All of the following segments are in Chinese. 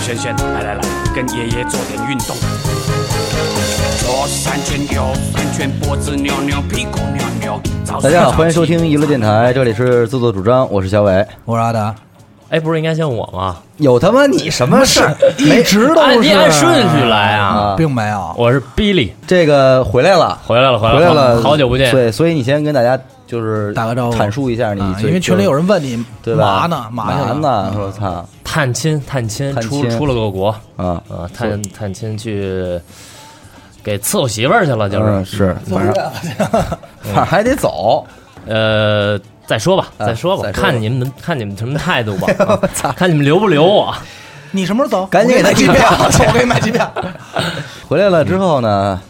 轩轩，来来来，跟爷爷做点运动。左三圈，右三圈，脖子扭扭，屁股扭扭。早大家好，欢迎收听娱乐电台，这里是自作主张，我是小伟。我说阿达，哎，不是应该先我吗？有他妈你什么事？一直都按是按顺序来啊！并没有。我是 Billy，这个回来了，回来了，回回来了，好久不见。对，所以你先跟大家就是打个招呼阐述一下你啊，最，因为群里有人问你对吧？嘛呢，嘛去嘛了？呢？我操探亲，探亲，探出亲出了个国啊！啊，探探亲去给伺候媳妇儿去了，就是嗯，是，反正反正还得走，呃，再说吧，啊再说吧再，说吧看你们看你们什么态度吧， 啊看你们留不留我。你什么时候走？赶紧给我他买机机票，票 我给你买 机票。回来了之后呢，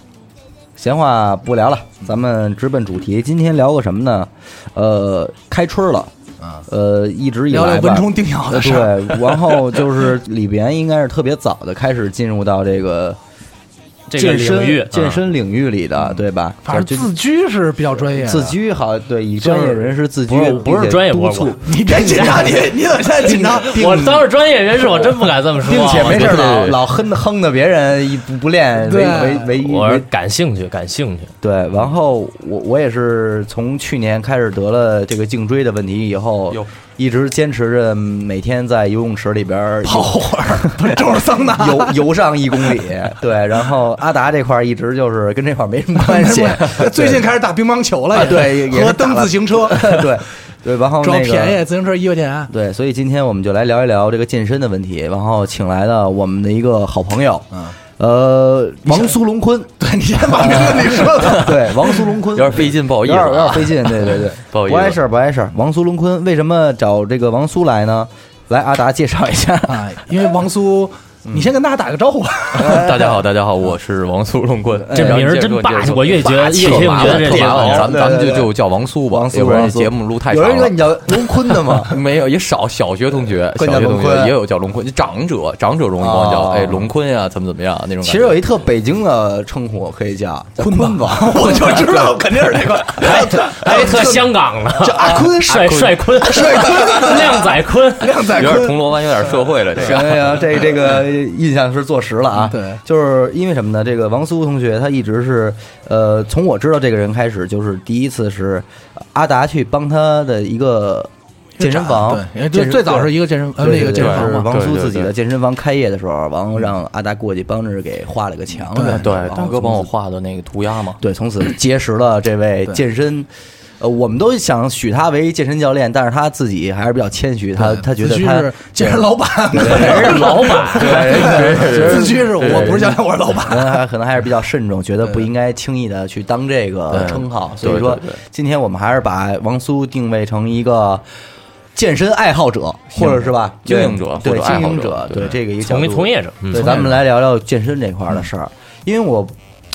闲话不聊了，咱们直奔主题。今天聊个什么呢？呃，开春了，啊呃，一直以聊来聊吧蚊虫叮咬的事儿。呃对，然后就是李岩应该是特别早的开始进入到这个这个健身、领域，啊嗯健身领域里的，对吧？反正就自居是比较专业的。自，居好，对，以专业人士自居不是不是专业督博促主，你别紧张，你你怎么现在 紧张？ 我当是专业人士，我真不敢这么说，并且没事儿老我老哼的哼的别人一不不练为对为为我是为感兴趣，感兴趣。对，然后我我也是从去年开始得了这个颈椎的问题以后哟，一直坚持着每天在游泳池里边儿跑会儿，不是就是桑拿。，游 游上一公里，对，然后阿达这块儿一直就是跟这块儿没什么关系 最近开始打乒乓球了啊也，对也也和是打蹬了自行车，对 对对，然后主要那个便宜，自行车一块钱。 对，所以今天我们就来聊一聊这个健身的问题，然后请来了我们的一个好朋友，嗯，呃，王苏龙坤，对你先把名字你说的。 对，王苏龙坤 有点费劲，不好有意点思有点啊。 费劲，对对对，不好意思碍事儿，不碍事儿。王苏龙坤为什么找这个王苏来呢？来，阿达介绍一下。啊，因为王苏，你先跟大家打个招呼吧。哎大家好，大家好，我是王苏龙棍。嗯这名儿真霸气，我越觉得越听越觉得这特里麻头烦，咱们咱们对对就对就叫王苏吧王，苏要不然王哎这苏节目录太有长人了问。你叫龙坤的吗？没有，也少。小学同学，关小键学同龙坤学也有叫龙坤，长者，长者容易管我叫哦哎龙坤呀，怎么怎么样那种感觉。其实有一特北京的称呼可以叫叫坤坤吧， 我就知道肯定是这个。还有哎特香港呢，啊这阿坤帅帅坤，帅坤， 靓仔坤，靓仔有点坤，铜锣湾，有点社 会了。这个哎呀，这这个印象是坐实了啊！ 对，就是因为什么呢？这个王苏同学他一直是，呃，从我知道这个人开始，就是第一次是阿达去帮他的一个健身房，对，健就身最早是一个健身呃那对个健身就是房嘛。王苏对对自己的对健身房开业的时候，然后让阿达过去帮着给画了个墙什么的，对然，后大哥从帮我此，画的那个涂鸦嘛。对，从此结识了这位对健身。呃，我们都想许他为健身教练，但是他自己还是比较谦虚，他他觉得自呃居他是健身老板， 哎人是老板，哎自居是我不是教练，我是老板。可能还可能还是比较慎重，觉得不应该轻易的去当这个称号，所以说对对对今天我们还是把王苏定位成一个健身爱好者，或者是吧经营者对或者爱经好者营者，对这个一个角从度从业者，嗯对，咱们来聊聊健身这块嗯儿的事儿，因为我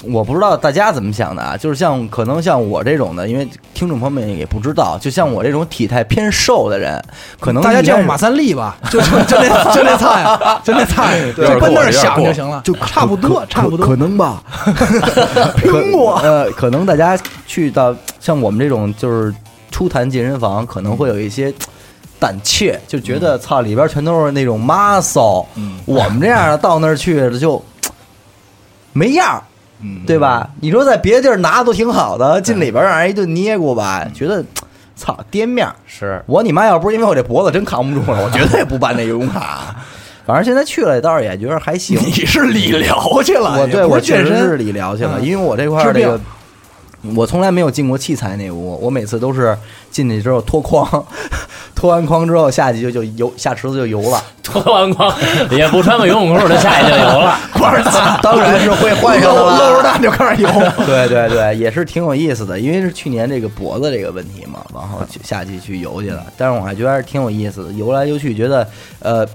我不知道大家怎么想的啊，就是像可能像我这种的，因为听众朋友们也不知道，就像我这种体态偏瘦的人，可能大家一开见始过马三立吧？就就就 那就那菜，啊就那菜，就奔那儿想就行了，就差不多，差不可多。能 吧，苹果呃，可能大家去到像我们这种就是初谈健身房，可能会有一些胆怯，就觉得操里边全都是那种 muscle，、我们这样的到那儿去就没样儿。对吧？你说在别的地儿拿都挺好的，进里边让人一顿捏咕吧，觉得操颠面儿。是我你妈要不是因为我这脖子真扛不住了，我绝对不办那游泳卡。反正现在去了，倒是也觉得还行。你是理疗去了，我对也不我是确健实是身，理疗去了，嗯因为我这块儿治这病个，我从来没有进过器材那屋，我每次都是进去之后脱筐， 脱完筐之后下去就就游下池子就游了，脱完光也不穿个游泳裤，这下去就游 了。光着大当然是会换上的露露着啦。蛋就开始游。 对对对，也是挺有意思的，因为是去年这个脖子这个问题嘛，然后去下去去游去了，但是我还觉得还是挺有意思的，游来游去觉得呃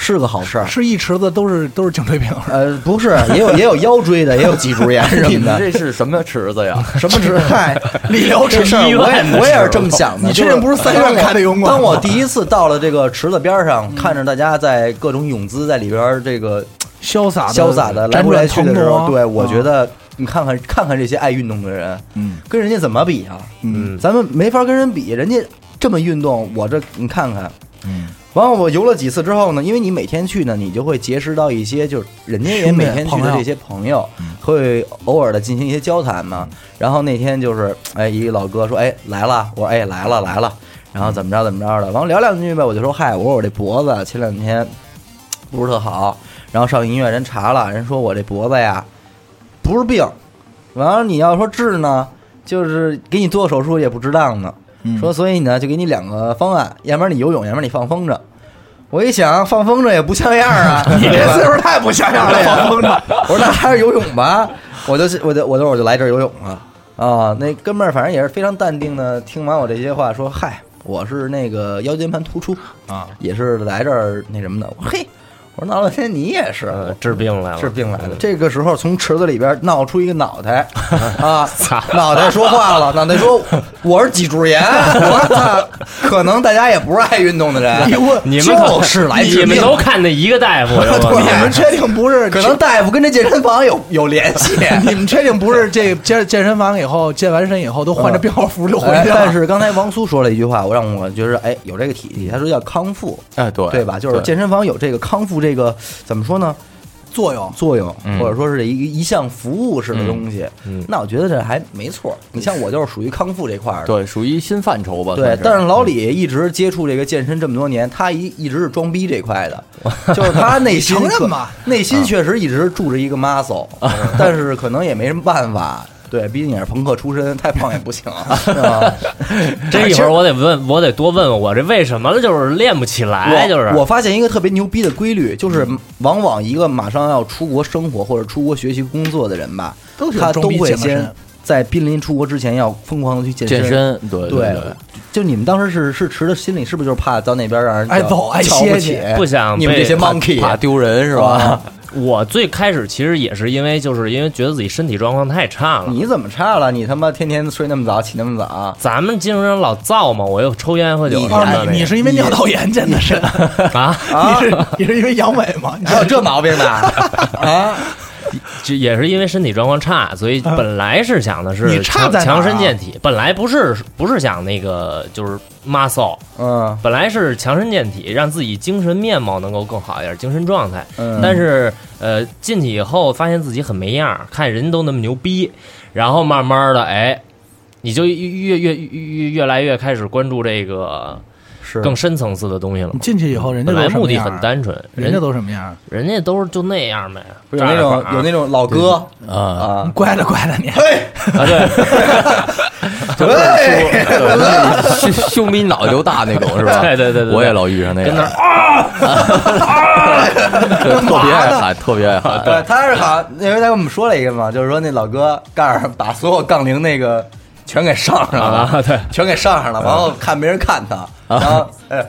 是个好事儿。是一池子都是都是颈椎病，呃，不是，也有也有腰椎的，也有脊柱炎什 你么们的，这是什么池子 呀？什么之嗨，理疗这池事儿医我院也的我也事是儿这么想的。你就确定不是三当院开我的游泳馆当我第一次到了这个池子边上，看着大家在各种泳姿在里边儿这个潇洒潇洒的的来辗回来转去腾的时候，挪。对我觉嗯得你看看看看这些爱运动的人，嗯，跟人家怎么比啊？嗯咱们没法跟人比，人家这么运动，我这你看看，嗯，完了，我游了几次之后呢，因为你每天去呢，你就会结识到一些就是人家也每天去的这些朋友，嗯会偶尔的进行一些交谈嘛。然后那天就是，哎，一个老哥说，哎来了，我说哎来了来了，嗯然后怎么着怎么着的，完了聊两句呗，我就说嗨，我说我这脖子前两天不是特好，然后上医院人查了，人说我这脖子呀不是病，完了你要说治呢，就是给你做手术也不值当呢。说所以呢，就给你两个方案，要不然你游泳，要不然你放风筝。我一想，放风筝也不像样啊，你这岁数太不像样了，放风筝。我说那还是游泳吧，我就我就我就我就来这儿游泳了啊。那哥们儿反正也是非常淡定的，听完我这些话说，嗨，我是那个腰间盘突出啊，也是来这儿那什么的。我说嘿，我说闹半天你也是，呃，治病来了，是病来的。这个时候，从池子里边闹出一个脑袋 啊操，脑袋说话了，脑袋说我是脊柱炎，我 操，可能大家也不是爱运动的人，你们就可是来你治们病。啊 都看那一个大 夫，是吧你们确定不是？可能大夫跟这健身房有有联 系，你们确定不是 这健健身房以后健完身以后都换着病号服就回哎去了？但是刚才王苏说了一句话，我让我觉得哎有这个体力，他说叫康复，哎，对对吧？就是健身房有这个康复这个怎么说呢？作用作用，嗯或者说是一个一项服务式的东西，嗯嗯那我觉得这还没错。你像我就是属于康复这块儿的，对，属于新范畴吧。对算，但是嗯老李一直接触这个健身这么多年，他一一直是装逼这块的，就是他内 心承认可吧内心确实一直住着一个 muscle，、但是可能也没什么办法。对，毕竟也是朋克出身，太胖也不行， 是吧？这一会儿我得问，我得多问问我这为什么就是练不起来，我就是我发现一个特别牛逼的规律，就是往往一个马上要出国生活或者出国学习工作的人吧，都是他装都逼会健先身。在濒临出国之前要疯狂的去健健身，对对对，，就你们当时是是持的心理，是不是就是怕到那边让人哎瞧走哎瞧不歇起歇不想你们这被些 monkey 怕丢人是吧？我最开始其实也是因为，就是因为觉得自己身体状况太差了。你怎么差了？你他妈天天睡那么早，起那么早，咱们经常老造嘛，我又抽烟喝酒你什哦么的那个。你你是因为尿道炎健的身，啊，你是你是因为阳痿吗？你还有这毛病呢？啊，这也是因为身体状况差，所以本来是想的嗯你是差强在哪儿啊强身健体，本来不是不是想那个就是 muscle，嗯本来是强身健体，让自己精神面貌能够更好一点，精神状态。嗯，但是呃，进去以后发现自己很没样儿，看人都那么牛逼，然后慢慢的，哎，你就越越越越越来越开始关注这个是更深层次的东西了你。进去以后，人家本都来什么目的样啊很，单纯，人家人都什么样啊？人家都是就那样呗，有那扎着种板儿有那种老哥啊，啊，乖了乖了 你，对，胸胸比脑袋就大那种是吧？ 对对对对对我也老遇上那个，跟 那啊啊，对特别爱喊，特别爱喊，对，他是好像那回他跟我们说了一个嘛，就是说那老哥盖上把所有杠铃那个全给上上了，啊对，嗯啊全给上上了，然后看没人看他，然后哎。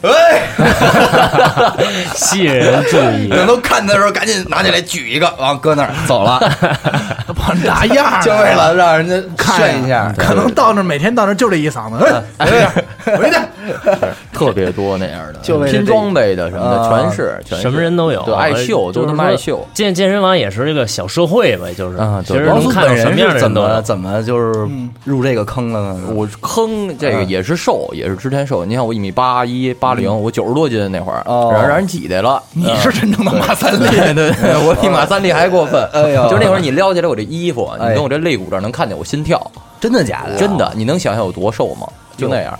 哎， 吸引人注意。等都看他的时候，赶紧拿起来举一个，然后搁那儿走 了，我拿样儿啊就为了让人家看炫一啊下。可能到那儿每天到那儿就这一嗓子，嗯哎回去，特别多那样的，就为了这拼装备的什么的，啊全是，全是什么人都有，对，爱秀，就都是他妈说爱秀。健健身房也是一个小社会呗，就是，啊其对实王能苏看到本什人么样的是怎人都么有。怎么就是入这个坑了呢？我坑这嗯个也是瘦，也是之前瘦。你看我一米八一八零，我九十多斤那会儿，哦然后让人挤兑了。嗯你是真正的马三立，对对对，我比马三立还过分。哎呦就是那会儿你撩起来我这衣服，你哎跟我这肋骨这儿能看见我心跳，真的假的？真的，你能想象有多瘦吗？就那样，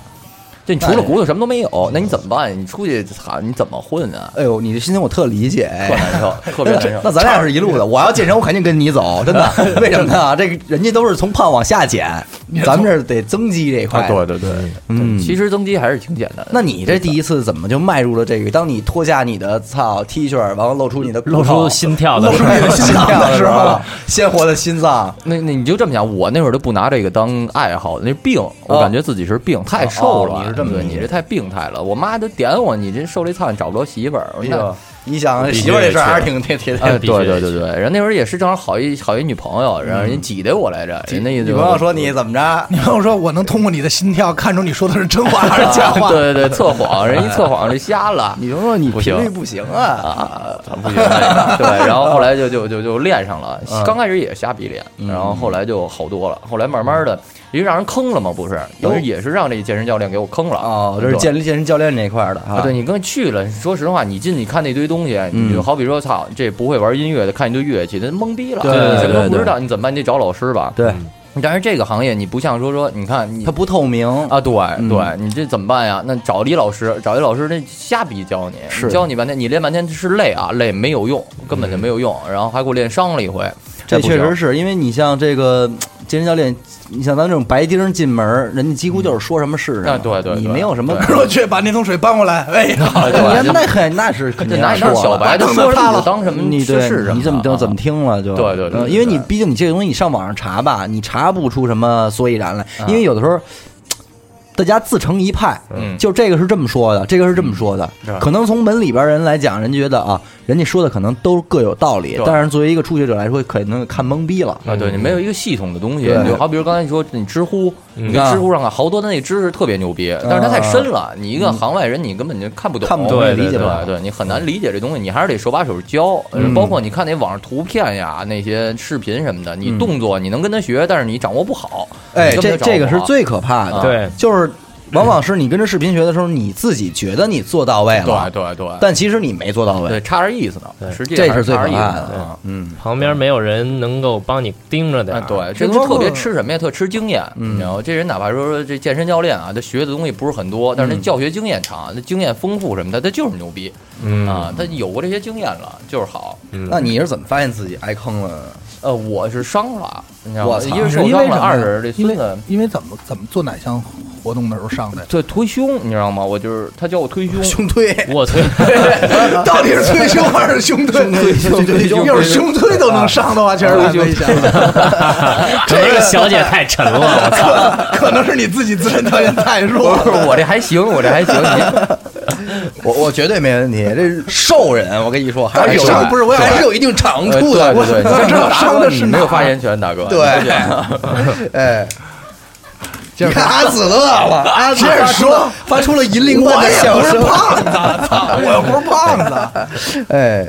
就你除了骨头什么都没有，那你怎么办？你出去操，你怎么混啊？哎呦，你这心情我特理解。 特哎难受，特别难受。嗯那咱俩是一路的，我要健身，我肯定跟你走，真的。为什么呢？这个人家都是从胖往下减，咱们这儿得增肌这一块。，对对，嗯，其实增肌还是挺简单的。那你这第一次怎么就迈入了这个？当你脱下你的操 T 恤，完了露出你的露出心跳的露时出候你的心脏的时候，鲜活的心脏。那那你就这么想，我那会儿都不拿这个当爱好，那病，我感觉自己是病，太瘦了。啊哦你是这么对理解你这太病态了。我妈都点我，你这瘦这操，你找不着媳妇儿。我哎说那呦，你想媳妇儿这事儿还是挺挺挺挺哎，必须对对对对，人那会儿也是正好好一好一女朋友，然后人挤兑我来着，人家意思嗯女就朋友说你怎么着？你跟我说，我能通过你的心跳看出你说的是真 话还是假话？ 对对对，测谎，人一测谎就瞎了。你就说你不行频率不行啊，啊，不行，对，然后后来嗯就就就就练上了，刚开始也瞎逼练，然后后来就好多了，后来慢慢的因为让人坑了嘛，不是，因为哦也是让这健身教练给我坑了哦，这是对健力健身教练这一块儿的啊啊，对你跟去了，说实话，你进去看那堆东西，你就嗯好比说，操，这不会玩音乐的看一堆乐器，他懵逼了，对你什么对都不对知道，你怎么办？你得找老师吧。对，但是这个行业你不像说说，你看你它不透明啊，对嗯对，你这怎么办呀？那找一老师，找一老师那瞎逼教你，是嗯教你半天，你练半天是累啊，累没有用，根本就没有用，然后还给我练伤了一回，这不确 行实是因为你像这个健身教练，你像咱这种白丁儿进门儿，人家几乎就是说什么是什么，啊对对你对没有什么对可说去把那桶水搬过来，哎，啊那对，那很那是肯就定拿你说当小了白，就说什么你就当什么你是对是什么，你怎么就就怎么听了就对对对嗯对因为你对毕竟你这个东西你上网上查吧，你查不出什么所以然来，啊因为有的时候。大家自成一派，嗯啊就这个是这么说的，这个是这么说的。可能从门里边人来讲，人觉得啊，人家说的可能都各有道理对，但是作为一个初学者来说，可能看懵逼了。啊，对你没有一个系统的东西，对你就好比如刚才你说你知乎，你跟啊知乎上看好多的那知识特别牛逼，但是它太深了，你一个行外人你根本就看不懂，嗯看不懂对理解对不了对对，你很难理解这东西，你还是得手把手教，嗯包括你看那网上图片呀、那些视频什么的，你动作你能跟他学，但是你掌握不好，嗯哎，你根这本掌握这个不是好最可怕的，啊对就是往往是你跟着视频学的时候，你自己觉得你做到位了对，对对，但其实你没做到对位，差点意思呢，对实际这还是最差可点意思怕呢的。啊啊嗯，旁边没有人能够帮你盯着点啊儿，，对，这这东包西特括别吃什么呀？特吃经验，你知道吗？这人哪怕说说这健身教练啊，他学的东西不是很多，但是他教学经验长，他经验丰富什么的，他就是牛逼嗯啊，他有过这些经验了，就是好。嗯，那你是怎么发现自己挨坑了 呢？呃，我是伤了，你知道吗我？操一是是受因为伤什了，么二呀？是这因孙为子因为怎么怎么做哪项活动的时候上的？对推胸，你知道吗？我就是他叫我推胸，胸 推，我推，到底是推胸还是胸推？胸推胸推啊 要是胸推都能上的话，确实太危险 了。可能是小姐太沉了，我操，可能是你自己自身条件太弱不了。是我这还行，我这还行，你我我绝对没问题。这瘦人，我跟你说，还但有是不是我也还是有一定长呃处的。对对对，我你知道伤的是你没有哪发言权，大哥。你对这样，哎，你看阿紫乐了，阿紫接着说发出了银铃般的笑声。 我又不是胖子。哎，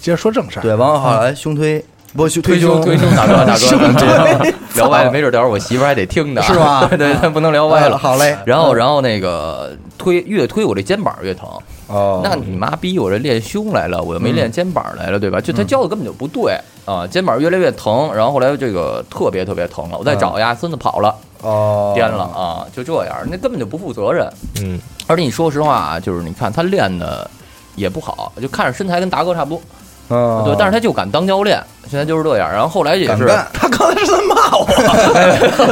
接着说正事儿。对，完了后来胸推， 不胸推胸胸推胸，大哥大胸哥推，聊歪了，没准待会儿我媳妇儿还得听的，是吧 对对，对不能聊歪了。好嘞嗯然后然后那个推越推我这肩膀越疼，哦嗯那你妈逼我这练胸来了，我又没练肩膀来了，对吧？就他教的根本就不对啊，肩膀越来越疼，然后后来这个特别特别疼了，我再找呀，孙子跑了，嗯哦，颠了啊，就这样，那根本就不负责任。嗯，而且你说实话啊，就是你看他练的也不好，就看着身材跟达哥差不多，哦，啊对，但是他就敢当教练，现在就是这样。然后后来也是敢干他刚才是在骂我，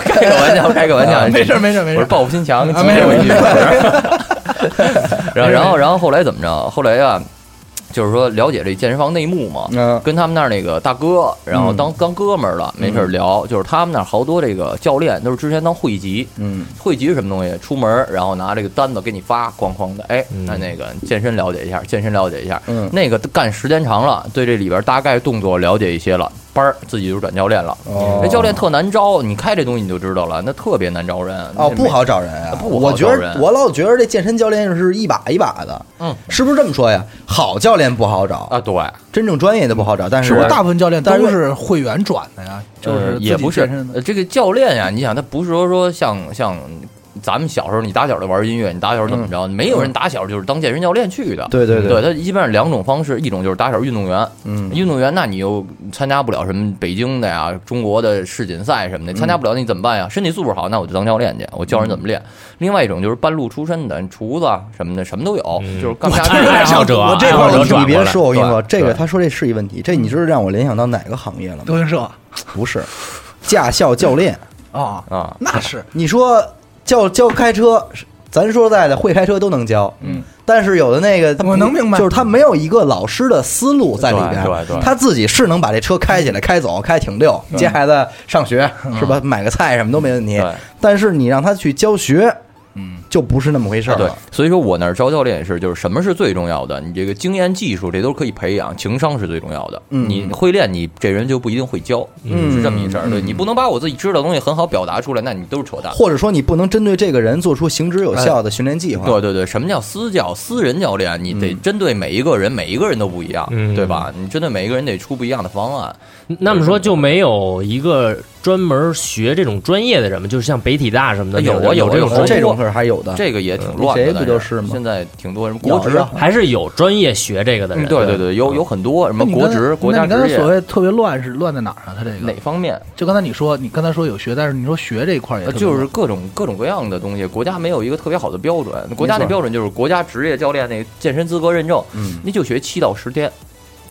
开个玩笑，开个玩笑，啊没事儿没事儿没我事是儿。报复心强，啊激没励事我没一事句。然后然后然后后来怎么着？后来呀，就是说了解这健身房内幕嘛，嗯跟他们那儿那个大哥，然嗯后当当哥们儿了，没事儿聊。就是他们那儿好多这个教练都是之前当会籍， 嗯，会籍是什么东西？出门儿然后拿这个单子给你发，哐哐的，哎，嗯那那个健身了解一下，健身了解一下，嗯那个干时间长了，对这里边大概动作了解一些了，班儿自己就转教练了。哦那教练特难招，你开这东西你就知道了，那特别难招人。哦，那不没好找人啊！不好我觉找得人我老觉得这健身教练是一把一把的，嗯，是不是这么说呀？好教练不好找，啊，对，真正专业的不好找，但是不是大部分教练但都嗯是是会员转的呀？就呃是自己也不是健身的呃这个教练呀，你想他不是说说像像咱们小时候，你打小就玩音乐，你打小怎么着？没有人打小就是当健身教练去的。嗯对对对，，他基本上两种方式，一种就是打小运动员，嗯运动员那你又参加不了什么北京的呀、中国的世锦赛什么的，参加不了那你怎么办呀？身体素质好，那我就当教练去，我教人怎么练。另外一种就是半路出身的，厨子啊什么的，什么都有，就是干不下去我这爱好者我这爱块好者儿转你过别来说，我跟你说，对这个对他说这是一问题，这你知道让我联想到哪个行业了吗？德云社不是，驾校教练，啊，啊，那是你说教教开车，咱说实在的，会开车都能教，嗯，但是有的那个，我能明白就是他没有一个老师的思路在里边，对对对他自己是能把这车开起来、开走、开挺溜，接孩子上学是吧？买个菜什么都没问题嗯对，但是你让他去教学，嗯，就不是那么回事儿对了。，所以说我那儿招教练也是，就是什么是最重要的？你这个经验、技术这都是可以培养，情商是最重要的。嗯你会练，你这人就不一定会教，嗯是这么一事儿。对你不能把我自己知道的东西很好表达出来，那你都是扯淡。或者说你不能针对这个人做出行之有效的训练计划，对对对，什么叫私教、私人教练？你得针对每一个人，每一个人都不一样，嗯对吧？你针对每一个人得出不一样的方案。那么说就没有一个专门学这种专业的人吗？就是像北体大什么的，有有啊有啊这种有啊专业这种可是还有的，这个也挺嗯乱的，谁不但就是吗现在挺多什么国有职的，还是有专业学这个的嗯人。对对对，有有很多什么哎你国刚才职、国家那你刚职才所谓业特别乱是乱在哪儿啊？他这哪个方面，就刚才你说，你刚才说有学，但是你说学这一块儿也呃特别就是乱各种各种各样的东西，国家没有一个特别好的标准，国家那标准就是国家职业教练那健身资格认证，嗯，那就学七到十天。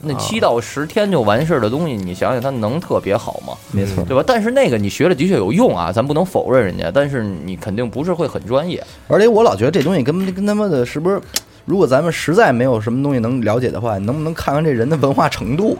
那啊七到十天就完事儿的东西，你想想它能特别好吗？没错，对吧？但是那个你学了的确有用啊，咱不能否认人家，但是你肯定不是会很专业。而且我老觉得这东西跟跟他妈的是不是？如果咱们实在没有什么东西能了解的话，能不能看看这人的文化程度？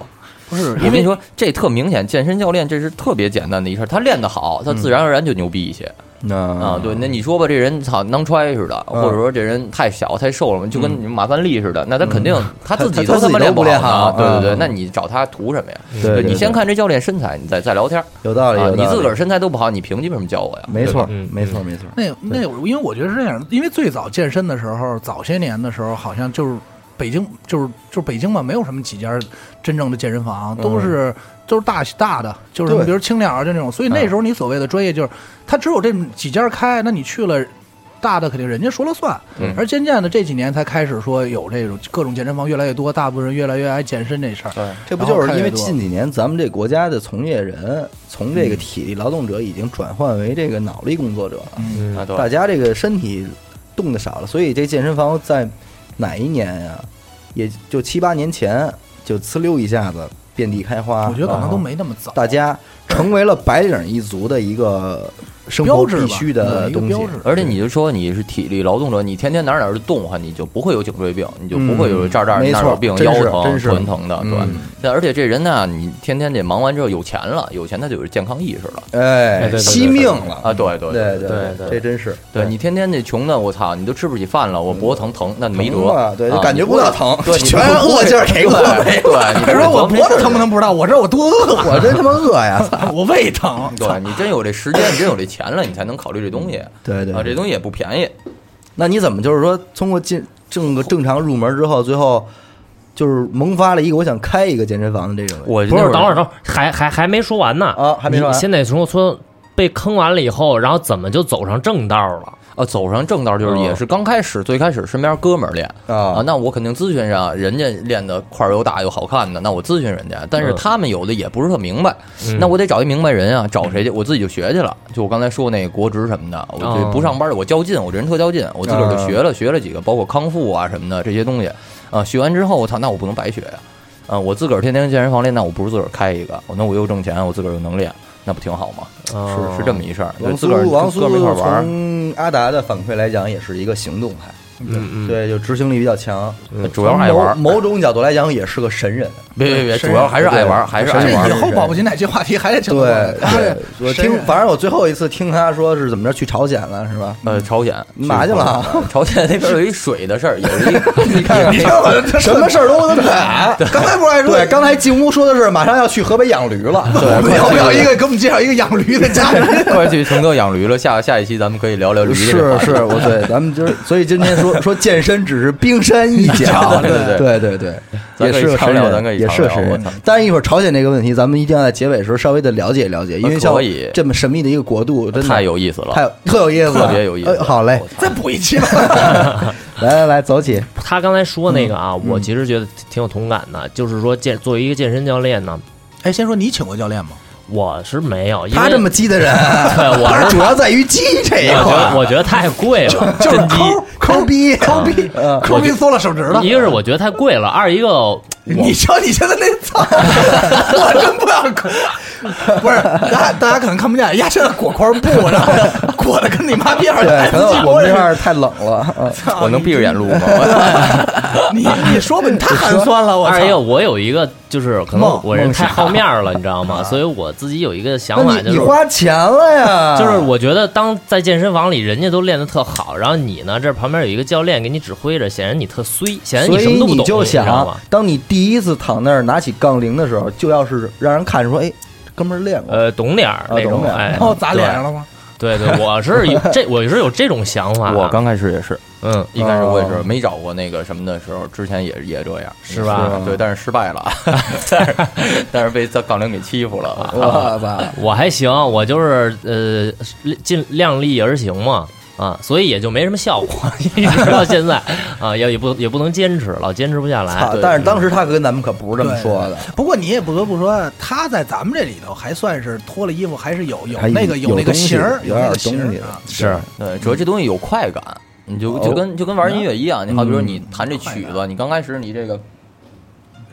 不是我跟你说，这特明显，健身教练这是特别简单的一事儿，他练得好，他嗯自然而然就牛逼一些。啊啊，对，那你说吧，这人操囊揣似的，嗯或者说这人太小太瘦了，就跟马三立似的，那他肯定他自己嗯他都他自己妈都练不练好呢好对对嗯对，嗯那你找他图什么呀？对对你对哎先看这教练身材，你再再聊天儿有道理，啊有道。理你自个儿身材都不好，你凭什么教我呀？没错，嗯没错，没错。那那有，因为我觉得是这样，因为最早健身的时候，早些年的时候，好像就是北京，就是就是北京嘛，没有什么几家真正的健身房，嗯都是、都是大大的，就是对比如青鸟啊就那种，所以嗯那时候你所谓的专业就是，它只有这几家开，那你去了。大的肯定人家说了算，嗯而渐渐的这几年才开始说有这种各种健身房越来越多，大部分人越来越爱健身这事儿。对，这不就是因为近几年咱们这国家的从业人从这个体力劳动者已经转换为这个脑力工作者了？嗯啊大对，家这个身体动的少了，所以这健身房在哪一年呀、也就七八年前就呲溜一下子遍地开花。我觉得可能都啊没那么早，大家成为了白领一族的一个生标活志吧嗯必须的对一个东标西志。而且你就说你是体力劳动者，你天天哪儿哪儿就动唤，你就不会有颈椎病，你就不会有这儿这儿嗯没那错儿有病，真腰是疼、真是臀疼的，对嗯。那而且这人呢，你天天得忙完之后有钱了，有钱他就有健康意识了哎对对，对惜命了。啊，对对嗯对对对这真是对你天天那穷的，我操，你都吃不起饭了，我脖子疼疼，那没嗯疼辙啊，对，啊就感觉不到疼，对，你全不会饿劲儿给我对，对，你别说我不会脖子疼疼不疼不知道，我知道我多饿， 我真他妈饿 呀！我胃疼。对你真有这时间，你真有这钱了，你才能考虑这东西对对啊，这东西也不便宜，那你怎么就是说通过进正个正常入门之后，最后就是萌发了一个我想开一个健身房的这种？我不是，等会儿，等会儿，还还还没说完呢啊还没说完你现在从从被坑完了以后，然后怎么就走上正道了？啊，走上正道就是嗯也是刚开始，最开始身边哥们儿练啊啊，那我肯定咨询上人家练的块儿又大又好看的，那我咨询人家，但是嗯他们有的也不是特明白，嗯那我得找一明白人啊，找谁去？我自己就学去了，就我刚才说那个国职什么的，我哦就不上班，我较劲，我这人特较劲，我自个儿啊就学了学了几个，包括康复啊什么的这些东西啊，学完之后我操，那我不能白学呀，啊，我自个儿天天健身房练，那我不如自个儿开一个，那我又挣钱，我自个儿又能练，那不挺好吗？哦是是这么一事儿，就王自苏个儿王跟苏哥们儿一块儿玩儿。从阿达的反馈来讲，也是一个行动派，嗯嗯，对，就执行力比较强。嗯主要是爱玩儿从某某种角度来讲，也是个神人。别别别，是主要还是爱玩儿，对还是这爱玩这儿以。后保不齐哪期话题还得请他过来对，对我神听人，反正我最后一次听他说是怎么着去朝鲜了，是吧？呃，朝鲜你干嘛去了？啊 朝鲜那边有一水的事儿，也是 一你看看，什么事儿都能改。刚才不是还说，对，刚才进屋说的是马上要去河北养驴了，我们要不要一个给我们介绍一个养驴的家人？快去承德养驴了，下下一期咱们可以聊聊驴是这是个话题，我对，咱们就是，所以今天说说健身只是冰山一角， 对对对对对咱也可以是个商神量咱可人，以也商是个量神我人操。但是一会儿朝鲜这个问题，咱们一定要在结尾的时候稍微的了解了解，因为像啊可以这么神秘的一个国度，真的太有意思了，太有特有意思，特别有意思呃好嘞，再补一期吧。来来来，走起，他刚才说那个啊，我其实觉得挺挺有同感的，就是说健作为一个健身教练呢，哎，先说你请过教练吗？我是没有，因为他这么激 的人，我我是主要在于激这一我觉块得，我觉得太贵了，就是真的抠抠逼抠逼，嗯抠鼻缩了手指了。一个是我觉得太贵了，二一个我啊你瞧你现在那操，我真不想抠。不是，大家大家可能看不见，呀，现在裹块布，然后裹的跟你妈逼样儿对，可能我们这块似儿太冷 了，嗯的。我能闭着眼录 吗？我你你说吧，你太寒酸了，我二一个操！我有一个就是可能梦我人梦太想啊好面儿了，你知道吗？所以我自己有一个想法那就你你是。花啊钱了呀？就是我觉得，当在健身房里，人家都练得特好，然后你呢，这旁边有一个教练给你指挥着，显然你特衰，显然所什么以都不懂，你你就知想道吗？，当你第一次躺那儿拿起杠铃的时候，就要是让人看出，哎，这哥们儿练过，呃，懂点儿啊那种懂，点儿哎，哦，砸脸上了吗？对对，我是有这，我是有这种想 法。我刚开始也是，嗯，一开始我哦也是没找过那个什么的时候，之前也也这样，是吧？对，但是失 败了，但是但是被在杠铃给欺负了啊。我吧，我还行，我就是呃，尽量力而行嘛，啊，所以也就没什么效果， 一直到现在啊，也也不也不能坚持，老坚持不下来啊。但是当时他跟咱们可不是这么说的，不过你也不得不说，他在咱们这里头还算是脱了衣服，还是有有还那个有那个东西型儿，有那点个东西型儿的啊。是，对，主要这东西有快感，你就就跟就跟玩音乐一样，你好比说你弹这曲子，你刚开始你这个。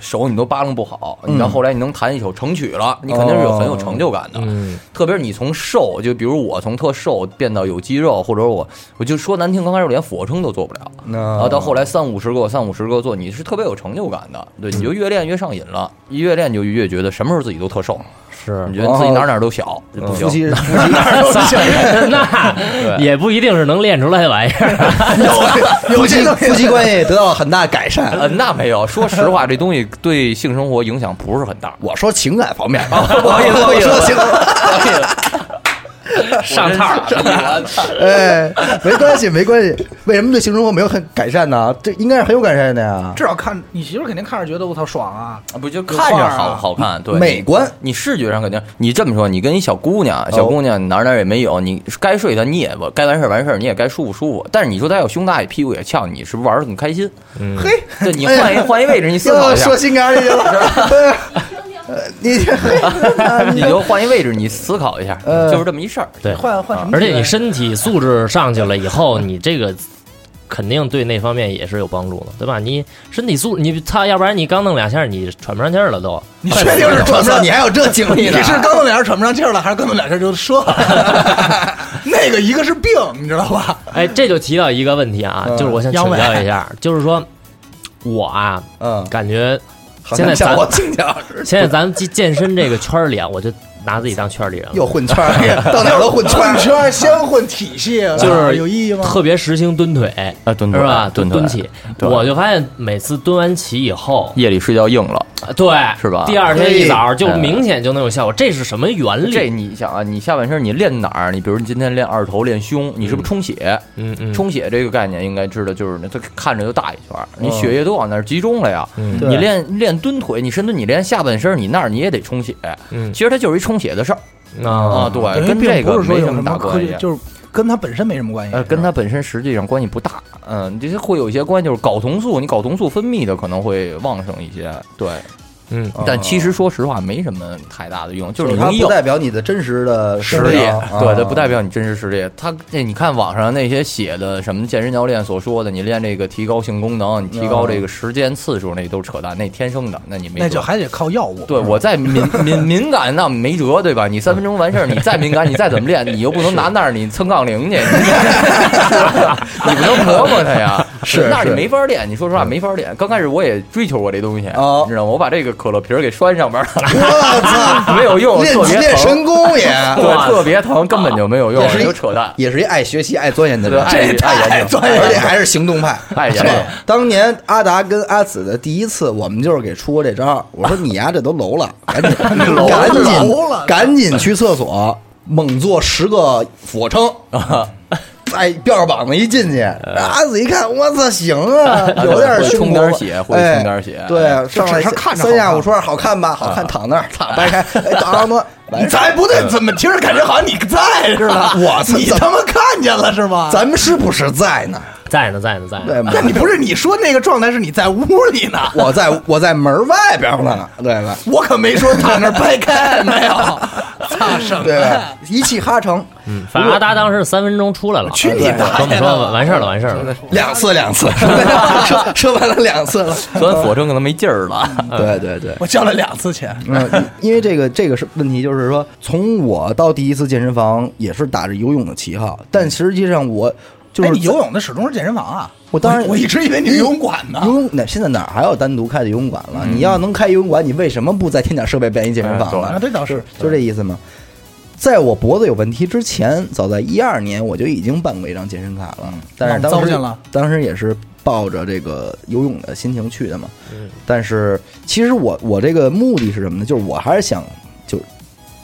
手你都扒楞不好，你到后来你能弹一首成曲了，你肯定是有很有成就感的。嗯，特别是你从瘦，就比如我从特瘦变到有肌肉，或者我我就说难听，刚开始我连俯卧撑都做不了，那然后到后来三五十个、三五十个做，你是特别有成就感的。对，你就越练越上瘾了，一越练就越觉得什么时候自己都特瘦，是你觉得自己哪儿哪儿都小，就不夫行。妻夫妻 那也不一定是能练出来玩意儿。夫妻夫妻关系得到了很大改善。 呃，那没有。说实话，这东西对性生活影响不是很 大。我说情感方面， 不好意啊思，不好意思，说情感，上套 儿哎，没关系，没关系。为什么对性生活没有很改善呢？这应该是很有改善的呀。至少看你媳妇儿肯定看着觉得我操爽啊，不就看着好好看，对，美观你。你视觉上肯定，你这么说，你跟一小姑娘，小姑娘哪儿哪儿也没有，你该睡她你也该完事儿完事儿，你也该舒服舒服。但是你说她要胸大，也屁股也翘，你是不是玩的很开心？嘿，对，你换一哎呀换一位置，你思考又一下说，心眼里去 了。呃你你就换一位置，你思考一下，呃就是这么一事儿。对，换换什么而且体你位身体素质上去了以后，你这个肯定对那方面也是有帮助的，对吧？你身体素，你操，要不然你刚弄两下，你喘不上气儿 了都。你确定是我喘不操，上你还有这经历你呢？是刚弄两下喘不上气 儿了，还是刚弄两下就射了？那个一个是病，你知道吧？哎，这就提到一个问题啊，嗯就是我想请央美教一下，就是说我啊，嗯，感觉好现在咱像我经常现在咱们健健身这个圈儿里啊，我就拿自己当圈儿里人了。 又混圈儿里，到哪儿都混圈啊儿混。圈儿先混体系， 就是有意义吗？特别实行蹲腿啊蹲腿是吧？蹲腿蹲起，对我就发现每次蹲完起以后，夜里睡觉硬了，对，是吧第二天一早就明显就能有效果，这是什么原这理？你想啊，你下半身你练哪儿？你比如你今天练二头，练胸，你是不是充血？嗯嗯，充血这个概念应该知道，就是那它看着就大一圈儿，你血液都往那儿集中了呀。哦嗯对你练练蹲腿，你深蹲，你练下半身，你那儿你也得充血。嗯其实它就是一充血的事儿啊，啊，对等，于跟并这不个是说没有什么大科关系啊学，。就是跟它本身没什么关系呃，。跟它本身实际上关系不大，嗯，这些会有一些关系，就是睾酮素，你睾酮素分泌的可能会旺盛一些，对，嗯，但其实说实话没什么太大的用，就就是是你它容易不硬。代表你的真实的实力啊力，，对，它对，不代表你真实实力。它这你看网上那些写的什么健身教练所说的，你练这个提高性功能，你提高嗯这个时间次数，那都是扯淡，那天生的，那你没那辙。就还得靠药物。对我再敏 敏敏感，那没辙，对吧？你三分钟完事儿，你再敏感，你再怎么练，你又不能拿那儿你蹭杠铃去，你 你不能磨磨它呀。 是那儿你是嗯没法练。你说实话，没法练。刚开始我也追求过这东西，哦你知道吗？我把这个可乐瓶儿给拴上边儿了，我操， 没有用，练特别练疼神。功也 对，特别疼，根本就没有用，也是一就扯淡。也是一爱学习、爱钻研的对，人，爱爱研究，而且还是行动派。爱研是究吧。当年阿达跟阿紫的第一次，我们就是给出过这招。我说你呀，这都楼了，赶紧 了赶紧楼了赶紧去厕所，猛做十个俯卧撑。啊哎，吊着膀子一进去，阿紫一看，我操，行 啊，有点哎会胸口冲点血会哎冲点血对，上就来只是看着三好下看啊五除二，好看吧？好看，躺那儿，躺掰开，哎，当当 你在不对，怎么听着感觉好像你 在似的？嗯我操你他妈看见了是吗？咱们是不是在呢？在呢，在呢，在对呢。吗？那你不是你说那个状态是你在屋里呢？我在我在门外边呢，对吧？ 我可没说躺那儿掰开， 没有，啊操什么对呀？吧？一气哈成，嗯反正阿达当时三分钟出来了，啊去你跟大爷的我们说完事儿了，完事儿了。两次两 次，说说完了两次了。 虽然俯冲可能没劲儿了，对对对， 我交了两次钱， 嗯，因为这个这个是问题，就是说，从我到第一次健身房也是打着游泳的旗号，但实际上我就是哎，你游泳的始终是健身房啊？我当然我一直以为你是游泳馆呢啊游。泳哪现在哪儿还有单独开的游泳馆了？你嗯要能开游泳馆，你为什么不再添点设备变一健哎身房啊，呢？这倒是，就这意思吗？在我脖子有问题之前，早在一二年我就已经办过一张健身卡了，嗯但是那当糟时践了当时也是抱着这个游泳的心情去的嘛。嗯但是其实我我这个目的是什么呢？就是我还是想就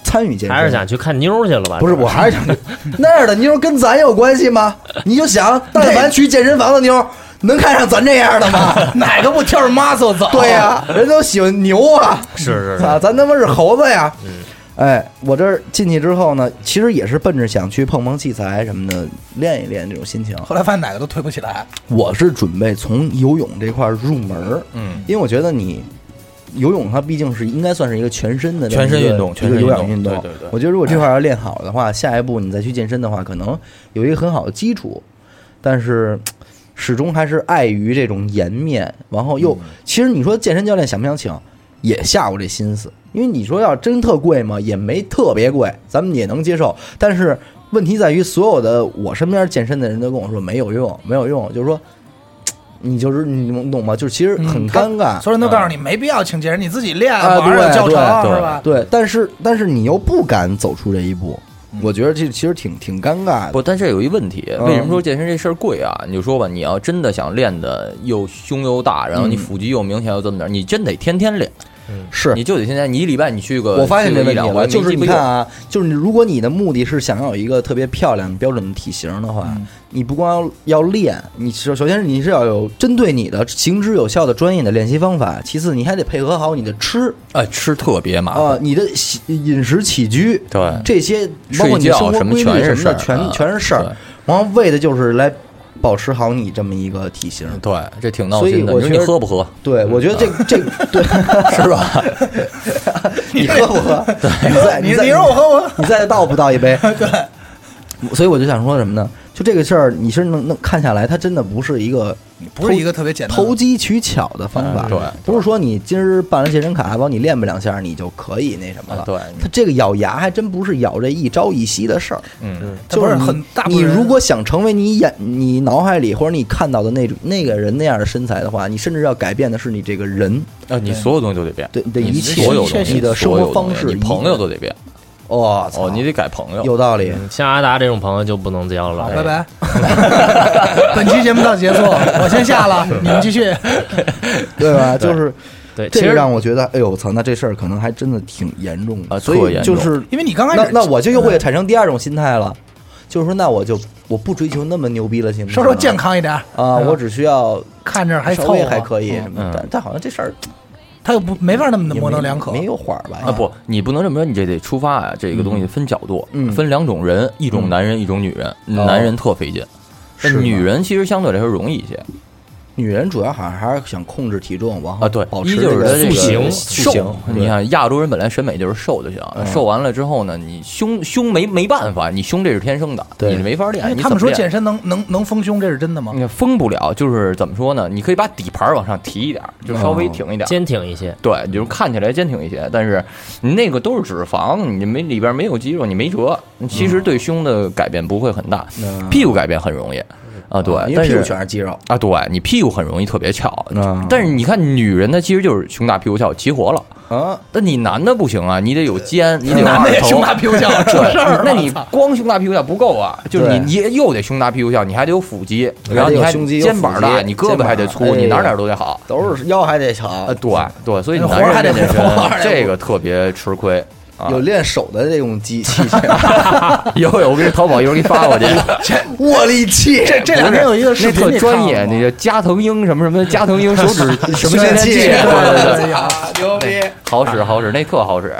参与健身，还是想去看妞儿去了吧？不是，我还是想去那样的妞儿跟咱有关系吗？你就 想，但凡去健身房的妞儿，能看上咱这样的吗？哪个不挑着 muscle 走？ 对呀、人都喜欢牛啊，是是嗯是，啊，咱他妈是猴子呀！哎，我这儿进去之后呢，其实也是奔着想去碰碰器材什么的，练一练这种心情。后来发现哪个都推不起来，我是准备从游泳这块儿入门儿，嗯，因为我觉得你游泳它毕竟是应该算是一个全身的全身一个运动一个全身有运氧动运动。对对对我觉得如果这块儿要练好的话，下一步你再去健身的话，可能有一个很好的基础，但是。始终还是碍于这种颜面，然后嗯又，其实你说健身教练想不想请，也下过这心思，因为你说要真特贵嘛，也没特别贵，咱们也能接受。但是问题在于，所有的我身边健身的人都跟我说没有用，没有用，就是说，你就是你懂吗？就是其实嗯很尴尬。所有人都告诉你没必要请别人，你自己练，啊网上有对教程对是吧？对，但是但是你又不敢走出这一步，嗯我觉得这其实挺挺尴尬的。 不，但是有一问题，嗯为什么说健身这事儿贵啊？你就说吧，你要真的想练的又胸又大，然后你腹肌又明显又这么点儿，你真得天天练，是你就得天天，你一礼拜你去个，我发现去这个问题一两了，回，就是没你劲看啊，就是你如果你的目的是想要有一个特别漂亮标准的体型的嗯话，你不光要练，你首首先是你是要有针对你的行之有效的专业的练习方法，其次你还得配合好你的吃哎，吃特别麻啊、烦，你的喜饮食起居，对这些包括你的生活规律睡什觉什么全是么事的，儿全啊全是事儿对，然后为的就是来保持好你这么一个体型。对，这挺闹所以心的。我你说觉你得喝不喝？对，我觉得这嗯 这对是吧？ 你喝不喝？你 再你再你说我喝我喝 你再倒不倒一杯？对。所以我就想说什么呢？就这个事儿，你是能能看下来，它真的不是一个不是一个特别简单的投机取巧的方法。嗯对不是说你今儿办了健身卡，帮你练吧两下，你就可以那什么了。嗯对它这个咬牙还真不是咬这一朝一夕的事儿。嗯，它就不是是你很大部你分人如果想成为你眼、你脑海里或者你看到的那种那个人那样的身材的话，你甚至要改变的是你这个人。啊，你所有东西都得变，呃对对嗯你一切所有东一切西，你的生活所有东西方式你朋友都得变。哇、操哦，你嗯得改朋友。有道理。像阿达这种朋友就不能交了。好，哎拜。拜。本期节目到此结束，我先下了，你们继续。对 吧？就是对，其这实个让我觉得，哎呦，我操，那这事儿可能还真的挺严重的，啊所特以严就重是因为你刚开那始那我就又嗯会产生第二种心态了，就是说，那我就我不追求那么牛逼了，行吗？稍稍健康一点啊，我只需要看着还稍凑微合，还可以嗯什么的，嗯但但好像这事儿他又不没法那么的也模棱没两可。没有缓儿吧？啊，不，你不能这么说，你这得出发啊。这个东西分角度，嗯分两种人，一种男人，一种女人。男人特费劲，但是吗女人其实相对来说容易一些女人主要好像还是想控制体重，然后啊。对哦保，持一就是这她这个塑形个塑形瘦。你看亚洲人本来审美就是瘦就行，瘦完了之后呢，你胸胸没没办法，你胸这是天生的，对你没法练。哎，你他怎么们说练啊健身能能能丰胸，这是真的吗？你封不了，就是怎么说呢？你可以把底盘往上提一点儿，就稍微挺一点儿。坚挺一些，对，你就是看起来坚挺一些，但是你那个都是脂肪，你没里边没有肌肉，你没辙。其实对胸的改变不会很大，嗯屁股改变很容易啊。对，因为但屁股是全是肌肉，啊，对你屁股很容易特别翘，嗯但是你看女人她其实就是胸大屁股翘，齐活了。啊，但你男的不行啊，你得有肩，你得有男的也二头胸大屁股翘，出对事儿了。那你操光胸大屁股翘不够啊，就是对你你也又得胸大屁股翘，你还得有腹肌，然后你还得有还胸肌有肩膀腹大，肌你胳膊还得粗肩，膀哎你哪儿哪儿都得好。都是腰还得长啊，，对对，所以那活男儿还人得这活儿还得这个特别吃亏啊。有练手的这种 机器，有有，我给你淘宝一会儿给你发过去。握力器，这这两天有一个视那频特你看专了业，吗那个加藤鹰什么什么加藤鹰手指 什么训练器，器啊对对对，牛逼！好使好使，那特好使。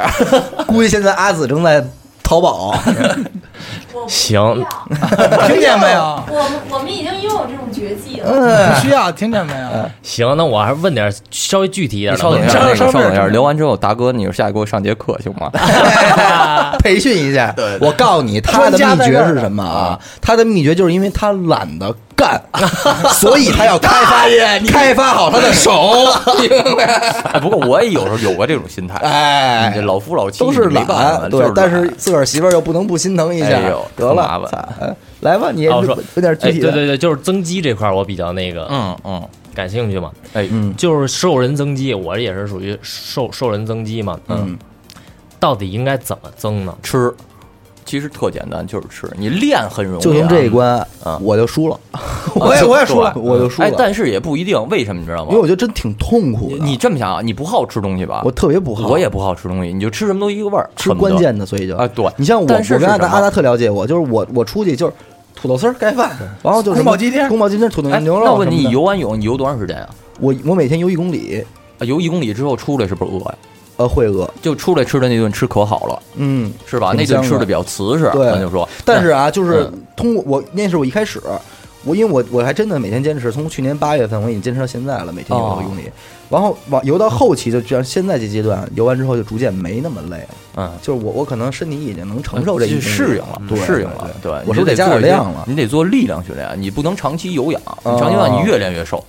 估计现在阿紫正在淘 宝，行，听见没有？我们我们已经拥有这种绝技了。嗯不需要，听见没有？行，那我还是问点稍微具体一点你的稍等问一题下，稍等 那个一下稍等一稍下，等聊完之后，达哥，你下给我上节课行吗？培训一下。我告诉你，他的秘诀是什么啊？他的秘诀就是因为他懒得干， 所以他要开 哎发开发好他的手，哦明白？哎，不过我也有时候有过这种心态，你哎这，老夫老妻都是你没办法懒，对就，但懒是自个儿媳妇儿又不能不心疼一下哎呦，得麻了，烦操来吧，你也哦，说有点具体哎对对的，对，就是增肌这块儿我比较那个嗯嗯，感兴趣嘛，哎，嗯就是瘦人增肌，我也是嗯属于瘦瘦人增肌嘛，嗯，到底应该怎么增呢？吃其实特简单，就是吃。你练很容易、啊，就从这一关啊我就 输了，我也我也输了我就输了哎，，但是也不一定，为什么你知道吗因为？我觉得真挺痛苦的。你这么想啊，你不好吃东西吧？我特别不好，我也不好吃东西，你就吃什么都一个味儿，吃恨不得关键的，所以就啊对你像我，但是我跟是阿达什么阿达特了解我，就是我我出去就是土豆丝儿盖饭，然后就是什么宫保鸡丁宫保鸡丁、土豆哎，牛肉。那我问你，你，游完泳你游多长时间啊？我我每天游一公里，啊游一公里之后出来是不是饿呀？呃，会饿，就出来吃的那顿吃可好了，嗯，是吧？那挺香顿吃的比较瓷实，对咱就说。但是啊，就是嗯通过我那是我一开始，我因为我我还真的每天坚持，从去年八月份我已经坚持到现在了，每天游哦游泳里，然后往游到后期就像现在这阶段，游完之后就逐渐没那么累了，嗯，就是我我可能身体已经能承受这一就定适应了，嗯对适应了。对，我你是就得得加做点一些量了你得做力量训练，啊你不能长期有氧，你长期有哦氧你越练越瘦，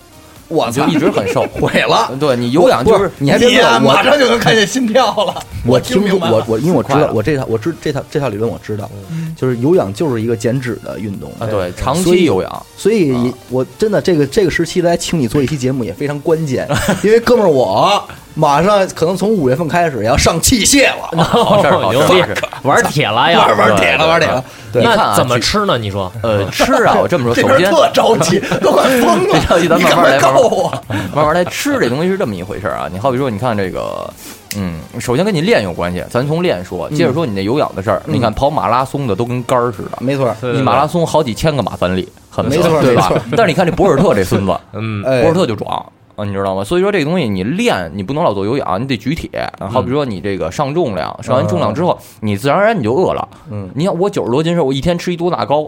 我你就一直很 瘦，毁了。对你啊有氧就不是是你还别乐我马上就能看见心跳了。我听明说白我了，我因为我知快道了嗯我这套我知这套这套理论我知道，就是有氧就是一个减脂的运动啊，对，啊长所期以有 氧。所以我真的这个这个时期来请你做一期节目也非常关键，因为哥们儿我马上可能从五月份开始要上器械了，好 事儿，好事牛儿，逼好事儿，玩铁了哎呀！玩玩铁了玩铁了，对你看那啊怎么去吃呢？你说，呃，吃啊，我这么说，这首边先特着急，都快疯这了。着急咱你慢赶快慢来，慢告慢我！ 慢慢来。吃这东西是这么一回事儿啊。你好比说，你看这个，嗯，首先跟你练有关系，咱从练说，接着说你那有氧的事儿。你看跑马拉松的都跟杆儿似的，没错儿，对你马拉松好几千个马三立，很没错对没吧错？ 但是你看这博尔特这孙子，嗯，哎博尔特就壮。啊，你知道吗？所以说这个东西你练，你不能老做有氧，你得举铁。啊好比说你这个上重量，上完重量之后，你自然而然你就饿了。嗯，你看我九十多斤时候，我一天吃一多纳膏，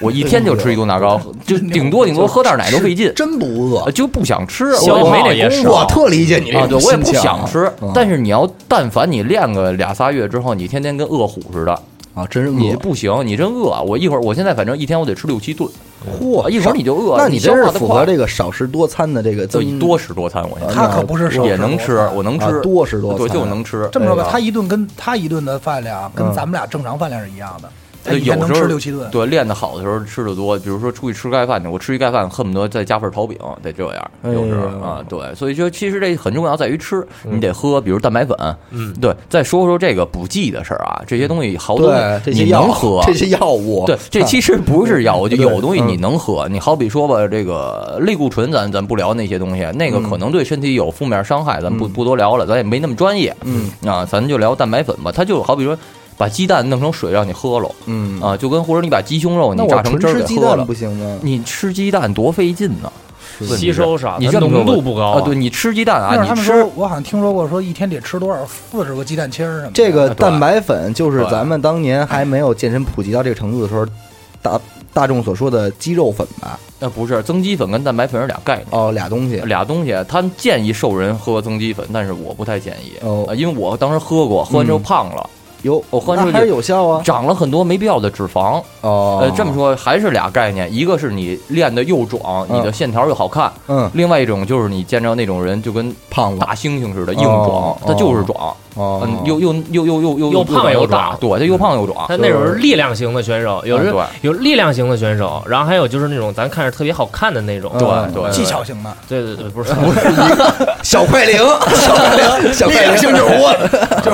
我一天就吃一多纳膏，就顶多顶多喝点奶都费劲，真不饿呃，就不想吃，消耗我没也这功是夫。我特理解你啊，这种对我也心不情想啊，吃嗯，但是你要但凡你练个俩仨月之后，你天天跟饿虎似的，啊，真是你饿就。不行，你真饿。我一会儿，我现在反正一天我得吃六七顿，嚯一会儿你就饿那你真消是化得符快合这个少食多餐的这个就增多食多餐。我现在他可不是少也吃能吃，我能啊吃，多食多餐对，就能吃。这么说吧对，他一顿跟他一顿的饭量跟哎嗯咱们俩正常饭量是一样的，他对一天有能时吃候六七顿。对练得好的时候吃的多，比如说出去吃盖饭去，我吃一盖饭恨不得再加份炒饼，得这样。有时候哎呦嗯啊，对，所以说其实这很重要，在于吃，你得喝，比如蛋白粉。嗯，对。再说说这个补剂的事儿啊，这些东西好多对这些你药能喝，这些药物对，这其实不是药，我就对嗯有东西你能喝。你好比说吧，这个类固醇咱，咱不聊那些东西，嗯那个可能对身体有负面伤害，咱不不多聊了，咱也没那么专业。嗯啊，咱就聊蛋白粉吧。它就好比说，把鸡蛋弄成水让你喝了，嗯啊，就跟或者你把鸡胸肉那哦你我榨成纯汁儿吃给鸡喝蛋了不，行吗？你吃鸡蛋多费劲呢，问题吸 是收少，你它这么说浓度吧不高哦啊。对，你吃鸡蛋那会啊，儿他你们吃说，我好像听说过，说一天得吃多少四十个鸡蛋清儿什么的。这个啊对蛋白粉就是对咱们当年还没有健身普及到这个程度的时候，大大众所说的肌肉粉吧？那呃不是增肌粉跟蛋白粉是俩概念。哦，俩东西。俩东西，他建议瘦人喝增肌粉，但是我不太建议，哦呃因为我当时喝过，喝嗯完之后胖了，有，我喝完之那后还就是有效啊。长了很多没必要的脂肪。哦，呃，这么，说还是俩概念，一个是你练的又壮，嗯你的线条又好看；嗯，另外一种就是你见着那种人就跟胖了，大猩猩似的哦硬壮，他就是壮，哦，嗯，又又又又又又又胖又又大大，对，他嗯又胖又壮他。那种是力量型的选手，有啊时对有力量型的选手，然后还有就是那种咱看着特别好看的那种，嗯对对，技巧型的，对对对，不是不是，小快 灵，小快灵，小快灵，性就是我，就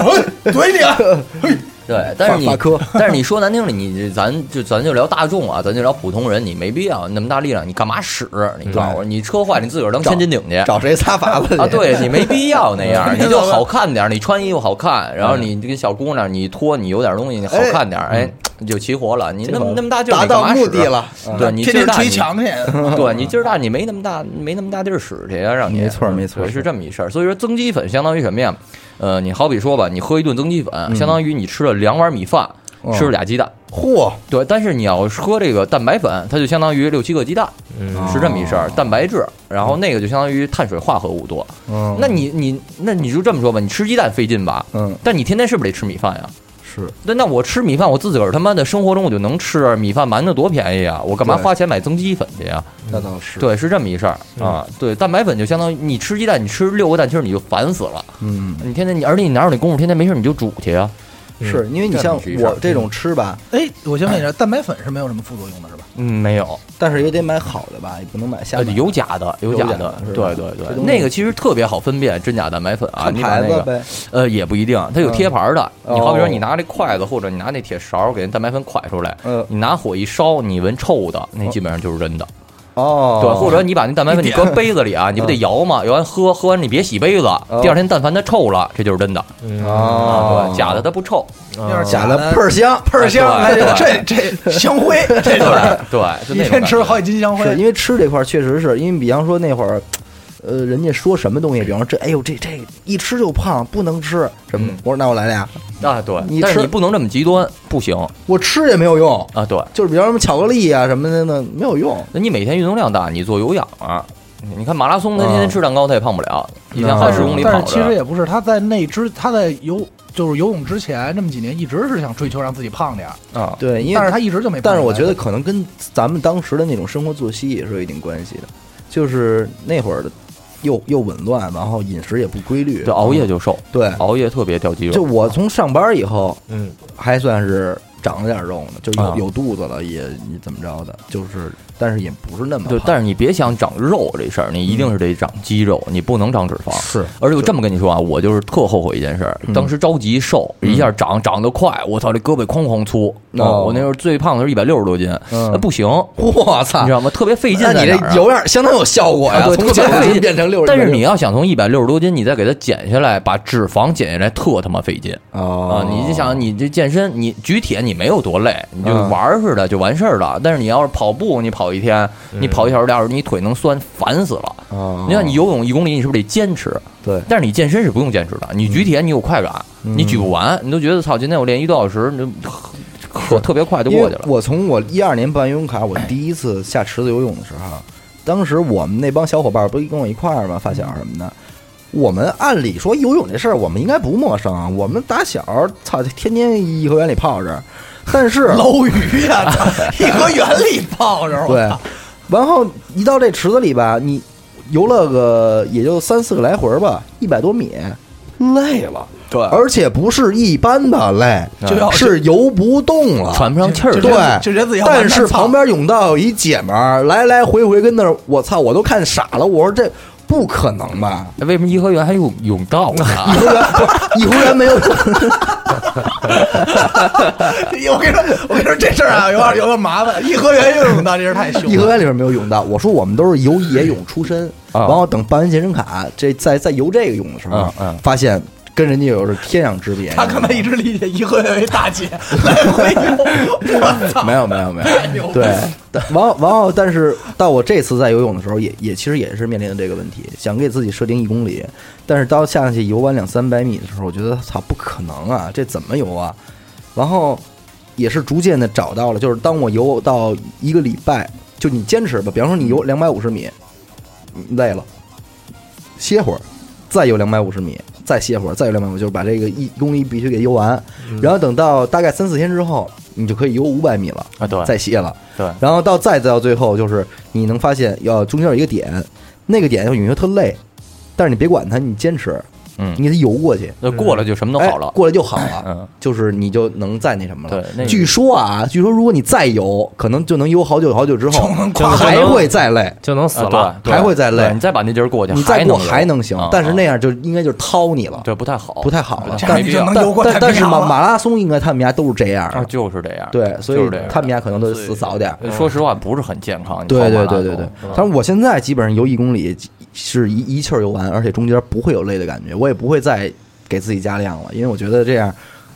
是怼啊你，对，但是你法科 但是你说难听点，你咱就咱就聊大众啊，咱就聊普通人，你没必要那么大力量，你干嘛使？你告诉我，你车坏你自个儿当千斤顶去 嗯找谁擦法子去啊？对你没必要那 样，你就好看点儿，你穿衣服好看，然后嗯你这个小姑娘你脱你有点东西，你好看点儿，哎，嗯你就齐活了。你那么那么大劲儿，达你干到嘛目使的了。对你天劲儿嗯天大捶你。墙去。 对你劲儿大，你没那么大，没那么大地儿使去啊，让你没错儿嗯没错儿对是这么一事儿。所以说增肌粉相当于什么呀？呃，你好比说吧，你喝一顿增肌粉，嗯相当于你吃了两碗米饭，哦吃了俩鸡蛋。嚯，对，但是你要喝这个蛋白粉，它就相当于六七个鸡蛋，哦嗯是这么一事儿，蛋白质。然后那个就相当于碳水化合物多。嗯，那你你那你就这么说吧，你吃鸡蛋费劲吧？嗯，但你天天是不是得吃米饭呀？是那那我吃米饭，我自个儿他妈的生活中我就能吃啊米饭，馒头多便宜啊！我干嘛对花钱买增肌粉去呀？啊那倒是，对，是这么一事儿嗯啊。对，蛋白粉就相当于你吃鸡蛋，你吃六个蛋，其实你就烦死了。嗯，你天天你，而且你哪有那功夫，天天没事你就煮去啊？嗯是因为你像这也是一事儿嗯我这种吃吧，哎，我先问一下，蛋白粉是没有什么副作用的，是吧？嗯，没有，但是也得买好的吧，也不能买瞎呃买的。有假的，有假有假的是吧对对这对，东西那个其实特别好分辨真假蛋白粉啊，看你把牌那子个呗，呃也不一定，它有贴牌的。嗯你好比哦说你拿那筷子或者你拿那铁勺给那蛋白粉蒯出来嗯，你拿火一烧，你闻臭的，那基本上就是真的。哦，嗯对，或者你把那蛋白粉你搁杯子里啊，你不得摇吗？摇完喝，喝完你别洗杯子，第二天但凡它臭了，这就是真的。哦，啊对，假的它不臭。啊要是假的倍儿香，倍儿香，嗯哎对这 这香灰，这就对是对，就一那种天吃感觉好几斤香是灰。因为吃这块儿确实是因为，比方说那会儿，呃，人家说什么东西，比方说这，哎呦，这这一吃就胖，不能吃什么的嗯。我说那我来俩，啊，对你，但是吃你不能这么极端，不行我吃也没有用，啊。对，就是比方什么巧克力啊什么的呢，没有用。那你每天运动量大，你做有氧啊。你看马拉松，他嗯天天吃蛋糕，他也胖不了，一天嗯好但十是公里但跑是其实着。也不是，他在那之他在游就是游泳之前这么几年一直是想追求让自己胖点儿，啊，对，因但是为他一直就没胖但下来。是我觉得可能跟咱们当时的那种生活作息也是有一定关系的，就是那会儿的又又紊乱，然后饮食也不规律，这熬夜就瘦，对。熬夜特别掉肌肉。就我从上班以后，嗯，还算是长了点肉呢，就啊有有肚子了，也也怎么着的，就是，但是也不是那么对，胖但是你别想长肉这事儿，你一定是得长肌肉，你不能长脂肪。是，嗯而且我这么跟你说啊，我就是特后悔一件事儿，当时着急瘦，一下长长得快，我操，这胳膊哐哐粗。啊哦我那时候最胖的时候一百六十多斤，哎嗯那不行，我操你知！道吗？特别费劲那在你哪儿这啊。有点相当有效果呀，啊对从特九别十费斤劲变成六十，但是你要想从一百六十多斤，你再给它减下来，把脂肪减下来，特他妈费劲啊啊！你就想你这健身，你举铁你没有多累，你就嗯玩儿似的就完事儿了。但是你要是跑步，你跑一天，你跑一小时俩小时，你腿能酸，烦死了。啊，你看你游泳一公里，你是不是得坚持？对但是你健身是不用坚持的，你举铁你有快感，嗯你举不完，你都觉得操，今天我练一个多小时，你就可特别快就因过为去了。我从我一二年办游泳卡，我第一次下池子游泳的时候，当时我们那帮小伙伴不是跟我一块儿吗？发小什么的。我们按理说游泳这事儿，我们应该不陌生啊。我们打小操，天天颐和园里泡着，但 是捞鱼呀，啊 颐和园里泡着。我对操，然后一到这池子里吧，你游了个也就三四个来回儿吧，一百多米，累了。对而且不是一般的累，就要是游不动了，喘不上气儿就来，这就对，觉得自己要但是完蛋操旁边甬道有一姐们儿来来回回跟那儿，我操，我都看傻了。我说这不可能吧？哎为什么颐和园还有泳道 呢？颐和园，颐和园没有，我跟你说， 我跟你说这事儿啊，有点有点麻烦。颐和园游泳道这事儿太凶颐和了。园里边没有泳道。我说我们都是游野泳出身，啊然后等办完健身卡，这在在游这个泳的时候嗯嗯，发现跟人家有着天壤之别。啊他可能一直理解颐和园为大姐来回游，我操！没有没有没有，牛逼对，然后然后，但是到我这次在游泳的时候也，也其实也是面临的这个问题，想给自己设定一公里，但是到下去游完两三百米的时候，我觉得操不可能啊，这怎么游啊？然后也是逐渐的找到了，就是当我游到一个礼拜，就你坚持吧，比方说你游两百五十米，你累了，歇会儿，再游两百五十米，再歇会儿，再游两百五，就是把这个一公里必须给游完，嗯然后等到大概三四天之后，你就可以游五百米了。啊，对再歇了，对然后到再到最后，就是你能发现，要中间有一个点，那个点你说特累，但是你别管它，你坚持，嗯你得游过去，那过了就什么都好哎了。过来就好了，嗯，就是你就能再那什么了。对那个据说啊，据说如果你再游，可能就能游好久好久之后，还会再累，就能死啊了。对，还会再累对你再把那劲儿过去，你再过还能能行游，但是那啊样就应该就是掏你了啊，这不太好，不太好了啊。这但没必就要能但游过但太但是平马洋了马拉松应该他们家都是这样啊，的，就是这样。对，所以就是这样他们家可能都得所以死早点儿。呃说实话不是很健康。你对跑马对拉对对松对是吧，但是我现在基本上游一公里是一一气儿游完，而且中间不会有累的感觉，我也不会再给自己加量了，因为我觉得这样，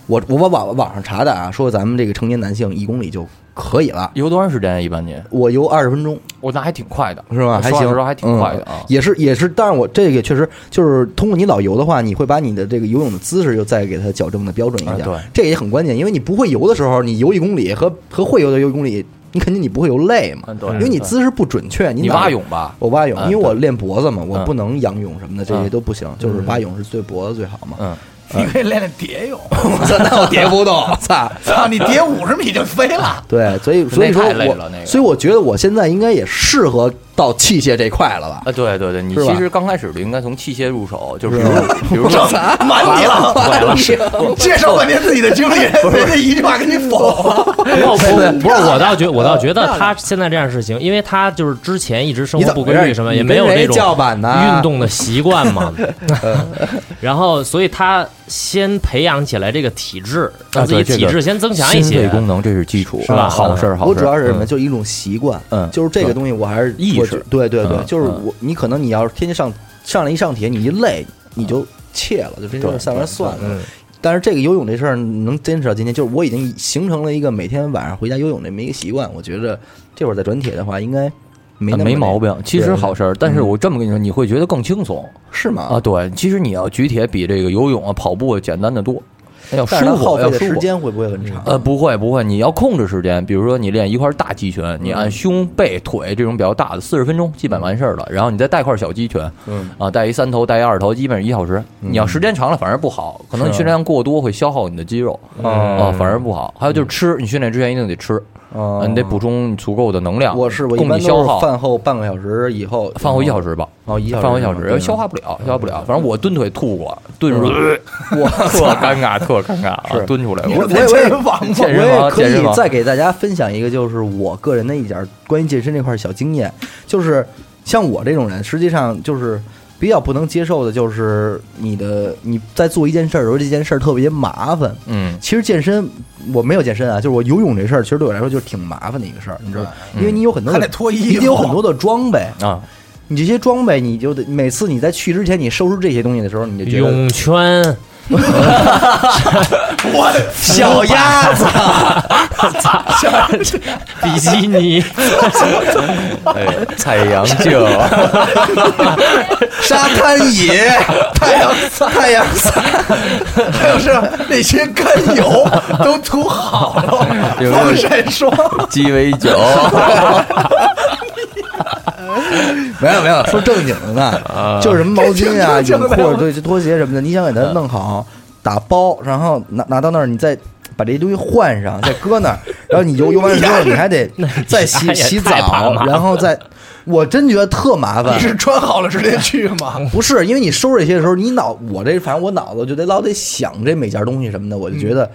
我我我网网上查的啊，说咱们这个成年男性一公里就可以了，游多长时间啊？一般您？我游二十分钟我那还挺快的，是吧？我还刷的行，时候还挺快的嗯啊。也是也是，但是我这个确实就是通过你老游的话，你会把你的这个游泳的姿势又再给它矫正的标准一点，啊对这个也很关键，因为你不会游的时候，你游一公里和和会游的游一公里，你肯定你不会游累嘛，嗯对因为你对姿势不准确，你你哪蛙泳吧，我蛙泳，嗯因为我练脖子嘛，我嗯不能仰泳什么的，这些嗯都不行，就是蛙泳是对脖子最好嘛。嗯，你可以练练蝶泳，我操，那我叠不 动，我操！操你蝶五十米就飞了。对，所以所以说那太累了那我，个所以我觉得我现在应该也适合到器械这块了吧？啊，对对对，你是吧其实刚开始就应该从器械入手，就是比如比如 说啊完了，完了！ 介绍半天自己的经历，人家一句话给你否了。不不不是，我倒觉我倒觉得他现在这样是行，因为他就是之前一直生你活怎不么规律，什么你也没有跟那人家叫种板呢？运动的习惯 嘛。然后，所以他先培养起来这个体质，啊让自己对这体个质先增强一心肺些。功能，这是基础，啊是吧好事儿，好事儿。我主要是什么？嗯？就一种习惯，嗯就是这个东西，我还是意识我觉对对对嗯，就是嗯我，你可能你要是天天上上来一上铁，你一累，你就怯了，就这事儿算完算了。嗯但是这个游泳这事儿能坚持到今天，就是我已经形成了一个每天晚上回家游泳这么一个习惯。我觉着这会儿再转铁的话，应该没那么呃没那毛个，病，其实对嗯好事儿。但是我这么跟你说，你会觉得更轻松是吗？啊！对，其实你要举铁比这个游泳啊、跑步啊简单的多，要舒但是它耗费服，要的舒时服。间会不会很长？呃，不会不会，你要控制时间。比如说，你练一块大肌群，你嗯按胸、背、腿这种比较大的，四十分钟基本完事儿了。然后你再带块小肌群，嗯啊，带一三头，带一二头，基本上一小时。你要时间长了，反而不好，可能是啊嗯你训练量过多会消耗你的肌肉，啊，反而不好。还有就是吃，你训练之前一定得吃，哦啊你得补充足够的能量，我是我一嗯供般你都消是耗。饭后半个小时以后，饭后一小时吧，哦一小时饭后一小对时，消化不了，消化不了。反正我蹲腿吐过，蹲出来， 我嗯特尴尬，特尴尬啊，蹲出来我我过。也健身房 吗健身我房也可健身以房再给大家分享一个，就是我个人的一点儿关于健身这块儿小经验，就是像我这种人，实际上就是比较不能接受的，就是你的你在做一件事儿的时候，这件事儿特别麻烦。 嗯，其实健身我没有健身啊，就是我游泳这事儿，其实对我来说就是挺麻烦的一个事儿，你知道吗？因为你有很多的还得脱衣服你得有很多的装备，啊，你这些装备，你就得每次你在去之前，你收拾这些东西的时候，你就觉得泳圈，我小鸭子，比基 尼，哎，太 阳镜，沙滩 椅、太阳伞、太阳 伞，还有是那些甘油 都涂好了，有没有晒霜。鸡尾酒， 没有没有，说正经的呢，就是什么毛巾 啊、泳裤儿、对，就拖鞋什么的，你想给它弄好，打包，然后拿拿到那儿，你再。把这些东西换上，再搁 那儿，然后你游游完之后， 你还得再洗也洗太麻澡烦，了然后再，我真觉得特麻烦。是穿好了直接去吗？不是，因为你收拾这些的时候，你脑我这反正我脑子就得老得想这每件东西什么的，我就觉得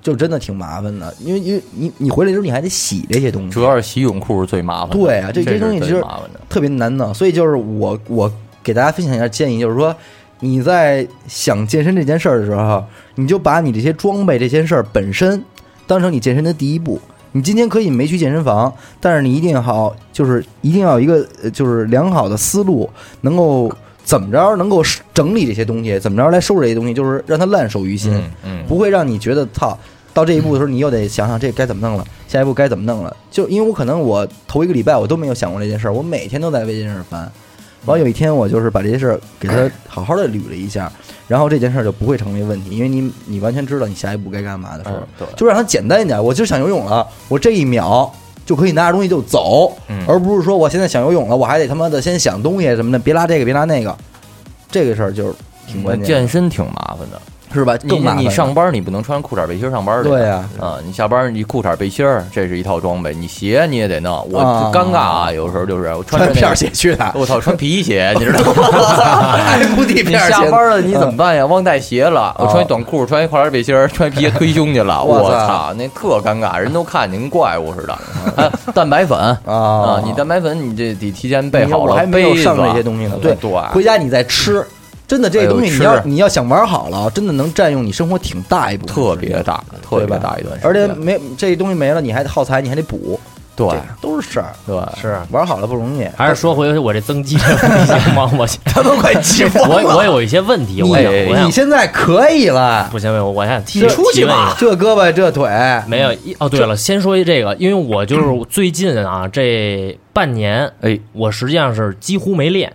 就真的挺麻烦的，因为因为你你回来之后你还得洗这些东西主，要是洗泳裤是最麻烦的。对啊，这这些东西是其最实麻烦的。特别难弄，所以就是我我给大家分享一下建议，就是说你在想健身这件事儿的时候，你就把你这些装备这些事儿本身当成你健身的第一步。你今天可以没去健身房，但是你一定好，就是一定要有一个呃就是良好的思路，能够怎么着能够整理这些东西，怎么着来收拾这些东西，就是让它烂熟于心。嗯嗯，不会让你觉得操，到这一步的时候，你又得想想这该怎么弄了，下一步该怎么弄了。就因为我可能我头一个礼拜我都没有想过这件事儿，我每天都在为这件事儿烦。完有一天我就是把这些事儿给他好好的捋了一下，然后这件事儿就不会成为问题，因为你你完全知道你下一步该干嘛的时候嗯，对就让它简单一点。我就想游泳了，我这一秒。就可以拿着东西就走，嗯而不是说我现在想游泳了，我还得他妈的先想东西什么的，别拉这个，别拉那个，这个事儿就是挺关键的，嗯健身挺麻烦的，是吧？你更麻烦你了。上班你不能穿裤衩背心儿上班去，对呀啊，你下班你裤衩背心儿，这是一套装备，你鞋你也得弄，我啊尴尬啊，有时候就是我穿穿着那片个儿鞋去的，我操，穿皮鞋，你知道吗？还不地你片儿鞋下班了你怎么办嗯呀？忘带鞋啊了，我穿一短裤，穿一跨栏背心儿，穿一皮鞋推胸去了，我操我操，那特尴尬，人都看你跟怪物似的。 啊蛋白粉啊，你蛋白粉你这得提前备好哎我了，还哦没有上杯子啊这些东西呢。对对，回家你再吃，真的这哎呦东西你吃要你要想玩好了，真的能占用你生活挺大一部分时间，特别大，特对吧别大一段时间，而且没这东西没了，你还得耗材，你还得补，对这都是事儿。对。是玩好了不容 易，还是说回我这增肌这问题行吗？我 他都快急疯我我有一些问哎题，我想我你想你现在可以了，不行，我我想提你出去提问一吧下，这胳膊这腿，嗯没有一哦，对了，先说一这个，因为我就是最近啊这半年，哎，我实际上是几乎没练，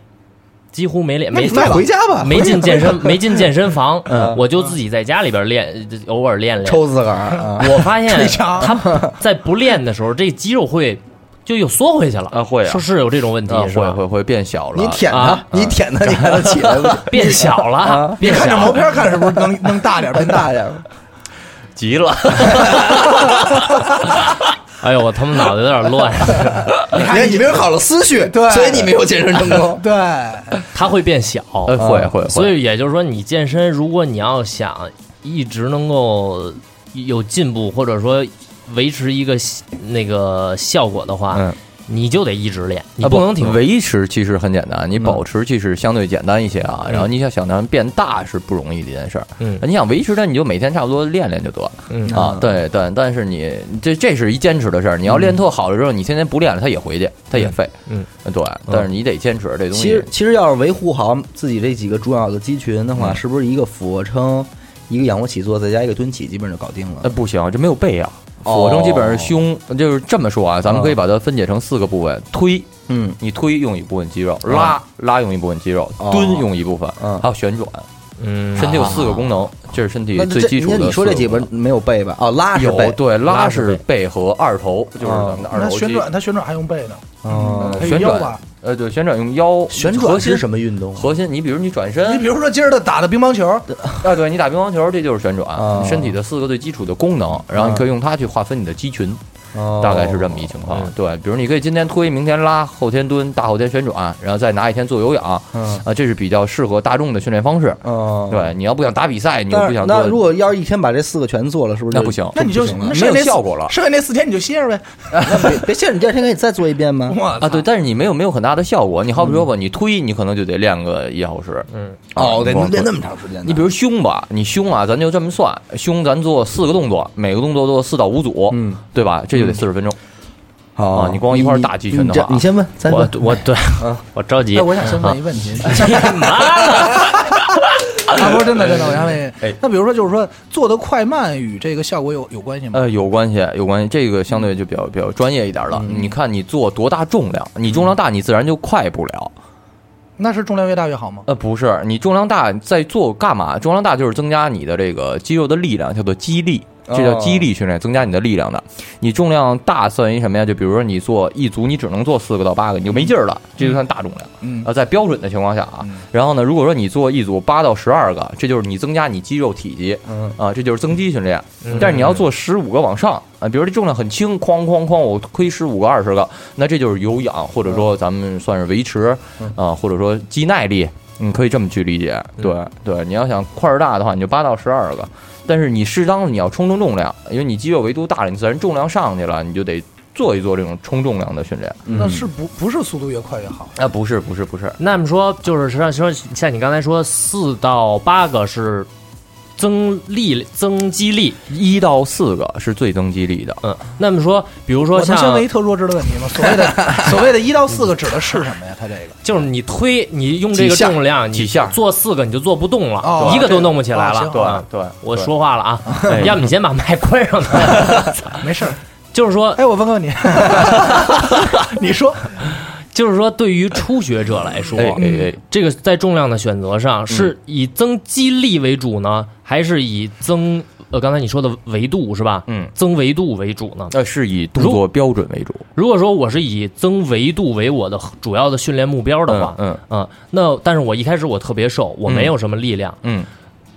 几乎没练，那没你快回家吧，没进健身，没进健身房 嗯，我就自己在家里边练，偶尔练练。抽自个儿 啊，我发现捶墙他 在不练的时候，这肌肉会就又缩回去了啊会啊说是有这种问题啊，是会吧？会会变小了。你舔它啊，你舔它，你看它起来不？变小啊了， 变看着小毛了。片儿看是不是能能大点儿？。变大点儿吧。急了，哎呦，我他妈脑袋有点乱。 你因为你没有好的思绪，对所以你没有健身成功对，它会变小，嗯呃，会会会，所以也就是说，你健身，如果你要想一直能够有进步，或者说维持一个那个效果的话，嗯你就得一直练，你啊不能停。维持其实很简单，你保持其实相对简单一些啊。嗯然后你想想它变大是不容易的一件事儿。嗯你想维持它，你就每天差不多练练就得了。嗯啊，对对，但是你这这是一坚持的事儿。你要练特好了之后，你天天不练了，它也回去，它也废。嗯，对，但是你得坚持这东其西实。其实要是维护好自己这几个重要的肌群的话，嗯是不是一个俯卧撑、一个仰卧起坐，再加一个蹲起，基本就搞定呃，了？不行，这没有背啊。哦俯卧撑基本上是胸，就是这么说啊，咱们嗯可以把它分解成四个部位：推，嗯，你推用一部分肌肉，拉拉用一部分肌肉啊哦，蹲用一部分嗯，还有旋转。嗯，身体有四个功能，这是身体那最这基础的那四个功能。你说这几个没有背吧？哦，拉是有背，对拉拉是是背和二头，就是哦咱们的二那头旋肌。转，它旋转还用背呢，嗯哦它有旋腰啊转吧。，呃，对，旋转用腰，旋核转心是什么运动？啊核心，你比如你转你身比，如说今儿他打的乒乓球，啊，对你打乒乓球，这就是旋转，哦身体的四个最基础的功能，然后你可以用它去划分你的肌群，哦大概是这么一情况。嗯对，比如你可以今天推，明天拉，后天蹲，大后天旋转，然后再拿一天做有氧，嗯啊，这是比较适合大众的训练方式。哦，对，你要不想打比赛，你又但不是想做，那如果要是一天把这四个全做了，是不是那 不行，那你就不行了那没剩下有那效果了。剩下那四天你就歇着呗。别别信，你第二天给你再做一遍吗？我操啊，对，，但是你没有没有很大的效果。你好比嗯说吧，你推你可能就得练个一小时。嗯啊哦，得你光练那推么长时间呢。你比如胸吧，你胸啊，咱就这么算，胸咱做四个动作，每个动作做四到五组，嗯，对吧？这就得四十分钟。哦啊你光一块儿打击拳的话你这你先问，啊咱我问我 对，我着急哎，。我想先问一问题， 啊，不是真的真的，我想问一哎问，那比如说就是说做的快慢与这个效果有有关系吗？呃，有关系，有关系，这个相对就比较比较专业一点了。嗯你看你做多大重量，你重量大，你自然就快不了。那是重量越大越好吗？呃，不是，你重量大在做干嘛？重量大就是增加你的这个肌肉的力量，叫做肌力，这哦叫肌力训练，增加你的力量的。你重量大算一什么呀？就比如说你做一组，你只能做四个到八个，你就没劲儿了，这就算大重量。嗯啊，在标准的情况下啊嗯，然后呢，如果说你做一组八到十二个，这就是你增加你肌肉体积，嗯啊，这就是增肌训练。但是你要做十五个往上啊，比如这重量很轻，哐哐哐，我推十五个、二十个，那这就是有氧，或者说咱们算是维持啊，或者说肌耐力，你可以这么去理解。对对，你要想块儿大的话，你就八到十二个，但是你适当的你要冲冲重量，因为你肌肉维度大了，你自然重量上去了，你就得做一做这种冲重量的训练。那是不不是速度越快越好？啊，不是不是不是，那么说，就是实际上说，像你刚才说，四到八个是增力、增肌力。一到四个是最增肌力的。嗯，那么说，比如说我能先像问一特弱智的问题吗？所谓 的所谓的一到四个指的是什么呀？它这个就是你推，你用这几个下重量，你几下做四个你就做不动哦了，一个都弄不起来哦了。行对啊对，我对哎说话 了啊，要不你先把麦关上吧。 没事儿。就是说，哎，我问问 你，你说就是说，对于初学者来说哎，嗯哎哎，这个在重量的选择上是以增肌力为主呢，还是以增呃刚才你说的维度是吧？嗯增维度为主呢？那呃是以动作标准为主。如果说我是以增维度为我的主要的训练目标的话，嗯啊，那但是我一开始我特别瘦，我没有什么力量，嗯，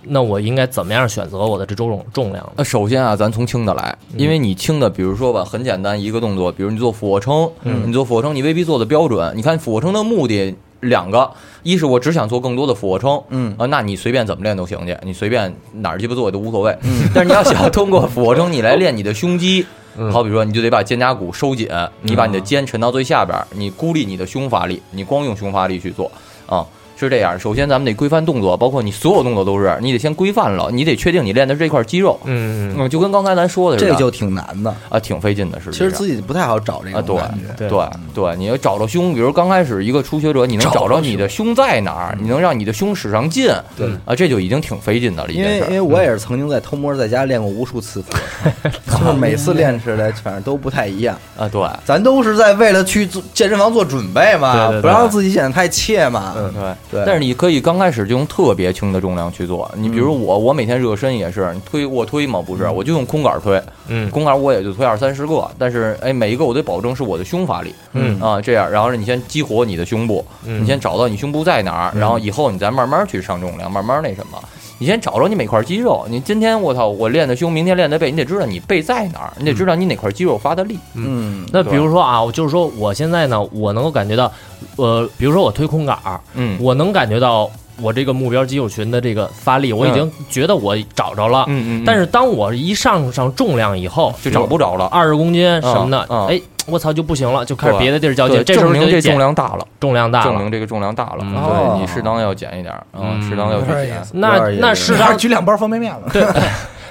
那我应该怎么样选择我的这种重量呢？呃，首先啊，咱从轻的来，因为你轻的，比如说吧，很简单一个动作，比如你做俯卧撑，你做俯卧撑，你未必做的标准。你看俯卧撑的目的两个，一是我只想做更多的俯卧撑，嗯啊，那你随便怎么练都行去，你随便哪儿鸡巴做都无所谓。嗯， 但是你要想通过俯卧撑你来练你的胸肌。好比说，你就得把肩胛骨收紧，你把你的肩沉到最下边儿，你孤立你的胸发力，你光用胸发力去做啊，是这样。首先，咱们得规范动作，包括你所有动作都是，你得先规范了，你得确定你练的是这块肌肉，嗯，嗯，就跟刚才咱说的似这的，就挺难的。啊挺费劲的，是其实自己不太好找这啊个对感觉。嗯对对，你要找着胸，比如刚开始一个初学者，你能找着你的胸在哪嗯儿，你能让你的胸使上劲，对啊，这就已经挺费劲的了一因为件因事嗯为我也是曾经在偷摸在家练过无数次俯 卧撑，就是每次练出来反正都不太一样。儿啊，对咱都是在为了去做健身房做准备嘛，对对对不让自己显得太怯嘛。对对嗯但是你可以刚开始就用特别轻的重量去做，你比嗯如我，我每天热身也是你推卧推嘛，不是，我就用空杆推，嗯空杆我也就推二三十个，但是哎，每一个我得保证是我的胸发力，嗯啊，这样，然后你先激活你的胸部，嗯嗯你先找到你胸部在哪儿，然后以后你再慢慢去上重量，慢慢那什么。你先找着你每块肌肉，你今天我操，我练的胸，明天练的背，你得知道你背在哪儿，你得知道你哪块肌肉发的力。嗯那比如说啊，我就是说我现在呢，我能够感觉到，呃，比如说我推空杆儿，嗯我能感觉到我这个目标肌肉群的这个发力，我已经觉得我找着了。嗯嗯嗯，但是当我一上上重量以后，就找不着了。二十公斤什么的，嗯嗯哎，我操就不行了，就开始对别的地儿交对接。这时证候明就这得重减量大了，重量大证了明。这个重量大了，嗯对你适当要减一点儿，嗯适当要去有点减意。思那有点意思那适还是当，举两包方便面了。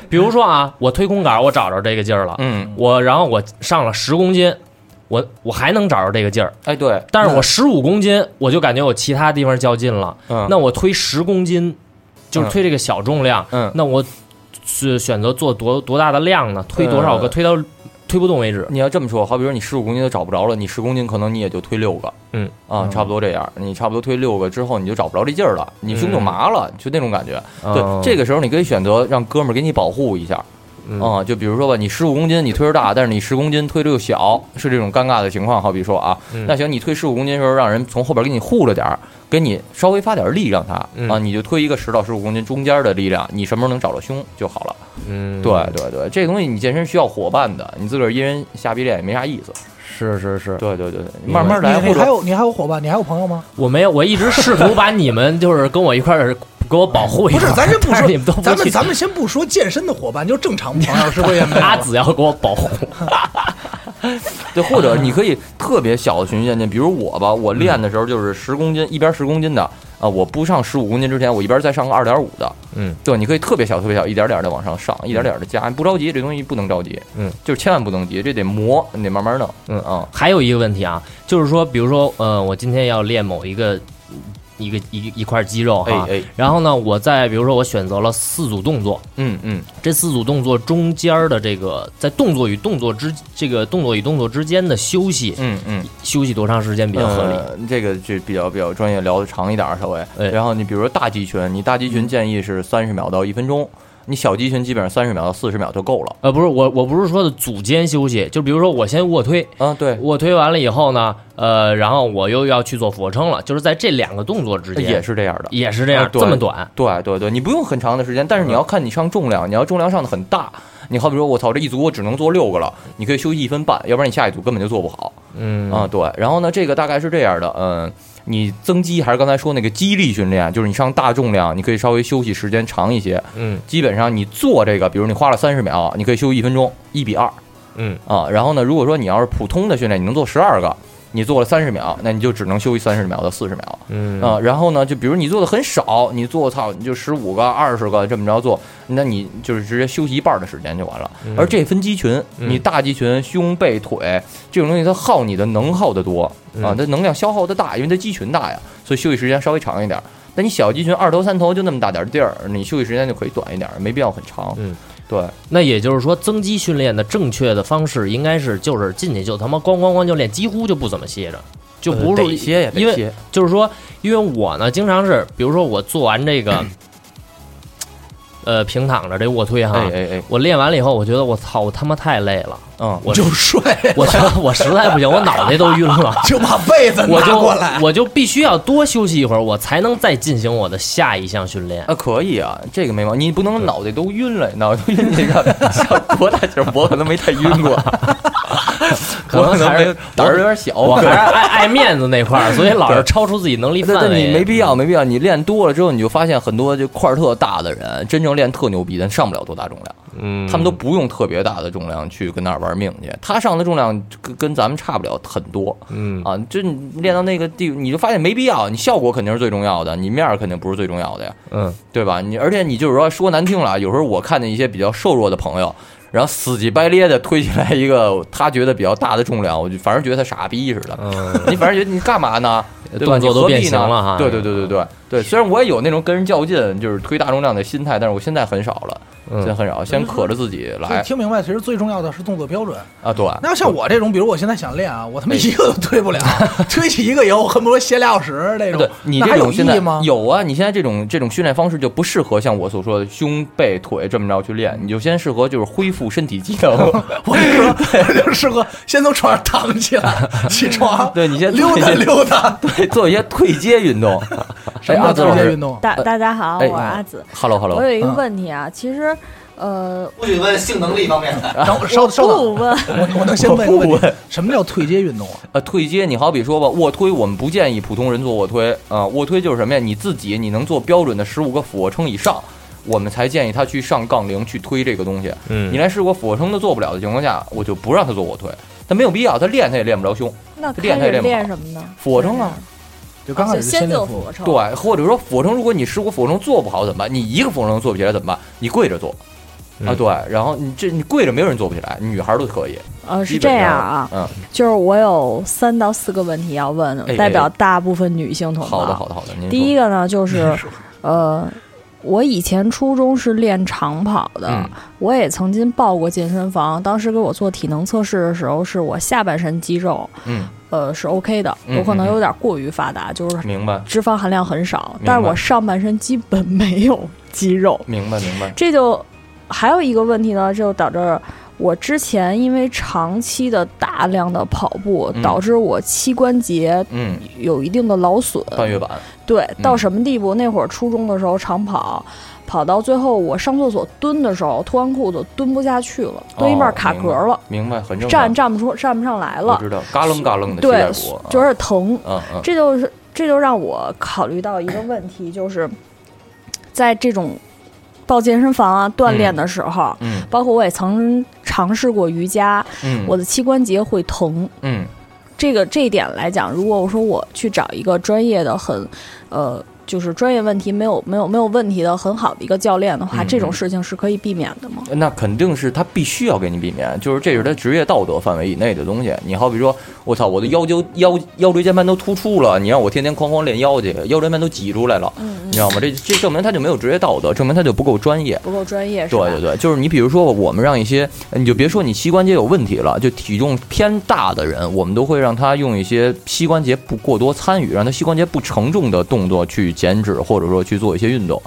比如说啊，我推空杆儿，我找着这个劲儿了， 嗯，我然后我上了十公斤，我我还能找着这个劲儿，哎，对，但是我十五公斤，我就感觉我其他地方较劲了。嗯，那我推十公斤，就是推这个小重量，嗯那我是选择做多多大的量呢？推多少个？呃推到推不动为止。你要这么说，好比说你十五公斤都找不着了，你十公斤可能你也就推六个，嗯啊，差不多这样，你差不多推六个之后你就找不着这劲儿了，你胸就麻了，就那种感觉。嗯对，这个时候你可以选择让哥们儿给你保护一下，嗯啊，就比如说吧，你十五公斤你推着大，但是你十公斤推着又小，是这种尴尬的情况。好比说啊，嗯那行，你推十五公斤的时候，让人从后边给你护着点儿，给你稍微发点力让他嗯啊，你就推一个十到十五公斤中间的力量，你什么时候能找着胸就好了。嗯，对对对，这东西你健身需要伙伴的，你自个儿一人瞎逼练也没啥意思。是是是，对对对，对明白慢慢来，你你或还者有你还有伙伴，你还有朋友吗？我没有，我一直试图把你们 就是跟我一块儿给我保护一不下。是，咱先不啊但是说，你们都不咱们去咱们先不说健身的伙伴，就正常朋友是不是也没有 阿紫要给我保护。对，或者你可以特别小的循序渐进，比如我吧，我练的时候就是十公斤，一边十公斤的啊，我不上十五公斤之前，我一边再上个二点五的，嗯，对，你可以特别小，特别小，一点点的往上上，一点点的加，不着急，这东西不能着急，嗯，就是千万不能急，这得磨，你得慢慢弄，嗯啊，还有一个问题啊，就是说，比如说，呃，我今天要练某一个一个一一块肌肉哎哈，哎，然后呢，我在比如说我选择了四组动作，嗯嗯这四组动作中间儿的这个在动作与动作之这个动作与动作之间的休息，嗯嗯，休息多长时间比较合理？呃这个就比较比较专业，聊的长一点儿稍微。哎然后你比如说大肌群，你大肌群建议是三十秒到一分钟，你小肌群基本上三十秒到四十秒就够了。呃，不是我，我不是说的组间休息，就比如说我先卧推，啊，对，卧推完了以后呢，呃，然后我又要去做俯卧撑了，就是在这两个动作之间呃也是这样的。也是这样、啊对这么短，对对对，你不用很长的时间，但是你要看你上重量，你要重量上的很大，你好比说我操这一组我只能做六个了，你可以休息一分半，要不然你下一组根本就做不好。嗯啊，对。然后呢，这个大概是这样的，嗯，你增肌还是刚才说那个肌力训练，就是你上大重量，你可以稍微休息时间长一些。嗯基本上你做这个，比如你花了三十秒，你可以休息一分钟，一比二嗯啊。然后呢，如果说你要是普通的训练，你能做十二个，你做了三十秒，那你就只能休息三十秒到四十秒。嗯啊，然后呢，就比如你做的很少，你做操你就十五个、二十个这么着做，那你就是直接休息一半的时间就完了。而这分肌群，嗯你大肌群、胸、背、腿这种东西，它耗你的能耗的多啊嗯，它能量消耗的大，因为它肌群大呀，所以休息时间稍微长一点儿。但你小肌群二头三头就那么大点儿地儿，你休息时间就可以短一点儿，没必要很长。嗯，对，那也就是说，增肌训练的正确的方式应该是就是进去就他妈咣咣咣就练，几乎就不怎么歇着，就不是呃得歇呀，因得为歇。就是说，因为我呢，经常是，比如说我做完这嗯个，呃，平躺着这卧推哈，哎哎哎，我练完了以后，我觉得我操，我他妈太累了，嗯，我就睡，我觉得我实在不行，我脑袋都晕 了，就把被子我拿就过来。我就必须要多休息一会儿，我才能再进行我的下一项训练。啊，可以啊，这个没毛病。你不能脑袋都晕了，脑袋都晕，你看像多大劲儿？我可能没太晕 过，可能我还没有是胆儿有点小。啊我还是爱爱面子那块儿，所以老是超出自己能力哦对范对，围。你没必要，没必要。你练多了之后，你就发现很多就块儿特大的人，真正练特牛逼的，上不了多大重量，嗯，他们都不用特别大的重量去跟那儿玩命去。他上的重量跟跟咱们差不了很多嗯啊，就你练到那个地，你就发现没必要。你效果肯定是最重要的，你面儿肯定不是最重要的呀。嗯对吧？你而且你就是说说难听了啊，有时候我看见一些比较瘦弱的朋友，然后死乞白咧的推起来一个他觉得比较大的重量，我就反正觉得他傻逼似的。嗯，你反正觉得你干嘛呢？ 对动吧？作都你何必变形呢了哈哎对对对对对对，虽然我也有那种跟人较劲，就是推大重量的心态，但是我现在很少了，嗯现在很少，先可着自己就来听明白，其实最重要的是动作标准。啊。对，那像我这种，比如我现在想练啊，我他妈一个都推不 了，推起一个以后恨不得歇俩小时那种对。你那这还种有意现在义吗？有啊，你现在这种这种训练方式就不适合像我所说的胸背腿这么着去练，你就先适合就是恢复身体 机能。我跟你说，我就适合先从床上躺起来，起床， 对你先溜达坐下 溜达，对，做一些退阶运动，什么阿叫紫推哎老荐师运动？啊大大家好，哎我是阿紫。 ，Hello Hello，我有一个嗯问题啊，其实呃，不许问性能力方面的，等我稍稍等，啊 不问，我我能先问一个问题，什么叫退阶运动啊？呃，退阶你好比说吧，卧推我们不建议普通人做卧推啊、卧推就是什么呀？你自己你能做标准的十五个俯卧撑以上，我们才建议他去上杠铃去推这个东西。嗯你连十五个俯卧撑都做不了的情况下，我就不让他做卧推，他没有必要，他练他也练不着胸。那练它开也练始不好练什么呢？俯卧撑啊，就刚开就始先练做腹俯卧撑。对，或者说俯卧撑，如果你十五俯卧撑做不好怎么办？你一个俯卧撑做不起来怎么办？你跪着做啊，嗯对，然后你这你跪着没有人做不起来，女孩儿都可以，呃，是基这本样上啊，嗯，就是我有三到四个问题要问哎，代表大部分女性同胞。好的好的好的，嗯您第一个个呢，就是呃，我以前初中是练长跑的，嗯我也曾经报过健身房，当时给我做体能测试的时候，是我下半身肌肉嗯，呃是 OK 的，嗯我可能嗯嗯有点过于发达，就是明白脂肪含量很少，明白但是我上半身基本没有肌肉，明白明白，这就还有一个问题呢，就导致我之前因为长期的大量的跑步，嗯导致我膝关节嗯，有一定的劳损。半月板。对，嗯到什么地步？那会儿初中的时候长跑，跑到最后我上厕所蹲的时候，脱完裤子蹲不下去了，蹲一半卡壳了，哦明白，明白很正常。站站不出站不上来我了，知道，嘎楞嘎楞的膝对盖骨，，就啊是疼。嗯嗯，这就是这就让我考虑到一个问题，就是在这种报健身房啊锻炼的时候，嗯包括我也曾尝试过瑜伽，嗯，我的膝关节会疼。嗯这个这一点来讲，如果我说我去找一个专业的很，呃，就是专业问题没有没有没有问题的很好的一个教练的话，嗯这种事情是可以避免的吗？那肯定是他必须要给你避免，就是这是他职业道德范围以内的东西。你好比说，我操，我的腰纠腰腰椎间盘都突出了，你让我天天哐哐练腰去，腰椎间盘都挤出来了，嗯你知道吗？这这证明他就没有职业道德，证明他就不够专业。不够专业是吧？对对对，就是你比如说，我们让一些，呃你就别说你膝关节有问题了，就体重偏大的人，我们都会让他用一些膝关节不过多参与，让他膝关节不承重的动作去减脂，或者说去做一些运动。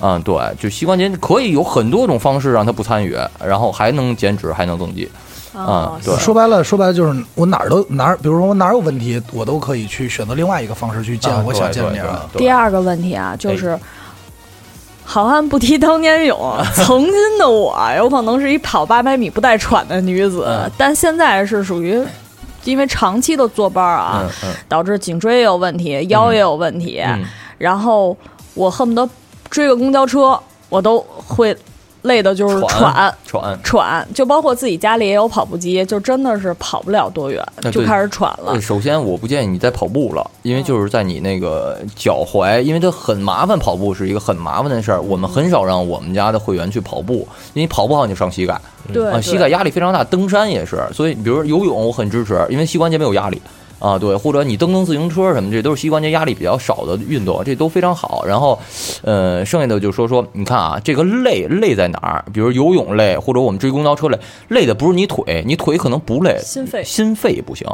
嗯，对，就膝关节可以有很多种方式让他不参与，然后还能减脂，还能增肌。哦啊对行说白了，说白了就是我哪儿都哪儿，比如说我哪儿有问题，我都可以去选择另外一个方式去见啊我想见的对人。对对哎第二个问题啊，就是。好汉不提当 年勇，曾经的我有可能是一跑八百米不带喘的女子，嗯但现在是属于因为长期的坐班儿啊，嗯嗯导致颈椎也有问题，腰也有问题，嗯，然后我恨不得追个公交车，我都会累的，就是喘喘喘，喘，就包括自己家里也有跑步机，就真的是跑不了多远那，对就开始喘了呃，。首先我不建议你再跑步了，因为就是在你那个脚踝，因为它很麻烦，跑步是一个很麻烦的事儿。我们很少让我们家的会员去跑步，因为跑不好你就伤膝盖对，啊，对膝盖压力非常大。登山也是，所以比如游泳我很支持，因为膝关节没有压力。啊，对，或者你蹬蹬自行车什么，这都是膝关节压力比较少的运动，这都非常好。然后，呃，剩下的就说说，你看啊，这个累累在哪儿？比如游泳累，或者我们追公交车累，累的不是你腿，你腿可能不累，心肺嗯心肺不行。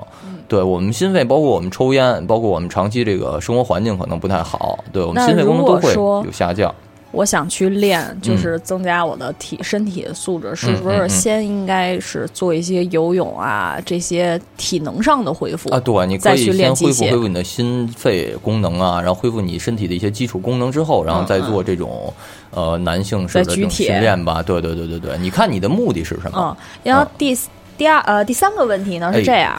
对我们心肺，包括我们抽烟，包括我们长期这个生活环境可能不太好，对我们那心肺功能都如果会说有下降。我想去练，就是增加我的体、身体的素质，是不嗯是嗯先应该是做一些游泳啊这些体能上的恢复啊，对，你可再以去先练机恢复恢械。复你的心肺功能啊，然后恢复你身体的一些基础功能之后，然后再做这种、呃男性式的嗯再这举种铁训练吧。对对对对对，你看你的目的是什么嗯？，然后啊第、第二呃第三个问题呢哎是这样，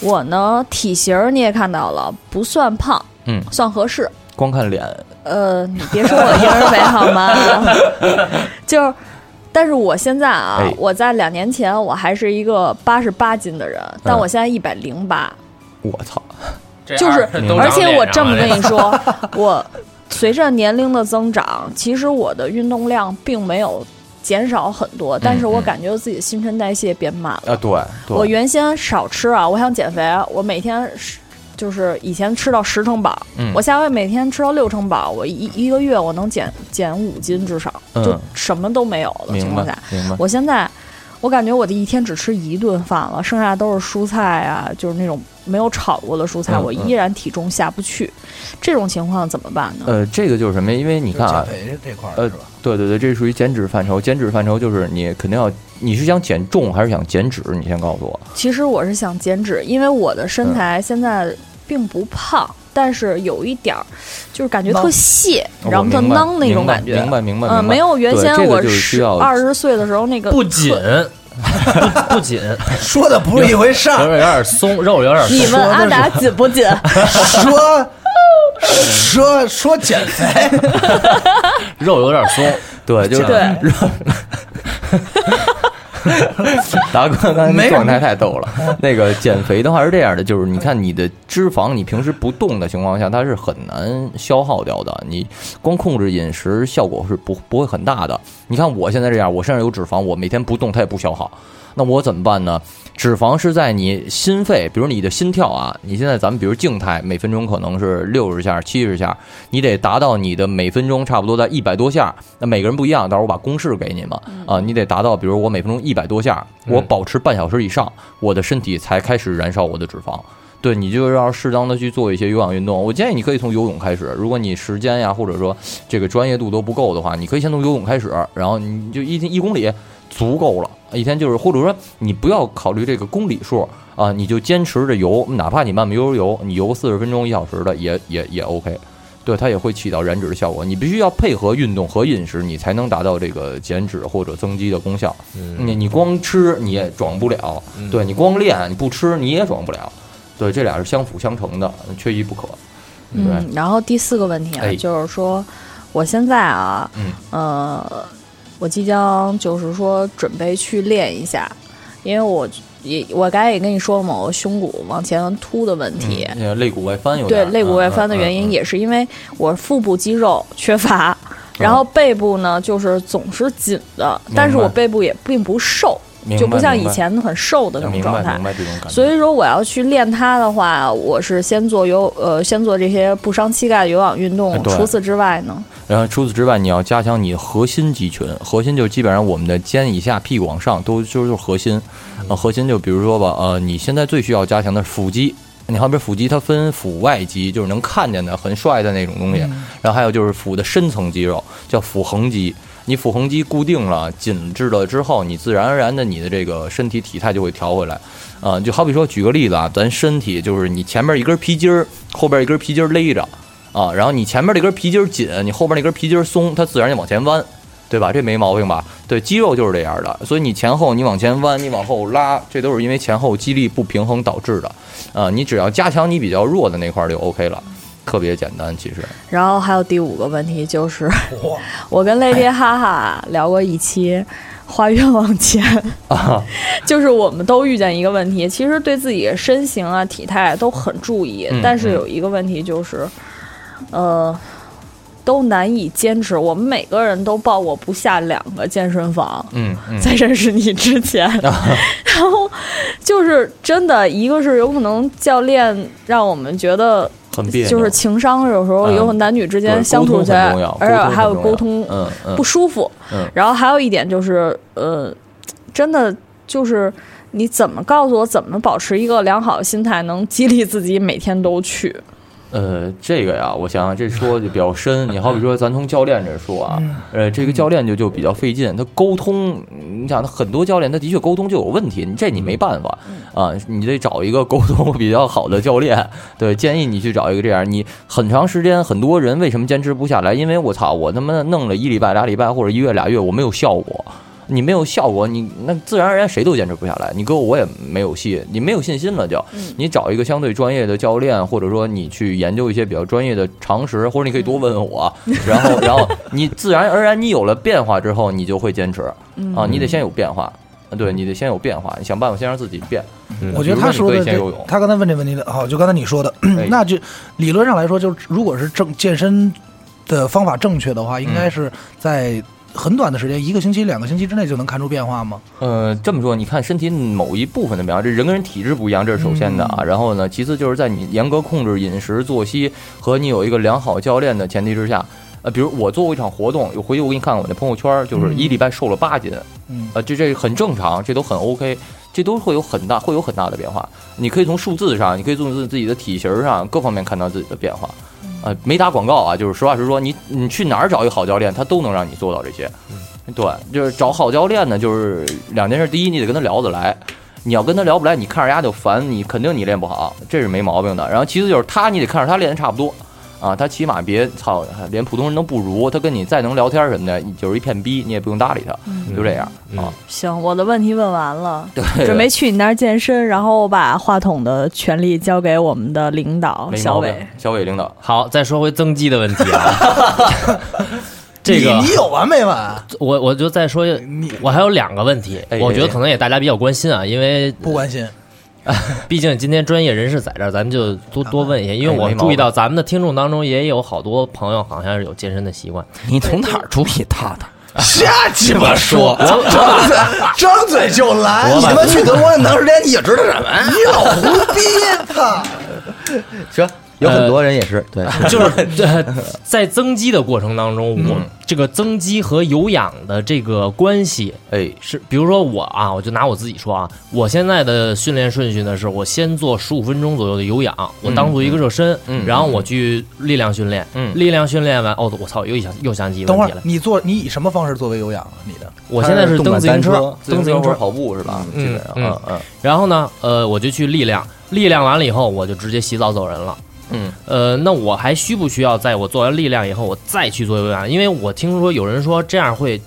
我呢体型儿你也看到了，不算胖，嗯，算合适。光看脸，呃，你别说我婴儿肥好 吗？就是，但是我现在啊，哎我在两年前我还是一个八十八斤的人，嗯但我现在一百零八，我操，就是，都而且我这 么跟你说，我随着年龄的增长，其实我的运动量并没有减少很多，但是我嗯感觉自己的新陈代谢变慢了。啊，对对，我原先少吃啊，我想减肥，我每天是就是以前吃到十称饱，嗯我下回每天吃到六称饱，我一一个月我能减减五斤至少，嗯就什么都没有的情明况白下，明白，我现在我感觉我的一天只吃一顿饭了，剩下都是蔬菜啊，就是那种没有炒过的蔬菜，嗯我依然体重下不去，这种情况怎么办呢？呃，这个就是什么呀？因为你你看啊减，肥这块儿呃是吧？对对对，这属于减脂范畴。减脂范畴就是你肯定要，你是想减重还是想减脂？你先告诉我。嗯其实我是想减脂，因为我的身材现在并不胖，但是有一点儿就是感觉孬特泄，然后我特哦明白孬那种明白感觉。明白明白明白嗯，没有原对先这个我就是需十要二十岁的时候那个不紧特。不不紧，说的不是一回事 有点儿，有点松，肉有点松你问阿达紧不紧？说说说减肥，肉有点松，对，就是对， 达哥刚才没那什状态太逗了。那个减肥的话是这样的，就是你看你的脂肪，你平时不动的情况下，它是很难消耗掉的。你光控制饮食，效果是不不会很大的。你看我现在这样，我身上有脂肪，我每天不动，它也不消耗。那我怎么办呢？脂肪是在你心肺，比如你的心跳啊，你现在咱们比如静态每分钟可能是六十下、七十下，你得达到你的每分钟差不多在一百多下。那每个人不一样，到时候我把公式给你们啊，你得达到，比如我每分钟一百多下，我保持半小时以上，我的身体才开始燃烧我的脂肪。对你就要适当的去做一些有氧运动。我建议你可以从游泳开始，如果你时间呀或者说这个专业度都不够的话，你可以先从游泳开始，然后你就一天一公里足够了，啊一天就是或者说你不要考虑这个公里数啊，你就坚持着游，哪怕你慢慢悠悠游，你游四十分钟一小时的也也也 OK。对，它也会起到燃脂的效果。你必须要配合运动和饮食，你才能达到这个减脂或者增肌的功效。你你光吃你也壮不了，对你光练你不吃你也壮不了。对，这俩是相辅相成的，缺一不可。对，嗯，然后第四个问题啊，哎就是说我现在啊，嗯呃，我即将就是说准备去练一下，因为我也我刚才也跟你说了嘛，我胸骨往前凸的问题，嗯肋骨外翻有对点儿肋骨外翻的嗯嗯原因嗯也是因为我腹部肌肉缺乏，然后背部呢就是总是紧的，但是明白我背部也并不瘦，明白就不像明以白前很瘦的那种明状白态明。白这种感觉。所以说我要去练它的话，我是先做有呃，先做这些不伤膝盖的有氧运动。哎对除此之外呢，然后除此之外，你要加强你核心肌群，核心就是基本上我们的肩以下、屁股往上都就是就是核心。呃，核心就比如说吧，呃，你现在最需要加强的是腹肌。你好比腹肌，它分腹外肌，就是能看见的很帅的那种东西，嗯然后还有就是腹的深层肌肉，叫腹横肌。你腹横肌固定了、紧致了之后，你自然而然的你的这个身体体态就会调回来。啊、就好比说，举个例子啊，咱身体就是你前面一根皮筋儿，后边一根皮筋儿勒着，啊，然后你前面这根皮筋儿紧，你后边那根皮筋儿松，它自然就往前弯，对吧？这没毛病吧？对，肌肉就是这样的，所以你前后你往前弯，你往后拉，这都是因为前后肌力不平衡导致的。啊，你只要加强你比较弱的那块儿就 OK 了，特别简单，其实。然后还有第五个问题就是，我跟雷爹哈哈聊过一期。花冤枉钱，啊 就是我们都遇见一个问题，其实对自己的身形啊、体态都很注意，嗯但是有一个问题就是，呃，都难以坚持。我们每个人都报过不下两个健身房，嗯嗯，在认识你 之前，然后就是真的，一个是有可能教练让我们觉得很别扭。就是情商，有时候嗯有男女之间对相处沟通起来很重要，而且沟通很还有重沟要通嗯嗯不舒服嗯。然后还有一点就是，呃，真的就是你怎么告诉我怎么保持一个良好的心态，能激励自己每天都去？呃，这个呀，我想想，这说就比较深。你好比说，咱从教练这说啊，呃，这个教练就就比较费劲，他沟通，嗯你想，他很多教练他的确沟通就有问题，你这你没办法啊，你得找一个沟通比较好的教练。对，建议你去找一个这样。你很长时间，很多人为什么坚持不下来？因为我操，我他妈弄了一礼拜、俩礼拜或者一月、俩月，我没有效果。你没有效果，你那自然而然谁都坚持不下来。你给我我也没有戏，你没有信心了就。你找一个相对专业的教练，或者说你去研究一些比较专业的常识，或者你可以多问 问我。然后，然后你自然而然你有了变化之后，你就会坚持嗯嗯啊。你得先有变化，对你得先有变化，你想办法先让自己变。嗯我觉得他说比的如你可以先这 游泳，他刚才问这问题的，好，就刚才你说的哎，那就理论上来说，就是如果是正健身的方法正确的话，应该是在很短的时间，一个星期、两个星期之内就能看出变化吗？呃，这么说，你看身体某一部分的变化，这人跟人体质不一样，这是首先的啊。嗯然后呢，其次就是在你严格控制饮食、作息和你有一个良好教练的前提之下，呃，比如我做过一场活动，有回去我给你看看我的朋友圈，就是一礼拜瘦了八斤，嗯呃，这这很正常，这都很 OK，这都会有很大会有很大的变化。你可以从数字上，你可以从自自己的体型上各方面看到自己的变化。呃，没打广告啊，就是实话实说，你你去哪儿找一个好教练，他都能让你做到这些。对，就是找好教练呢，就是两件事：第一，你得跟他聊得来；你要跟他聊不来，你看着丫就烦，你肯定你练不好，这是没毛病的。然后其次就是他，你得看着他练的差不多。啊，他起码别操，连普通人都不如，他跟你再能聊天什么的，就是一片逼，你也不用搭理他，就这样啊。行，我的问题问完了，对，准备去你那儿健身，然后我把话筒的权利交给我们的领导没小毛病伟。，小伟领 导，好，再说回增肌的问题啊， 这个你你有完没完？我我就再说一个，你我还有两个问题哎，我觉得哎可能也大家比较关心啊，因为不关 心，毕竟今天专业人士在这儿，咱们就多多问一下，因为哎我没毛注意病到咱们的听众当中也有好多朋友好像是有健身的习 惯，你从哪儿注意他的？瞎鸡巴说，张嘴，张嘴就来，你你他他妈妈去德国那么长时间，你也知道什么呀？你老胡逼他。行，有很多人也是对， 就是呃在增肌的过程当中，我嗯这个增肌和有氧的这个关系哎，是，比如说我啊，我就拿我自己说啊，我现在的训练顺序呢，是我先做十五分钟左右的有氧，我当做一个热身，嗯然后我去力量训练，嗯力量训练完，哦，我操，又想又想起一个等会问题儿了，你做你以什么方式作为有氧啊？你的我现在是蹬自行车，蹬自蹬自行行车车，跑步是吧？嗯基本上，嗯然后呢，呃，我就去力量，力量完了以后，我就直接洗澡走人了。嗯呃，那我还需不需要在我做完力量以后，我再去做有氧？因为我听说有人说这样会，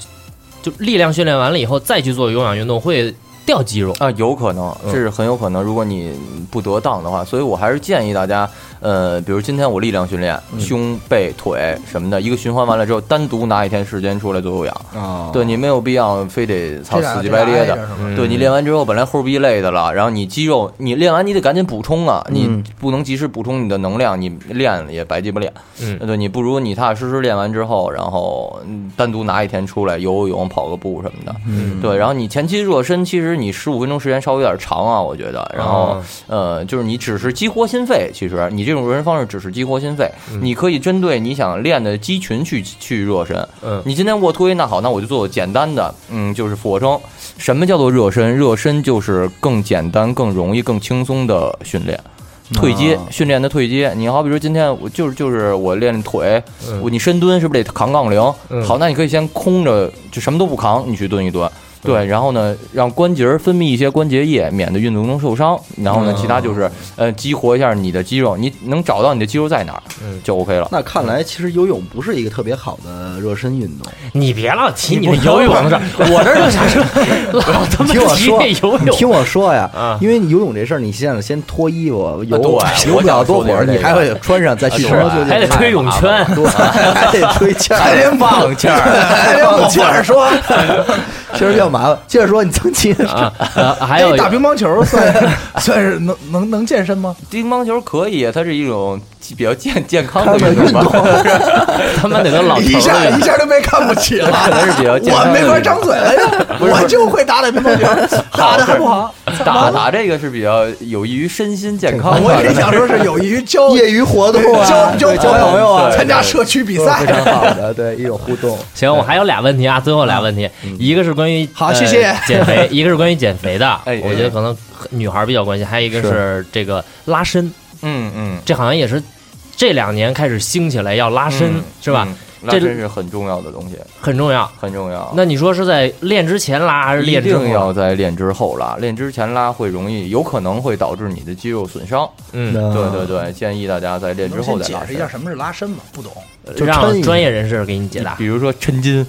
就力量训练完了以后再去做有氧运动会掉肌肉。啊，有可能，这是很有可能。如果你不得当的话，所以我还是建议大家，呃，比如今天我力量训练，胸、背、腿什么的，一个循环完了之后，单独拿一天时间出来做有氧。啊对你没有必要非得操这俩死乞白咧的。，嗯对你练完之后，本来后逼累的了，然后你肌肉你练完你得赶紧补充啊，嗯你不能及时补充你的能量，你练了也白鸡巴练。嗯对你不如你踏踏实实练完之后，然后嗯单独拿一天出来游游泳、跑个步什么的。嗯对，然后你前期热身，其实你十五分钟时间稍微有点长啊，我觉得。然后哦，呃，就是你只是激活心肺，其实你这种热身方式只是激活心肺，你可以针对你想练的肌群去去热身。嗯你今天卧推，那好，那我就做简单的，嗯，就是俯卧撑。什么叫做热身？热身就是更简单、更容易、更轻松的训练。退啊阶训练的退阶，你好比说今天我就是就是我练腿，嗯我你深蹲是不是得扛杠铃嗯？好，那你可以先空着，就什么都不扛，你去蹲一蹲。嗯对，然后呢，让关节儿分泌一些关节液，免得运动中受伤。然后呢，其他就是呃，激活一下你的肌肉，你能找到你的肌肉在哪儿嗯，就 OK 了。那看来其实游泳不是一个特别好的热身运动。你别老提你的游泳的事儿，我这儿就想说， 老他妈听我提说，那游你听泳。我说呀啊，因为你游泳这事儿，你现在先脱衣服游，对游不了多我想说的会儿，是这你个还会穿上再去是冲浪就还得吹泳圈，对， 还得吹气儿，还得放气儿，还得放气儿。说，确实比较麻烦。接着说，你增肌的事儿啊，呃还有哎打乒乓球算 算是能能能健身吗？乒乓球可以，啊它是一种比较健健康的他们运动吧，他妈得跟老头一下儿一下就被看不起了， 可能是比较健我康的没运动。法张嘴了呀，我就会打打乒乓球， 打的还不好。打打这个是比较有益于身心健康我也 的。想说是有益于交业余活动啊，交交对交朋友啊，对参加社区比都是非赛。啊常好的， 对，一种互动。行，我还有俩问题啊，最后俩问题，一个是关于好呃谢谢减肥，一个是关于减肥的，哎我觉得可能女孩儿比较关心，还有一个是这个拉伸，嗯嗯，这好像也是这两年开始兴起来要拉伸，嗯是吧？？那这真是很重要的东西，很重要。很重要。那你说是在练之前拉还是一练之后定要拉？在练之后拉，练之前拉会容易，有可能会导致你的肌肉损伤。嗯，对对对，建议大家在练之能后啊先再解拉释一下伸。什么是拉伸吗？不懂。就抻让一专业人士给你解答比。如说抻筋，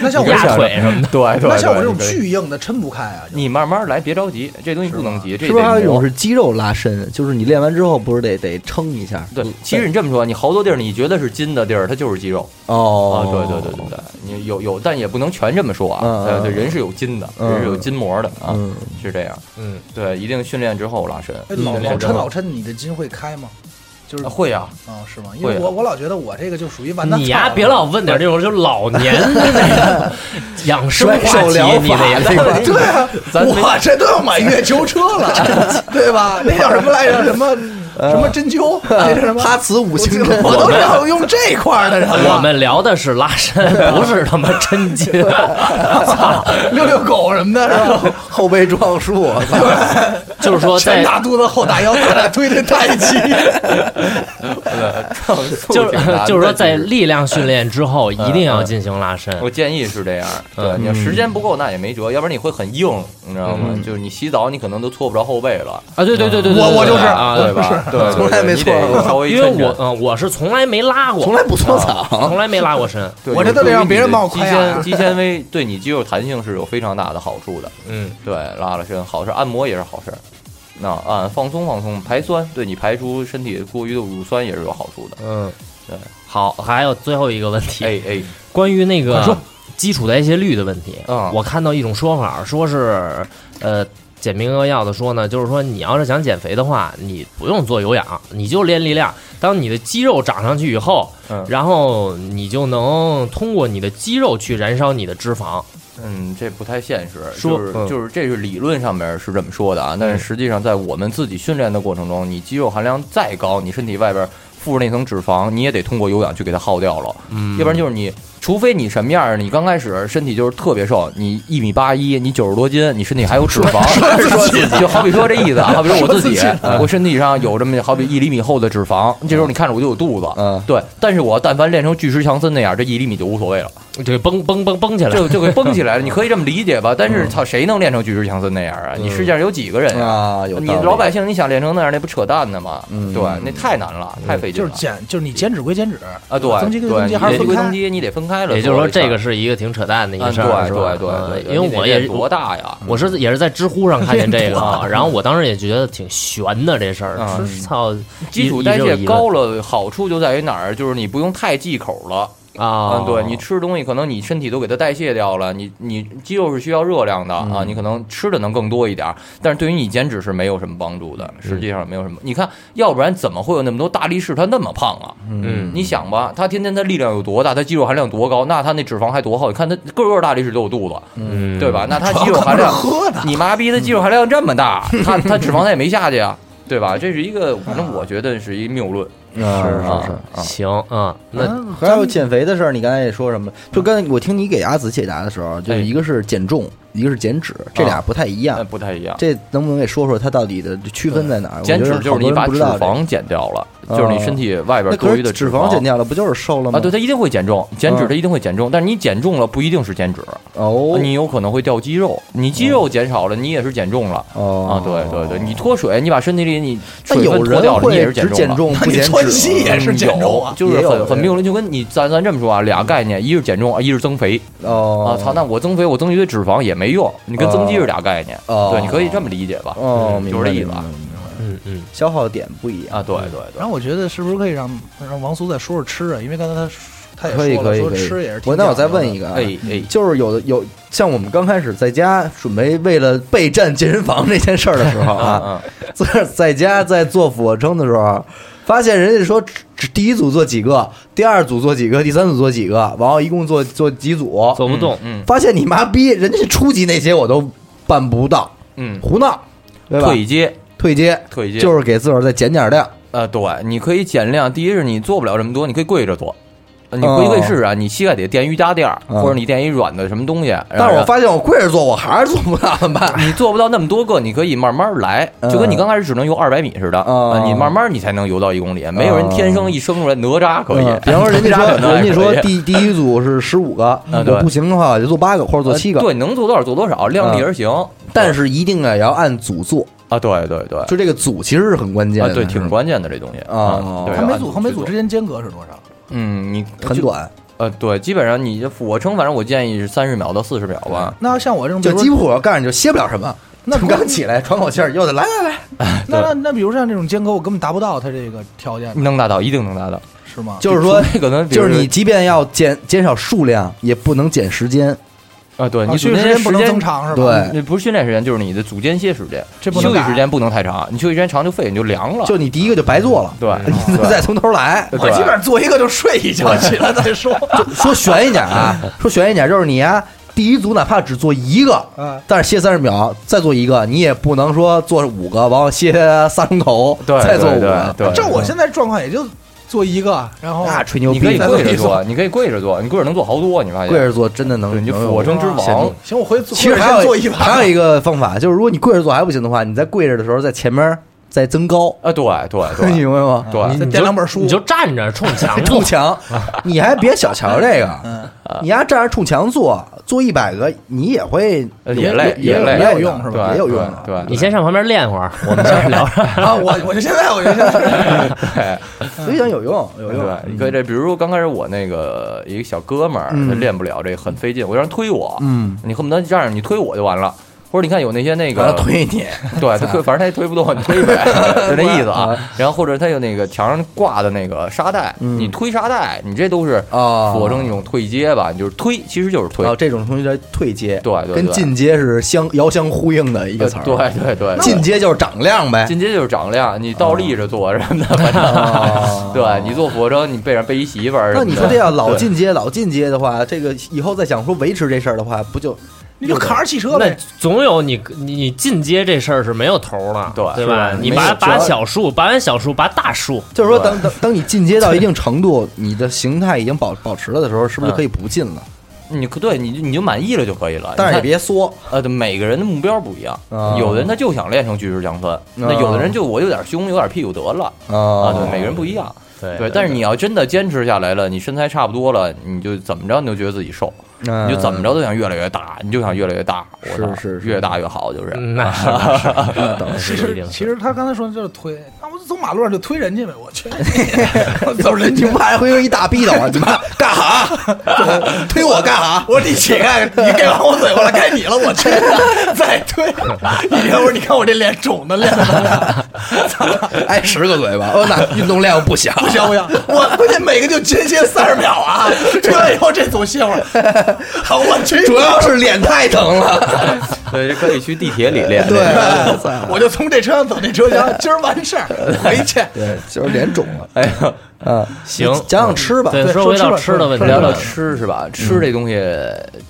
那像我压这腿什么的， 对对那像我这对种对巨硬的抻不开啊。你慢慢来，别着急，这东西不能急，这是不是还有得一种磨是肌肉拉伸？就是你练完之后，不是得得撑一下？对，其实你这么说，你好多地儿你觉得是筋的地儿，它就是肌肉啊哦，。对对对对对，你有有，但也不能全这么说嗯啊。对对，嗯人是有筋的，嗯人是有筋膜的啊嗯，是这样。嗯，对，一定训练之后拉伸。哎老训老练之抻后老抻，你的筋会开吗？就是啊会啊，啊，是吗？因为会啊我我老觉得我这个就属于完蛋。你呀，别老问点这种就老年的那个养生甩话手题疗，你得法这块对啊，咱没我这都要买月球车 了， 对吧？那叫什么来着？什么什么针灸？那是什么呃哈茨五行针，我都是要用这块儿的人啊我了，们聊的是拉伸，不是他妈抻筋。 遛遛狗什么的，是吧？啊 后背撞树，我操就是说在前大肚子后大腰，咱俩推推 太极。就是就是说在练，力量训练之后一定要进行拉伸，我建议是这样，对，嗯你要时间不够那也没辙，要不然你会很硬，你知道吗？嗯就是你洗澡你可能都搓不着后背了，啊，对对对对，对我对我就是啊，对对吧？吧？对，嗯从来没搓过对你得稍微因为抻抻我嗯我是从来没拉过，从哎来不搓澡从。来没拉过伸，对我你这都得对于让你别人啊的帮我肌夸呀纤肌纤维对你肌肉弹性是有非常大的好处的，嗯对，拉了伸好事，按摩也是好事。那啊，放松放松，排酸，对你排出身体过于的乳酸也是有好处的。嗯，对，好，还有最后一个问题，哎哎，关于那快说个基础代谢率的问题，嗯我看到一种说法，说是呃，简明扼要的说呢，就是说你要是想减肥的话，你不用做有氧，你就练力量。当你的肌肉长上去以后，嗯然后你就能通过你的肌肉去燃烧你的脂肪。嗯，这不太现实，说就是嗯就是这是理论上面是这么说的啊，但是实际上在我们自己训练的过程中，你肌肉含量再高，你身体外边附着那层脂肪，你也得通过有氧去给它耗掉了，嗯要不然就是你，除非你什么样儿，你刚开始身体就是特别瘦，你一米八一，你九十多斤，你身体还有脂肪，就好比说这意思啊，好比说我自己，我身体上有这么好比一厘米厚的脂肪，这时候你看着我就有肚子，嗯对，但是我但凡练成巨石强森那样，这一厘米就无所谓了。这蹦蹦蹦蹦起来， 就就给绷起来了。你可以这么理解吧？但是操，谁能练成巨石强森那样啊？嗯你世界上有几个人啊？啊，有你道理老百姓你想练成那样，那不扯淡呢吗？嗯对，那太难了，嗯太费劲就是了。减，就是你减脂归减 脂啊，对，增肌归对增肌，还你是得分归开增。肌，你得分开了做也一下。就是说，这个是一个挺扯淡的一嗯，个事对儿，是吧对对嗯对，因你为得我也嗯练多大呀？我是也是在知乎上看见这个，啊，然后我当时也觉得挺悬的这事儿嗯，是操，基础代谢高了，好处就在于哪儿？就是你不用太忌口了。啊嗯，，对你吃东西，可能你身体都给它代谢掉了，你你肌肉是需要热量的、嗯啊，你可能吃的能更多一点儿，但是对于你减脂是没有什么帮助的，嗯实际上没有什么。你看，要不然怎么会有那么多大力士他那么胖啊？嗯，你想吧，他天天他力量有多大，他肌肉含量多高，那他那脂肪还多厚？你看他个个大力士都有肚子，嗯对吧？？那他肌肉含 量，你妈逼，他肌肉含量这么大，他他脂肪他也没下去啊，对吧？这是一个，反正我觉得是一谬论。啊是是是。是行啊，那嗯还有减肥的事儿，你刚才也说什么？就跟我听你给阿紫解答的时候，就是嗯哎啊嗯一个是减重，一个是减脂，这俩不太一那样。呃不太一样。这能不能给说说它到底的区分在哪儿？我觉嗯减得脂就好是多你人把不脂知道这个啊肪减掉了，就是你身体外边那多可余的是脂肪肪减掉了，不就是瘦了吗？啊，对，它一定会减重，减脂嗯它一定会减重，但是你减重了不一定是减脂，哦，啊你有可能会掉肌肉，你肌肉减少了，你也是减重了。啊哦，，对对对，你脱水，你把身体里你那水有分脱掉人了，你会也是只减减重了。重不减穿西脂嗯也是减重啊有，就是也有很很人没有人，就跟你咱咱这么说啊，俩概念，一是减重，一是增肥哦啊。操，那我增肥，我增一堆脂肪也没用，你跟增肌哦是俩概念，哦对，你可以这么理解吧？哦，嗯明就是白这意思明白啊明白嗯嗯，消耗点不一样啊，对对对然后我觉得是不是可以让让王苏再说说吃啊？因为刚才他他也可以说可了，以说可吃以也是。挺我那我再讲究的问一个啊，哎哎，就是有的有像我们刚开始在家准备为了备战健身房这件事儿的时候 啊，嗯自个儿在家在做俯卧撑的时候，发现人家说只只第一组做几个，第二组做几个，第三组做几个，然后一共做做几组，做不动，嗯发现你妈逼，人家初级那些我都办不到，嗯，胡闹，对吧？退阶退阶，退阶就是给自个儿再减点儿量。呃，对，你可以减量。第一是你做不了这么多，你可以跪着做。呃你跪哦可以试试啊，你膝盖得垫瑜伽垫儿，嗯或者你垫一软的什么东西。但是我然后发现我跪着做，我还是做不到，怎么办？你做不到那么多个，你可以慢慢来， 嗯就跟你刚开始只能游二百米似的，哦啊你慢慢你才能游到一公里。没有人天生一生出来哪吒可以嗯，比方说人家 哪吒可能说还人家说可以第第一组是十 五个，嗯对我不行的话我就做八个或者做七个，嗯呃 对，能做多少做多少，量力而行。但是是一定啊也要按组做，啊，对对对，就这个组其实是很关键啊的，对，是吗挺关键的这东西哦啊。对和每按组和每组之做间间隔是多少？嗯，你很就短，呃，对，基本上你俯卧撑，反正我建议是三十秒到四十秒吧。那要像我这种，比就如几说乎我告诉你就歇不了什么。那你刚起来喘口气儿，又得来 来来，那那那，比如像这种间隔，我根本达不到他这个条件，能达到，一定能达到。是吗？嗯就是说除非可能比就如是你即便要减减少数量，也不能减时间。啊，对啊你训练组时间间不能增，长是吧？对那不是训练时间，就是你的组间歇时间，这不能休息改时间不能太长，你休息时间长就肺你就凉了，就你第一个就白做了，嗯对， 你再从头来。对我基本上做一个就睡一觉，起来 再说。说悬一点啊，说悬一点，就是你啊，第一组哪怕只做一个，啊，但是歇三十秒，再做一个，你也不能说做五个，完后歇仨钟头，对再做五对个，对对这我现在状况也就做一个，然后啊那吹牛你逼可以再的，做跪着一次做，你可以跪着做，你跪着能做好多，你发现跪着做真的能对，你就能有俯卧撑之显著王，行，我回去做其实还做有啊一把。还有一个方法，就是如果你跪着做还不行的话，你在跪着的时候在前面再增高，啊，对对你对明白吗？对，再你垫就两本书你就站着冲 墙冲做，墙，你还别小瞧这个，嗯你要站着冲墙做，做一百个，你也会呃也累也也有累，也有用用是是吧？对也有用啊对的。对，你先上旁边练会 儿，我们先 聊。啊！我我就现在，我就现 在，对嗯所以讲有用，啊有用。对，你可以这，比如说刚开始我那个一个小哥们儿，嗯他练不了这很费劲，我让人推我，嗯，你恨不得这样，你推我就完了。或者你看有那些那我要个，推你，对他推，反正他也推不动， 你推呗，就这意思啊。然后或者他有那个墙上挂的那个沙袋，嗯你推沙袋，你这都是啊俯卧撑那种退阶吧，你就是推，其实就是推然，啊后这种东西叫退阶，对对对哦呃跟进阶是相遥相呼应的一个词儿。啊哦对，对对，进阶就是涨量呗。进阶就是长量，你倒立着做什么的，反哦正对你做俯卧撑，你背上背一媳妇儿什那么的。你说这要老对进阶，老进阶的话，这个以后再想说维持这事儿的话，不就你就卡着汽车那呗。总有你你你进阶这事儿是没有头了，对对是吧？你没有拔主拔要小树，拔完小树拔大树，就是说对等等等你进阶到一定程度，你的形态已经保保持了的时候，嗯是不是就可以不进了？你可对你就你就满意了就可以了，但是也哎你看别缩，呃，对每个人的目标不一样，啊有的人他就想练成巨石强森，那有的哦人就我有点胸有点屁股得了啊，啊对，每个人不一样。对对，但是你要真的坚持下来了，你身材差不多了，你就怎么着你就觉得自己瘦，嗯你就怎么着都想越来越大，你就想越来越大，我是操是是越大越好，就是。嗯那是那是那其嗯是这实定其实他刚才说的就是推，那我就走马路上就推人家呗，我去，我走人你家们还会有一 大逼斗啊！你妈干哈？推我干哈？我说你起来，你给完我嘴，我来该你了，我去，再推。一天我说你看我这脸肿的，脸挨十个嘴巴。哦，那运动量不小，不行不行，我估计每个就间歇三十秒啊，推完以后这总歇会儿。好，我去，主要是脸太疼了。 对，可以去地铁里练。 对，我就从这车厢走这车厢，今儿完事儿回去。对，就是脸肿了。哎 呀，嗯，行讲讲吃吧。对，对说说回吃到吧吃的问题，聊聊吃是吧？嗯吃这东西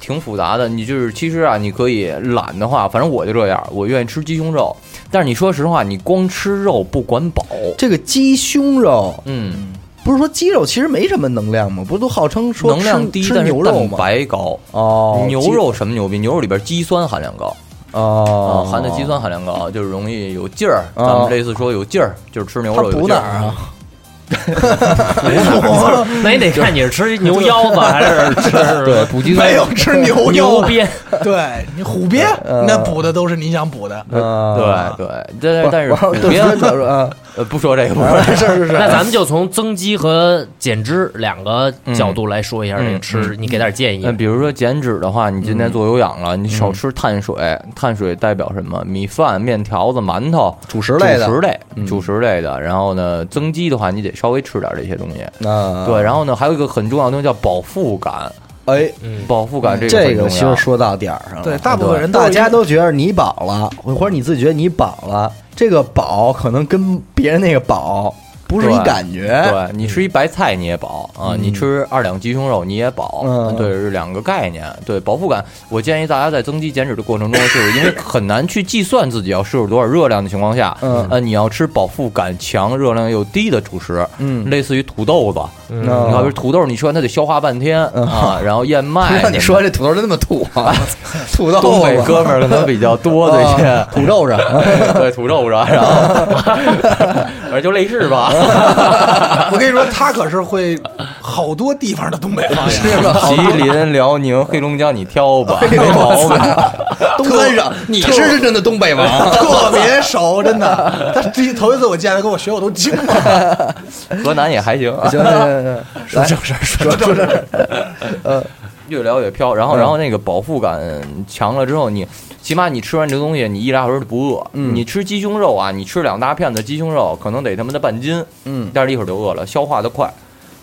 挺复杂的，你就是其实啊，你可以懒的话，反正我就这样，我愿意吃鸡胸肉。但是你说实话，你光吃肉不管饱，这个鸡胸肉，嗯，不是说鸡肉其实没什么能量吗？不是都号称说能量吃低，吃但是牛肉蛋吗？白高。哦，牛鸡肉什么牛逼？牛肉里边肌酸含量高啊哦，，含的肌酸含量高，就是容易有劲儿。哦咱们这次说有劲儿，就是吃牛它肉有补劲哪儿儿啊？ 那你得看你是吃 牛腰子还是吃对，补肌酸。没有吃牛 牛肉，鞭？对你虎鳖呃那补的都是你想补的。嗯对对，但但是我虎啊 对鞭不是主要是啊，呃不说这个，不 说这个是是是， 那咱们就从增肌和减脂两个角度来说一下这个嗯吃，你给点建议那。比如说减脂的话，你今天做有氧嗯了，你少吃碳水，碳水代表什么？米饭、面条子、馒头。主食类的嗯主食类，主食类的。然后呢，增肌的话，你得稍微吃点这些东西。啊，对，然后呢，还有一个很重要的东西叫饱腹感。哎，嗯，饱腹感这个这很个重其要实说到点儿上了。对，大部分人大是家都觉得你饱了，或者你自己觉得你饱了，这个饱可能跟别人那个饱不是一对感觉。对你吃一白菜你也饱啊，你吃二两鸡胸肉你也饱，嗯对，是两个概念。对，饱腹感，我建议大家在增肌减脂的过程中，就是因为很难去计算自己要摄入多少热量的情况下，嗯呃，你要吃饱腹感强、热量又低的主食，嗯类似于土豆子，嗯你看，比如土豆，你吃完它得消化半天啊，然后燕麦， 那 你说这土豆真那么土 啊？土豆东北子哥们儿可能比较多最近。啊土豆上， 对土豆是吧？然后， 反正就类 似吧。 我跟你说，他可是会好多地方的东北 方言， 吉林、辽宁、黑龙江，你挑吧，没毛病。东三省，你是真正的东北 王。特别熟，真的。他第一头一次我见他跟我学，我都惊 了。河南也还行，行，行行行事说正事儿，越聊越飘。然后，然后那个饱腹感强了之后，你起码你吃完这东西，你一俩小时就不饿。嗯你吃鸡胸肉啊，你吃两大片子鸡胸肉，可能得他妈的半斤，嗯，但是一会儿就饿了，消化的快。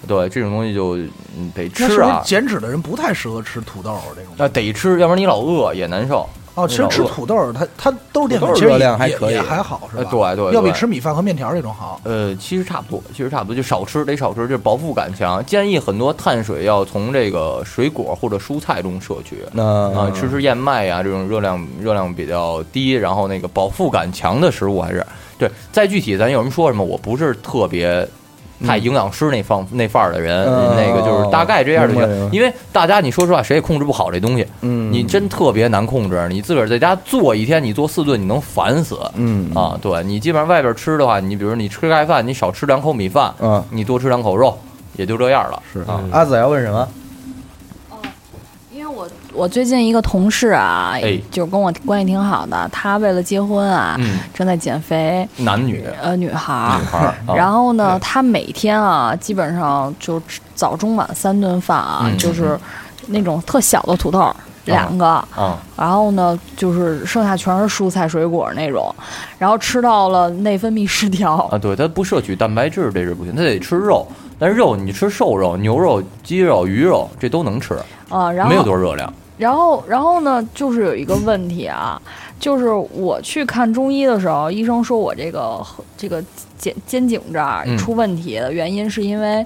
对，这种东西就嗯得那吃说啊明，减脂的人不太适合吃土豆这种。那得吃，要不然你老饿也难受。哦，其实吃土豆，它它都是淀粉，土豆其实热量也还可以也也还好是吧？呃对对对要比吃米饭和面条这种好。呃，其实差不多，其实差不多，就少吃，得少吃，就是饱腹感强。建议很多碳水要从这个水果或者蔬菜中摄取。那啊，吃吃燕麦呀、这种热量热量比较低，然后那个饱腹感强的食物还是对。再具体，咱有人说什么，我不是特别太营养师那方那范儿的人，嗯那个就是大概这样的明白明白人。因为大家你说实话，谁也控制不好这东西，嗯你真特别难控制。你自个儿在家做一天，你做四顿，你能烦死。嗯啊，对你基本上外边吃的话，你比如你吃盖饭，你少吃两口米饭，嗯你多吃两口肉，也就这样了。是啊，阿紫要问什么？因为我我最近一个同事啊，哎就是跟我关系挺好的，她为了结婚啊，嗯，正在减肥，男女呃，女孩儿。孩儿啊然后呢，对她每天啊，基本上就吃早中晚三顿饭啊，嗯哦就是那种特小的土豆儿两个，啊，然后呢，就是剩下全是蔬菜水果那种，然后吃到了内分泌失调。啊，对，它不摄取蛋白质，这是不行，它得吃肉。但是肉你吃瘦肉、牛肉、鸡肉、鱼肉，这都能吃，啊，然没有多后，少热量。然后，然后呢，就是有一个问题啊，就是我去看中医的时候，医生说我这个这个肩肩颈这儿嗯出问题的原因是因为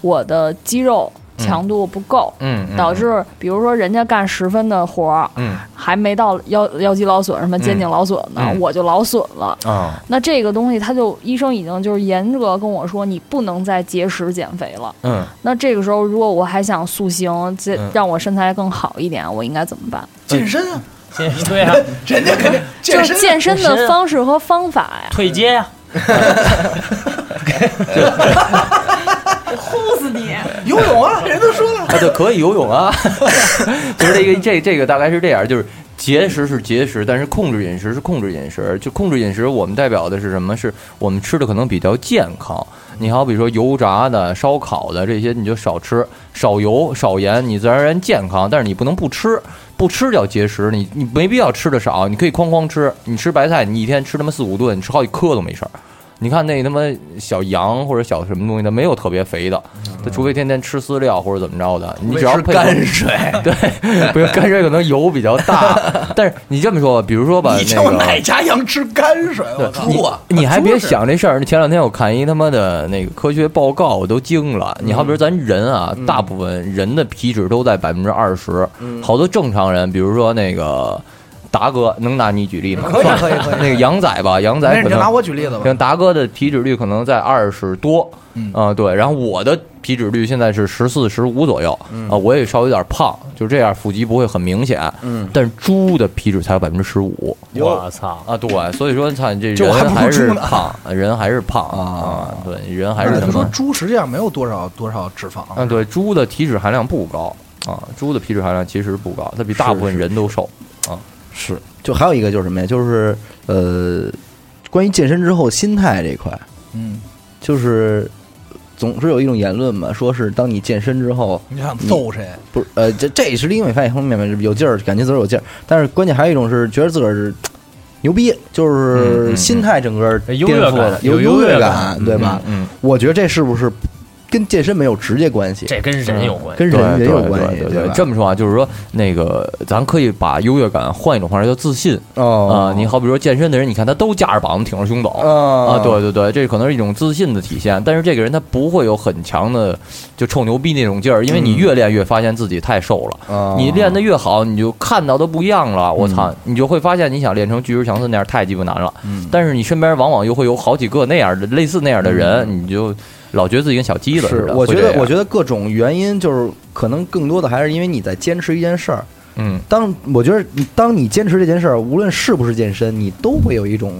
我的肌肉强度不够，嗯，嗯导致比如说人家干十分的活儿，嗯还没到腰腰肌劳损什么肩颈劳损呢，嗯我就劳损了。啊那这个东西，他就医生已经就是严格跟我说，你不能再节食减肥了。嗯，那这个时候，如果我还想塑形，这嗯让我身材更好一点，我应该怎么办？健身啊，对呀、人家肯定就健身是啊健身健身的啊方式和方法呀。退阶呀、呼死你！游泳啊，人都说了，啊，对，可以游泳啊。 就是这个这这个大概是这样，就是节食是节食，但是控制饮食是控制饮食。就控制饮食，我们代表的是什么？是我们吃的可能比较健康。你好比说油炸的、烧烤的这些，你就少吃，少油、少盐，你自然而然健康。但是你不能不吃，不吃叫节食。你你没必要吃的少，你可以哐哐吃。你吃白菜，你一天吃他妈四五顿，你吃好几颗都没事儿。你看那他妈小羊或者小什么东西的，没有特别肥的，它除非天天吃饲料或者怎么着的，你只要吃配合 泔水，对，不是泔水可能油比较 大，但是你这么说吧，比如说吧，你那叫个哪家羊吃泔水？我操！你啊你还别想这事儿。前两天我看一他妈的那个科学报告，我都惊了。嗯你好比说咱人啊，大部分人的皮脂都在百分之二十，嗯好多正常人，比如说那个达哥，能拿你举例吗？可以 可以可以那个羊仔吧，羊仔那你可就拿能我举例子吧像。达哥的皮脂率可能在二十多，嗯啊、对，然后我的皮脂率现在是十四、十五左右，啊、我也稍微有点胖，就这样，腹肌不会很明显，嗯，但是猪的皮脂才有百分之十五我操！啊，对，所以说看这这我还不人如还是猪呢胖，人还是胖啊啊，对，人还那是就什说么？猪实际上没有多少多少脂肪，嗯啊，对，猪的体脂含量不高啊，猪的皮脂含量其实不高，它比大部分人都瘦。是，就还有一个就是什么呀？就是呃，关于健身之后心态这一块，嗯，就是总是有一种言论嘛，说是当你健身之后，你想揍谁？不是呃，这这也是另外一方面嘛，有劲儿，感觉自个儿有劲儿。但是关键还有一种是觉得自个儿是牛逼，嗯嗯就是嗯心态整个儿有优颠越覆感了，有优优越越感对吧？嗯，我觉得这是不是跟健身没有直接关系？这跟人有关系。跟对人对也有对关系，对对，吧？这么说啊，就是说那个，咱可以把优越感换一种方式，叫自信。啊、哦你好比说健身的人，你看他都架着膀子挺着胸啊口。啊，对对对，这可能是一种自信的体现，但是这个人他不会有很强的就臭牛逼那种劲儿，因为嗯你越练越发现自己太瘦了，啊你练得越好，你就看到的不一样了。我操，你就会发现你想练成巨石强森那样太鸡巴难了，嗯但是你身边往往又会有好几个那样的类似那样的人，你就老觉得自己跟小鸡子似嗯是，的。我觉得，我得，觉得各种原因就是可能更多的还是因为你在坚持一件事儿。嗯，当我觉得，当你坚持这件事儿，无论是不是健身，你都会有一种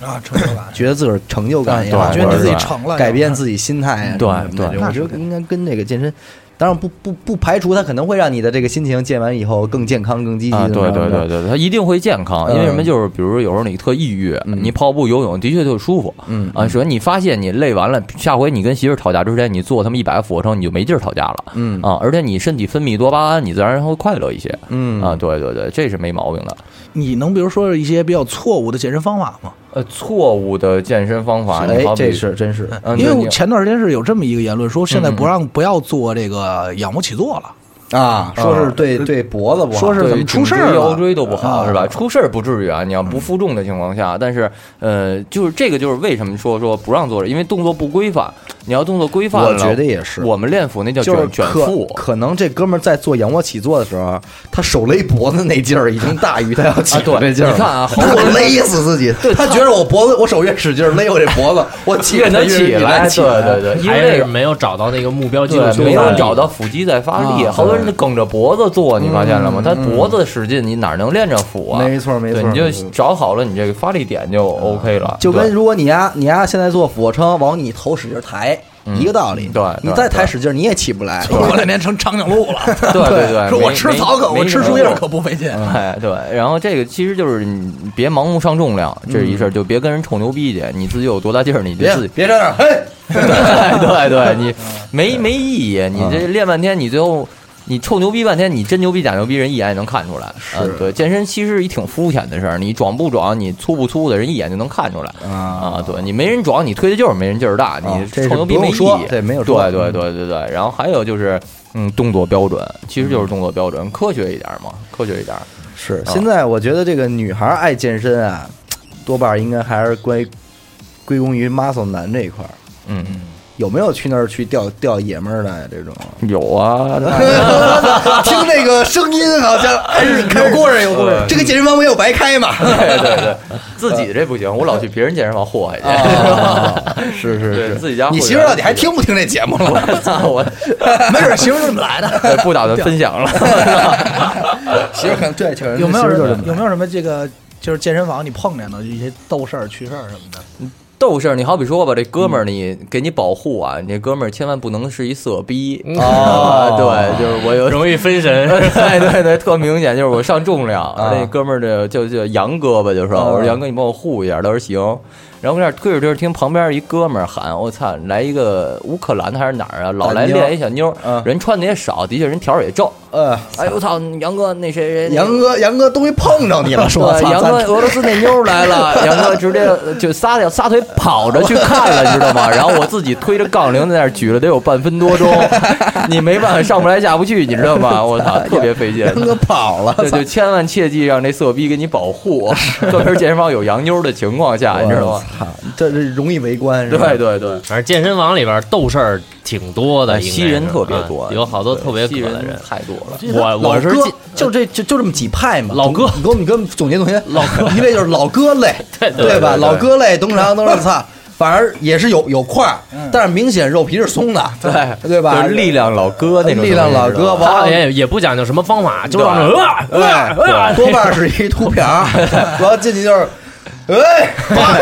啊，成就感，觉得自个儿成就感也好，啊对觉得你自己对成了，改变自己心态啊，对什么的对我觉得应该跟这个健身，当然不不不排除它可能会让你的这个心情健完以后更健康、更积极啊，对对对对，对，他一定会健康，因为什么？嗯就是比如说有时候你特抑郁，嗯你跑步、游泳的确就舒服。嗯啊，首先你发现你累完了，下回你跟媳妇儿吵架之前，你做他们一百个俯卧撑，你就没劲儿吵架了。嗯啊，而且你身体分泌多巴胺，你自然而然会快乐一些。嗯啊，对对对，这是没毛病的。你能比如说一些比较错误的健身方法吗？呃，错误的健身方法，哎你好，比这是真是，嗯因对为嗯你我前段时间是有这么一个言论，说现在不让不要做这个仰卧起坐了，啊，说是对 对脖子不好，说是对怎么颈出事儿椎、腰了？椎都不好啊嗯是吧？出事儿不至于啊，你要不负重的情况下，但是呃，就是这个就是为什么说说不让做，因为动作不规范。你要动作规范了，我觉得也是我们练腹那叫就是卷呃卷可腹，可能这哥们儿在做仰卧起坐的时候，啊他手勒脖子那劲儿已经大于他要起啊这对劲儿了。你 看啊他得勒死自己。他觉得我脖子，我手越使劲儿勒我这脖子，我起越能起起来，起对对对，因还为是没有找到那个目标肌肉对，群，没有找到腹肌在发力，啊嗯好多人梗着脖子做，你发现了吗？他脖子使劲，你哪能练着腹啊？没错没错对你没就错找好了你这个发力点就 OK 了，就跟对如果你呀你呀现在做俯卧撑，往你头使劲儿抬嗯一个道理。对你对再对抬使劲儿，你也起不来。过两年成长颈鹿了。对对哎对，说我没吃草可，没我吃没树叶什么可不费劲。嗯哎，对，然后这个其实就是你别盲目上重量，这是一事儿，就别跟人臭牛逼去，你自己有多大劲儿，你就嗯别嗯自己。 别站那儿，嘿，对对对，你没没意义，你嗯这练半天，你最后你臭牛逼半天，你真牛逼假牛逼，人一眼也能看出来。嗯，对，健身其实一挺肤浅的事儿，你壮不壮，你粗不粗的，人一眼就能看出来。啊啊，对你没人壮，你推的就是没人劲儿大，啊你这是臭牛逼不用没意说义。这没有对说对对对对，然后还有就是，嗯，动作标准其实嗯就是动作标准，科学一点嘛，科学一点。是，啊现在我觉得这个女孩儿爱健身啊，多半儿应该还是归归功于 muscle 男这一块儿。嗯，有没有去那儿去钓钓爷们儿的呀？这 种有 啊，听这个声音好 像还是有故事，有故事。这个健身房没有白开嘛？对对对，啊自己这不行，我老去别人健身房祸害去。 是 是对是，自己家你会媳妇员儿到底还听不听这节目了？ 我操我没准媳妇儿怎么来 的？对不打算分享 了。媳妇儿可能对，确实有没有媳妇儿就是什么有没有什么这个就是健身房你碰见的一些逗事儿、趣事儿什么的？斗事儿，你好比说吧，这哥们儿你给你保护啊，你这哥们儿千万不能是一色逼啊！ 对，就是我有容易分神。 对对对，特明显就是我上重量，啊那哥们儿的就就杨哥吧，就说啊我说杨哥你帮我护一下，他说行。然后我那儿推着推着，听旁边一哥们儿喊：“我操，来一个乌克兰的还是哪儿啊？老来大妞练一小妞儿，嗯人穿的也少，的确人条儿也正。呃，哎呦我操，杨哥那谁谁那杨哥杨哥终于碰着你 了，说对，操杨哥咱俄罗斯那妞儿来了，杨哥直接就撒掉撒腿跑着去看了，你知 道吗？然后我自己推着杠铃在那儿举了得有半分多钟，你没办法上不来下不去，你知道吗？我操，特别费劲。杨哥跑了， 对，就千万切记让这色逼给你保护，特 别是健身房有洋妞儿的情况 下，你知道吗？操？这这容易围观是吧？ 对对对，反正健身房里边斗事儿挺多的，哎应该是西人特别多啊有好多特别吸可的人人。太多了。我我是老进哥，就这就就这么几派嘛。老哥总你给我们你给我们总结总结，老哥一类就是老哥类，对对吧？对对老哥类通常都是操，反而也是有有块儿，但是明显肉皮是松的，对对吧？就是力量老哥那种东西，力量老哥，是吧往他往啊也也不讲究什么方法，就对哎让人呃对呃呃，多半是一秃瓢 儿，然后进去就是。哎， 把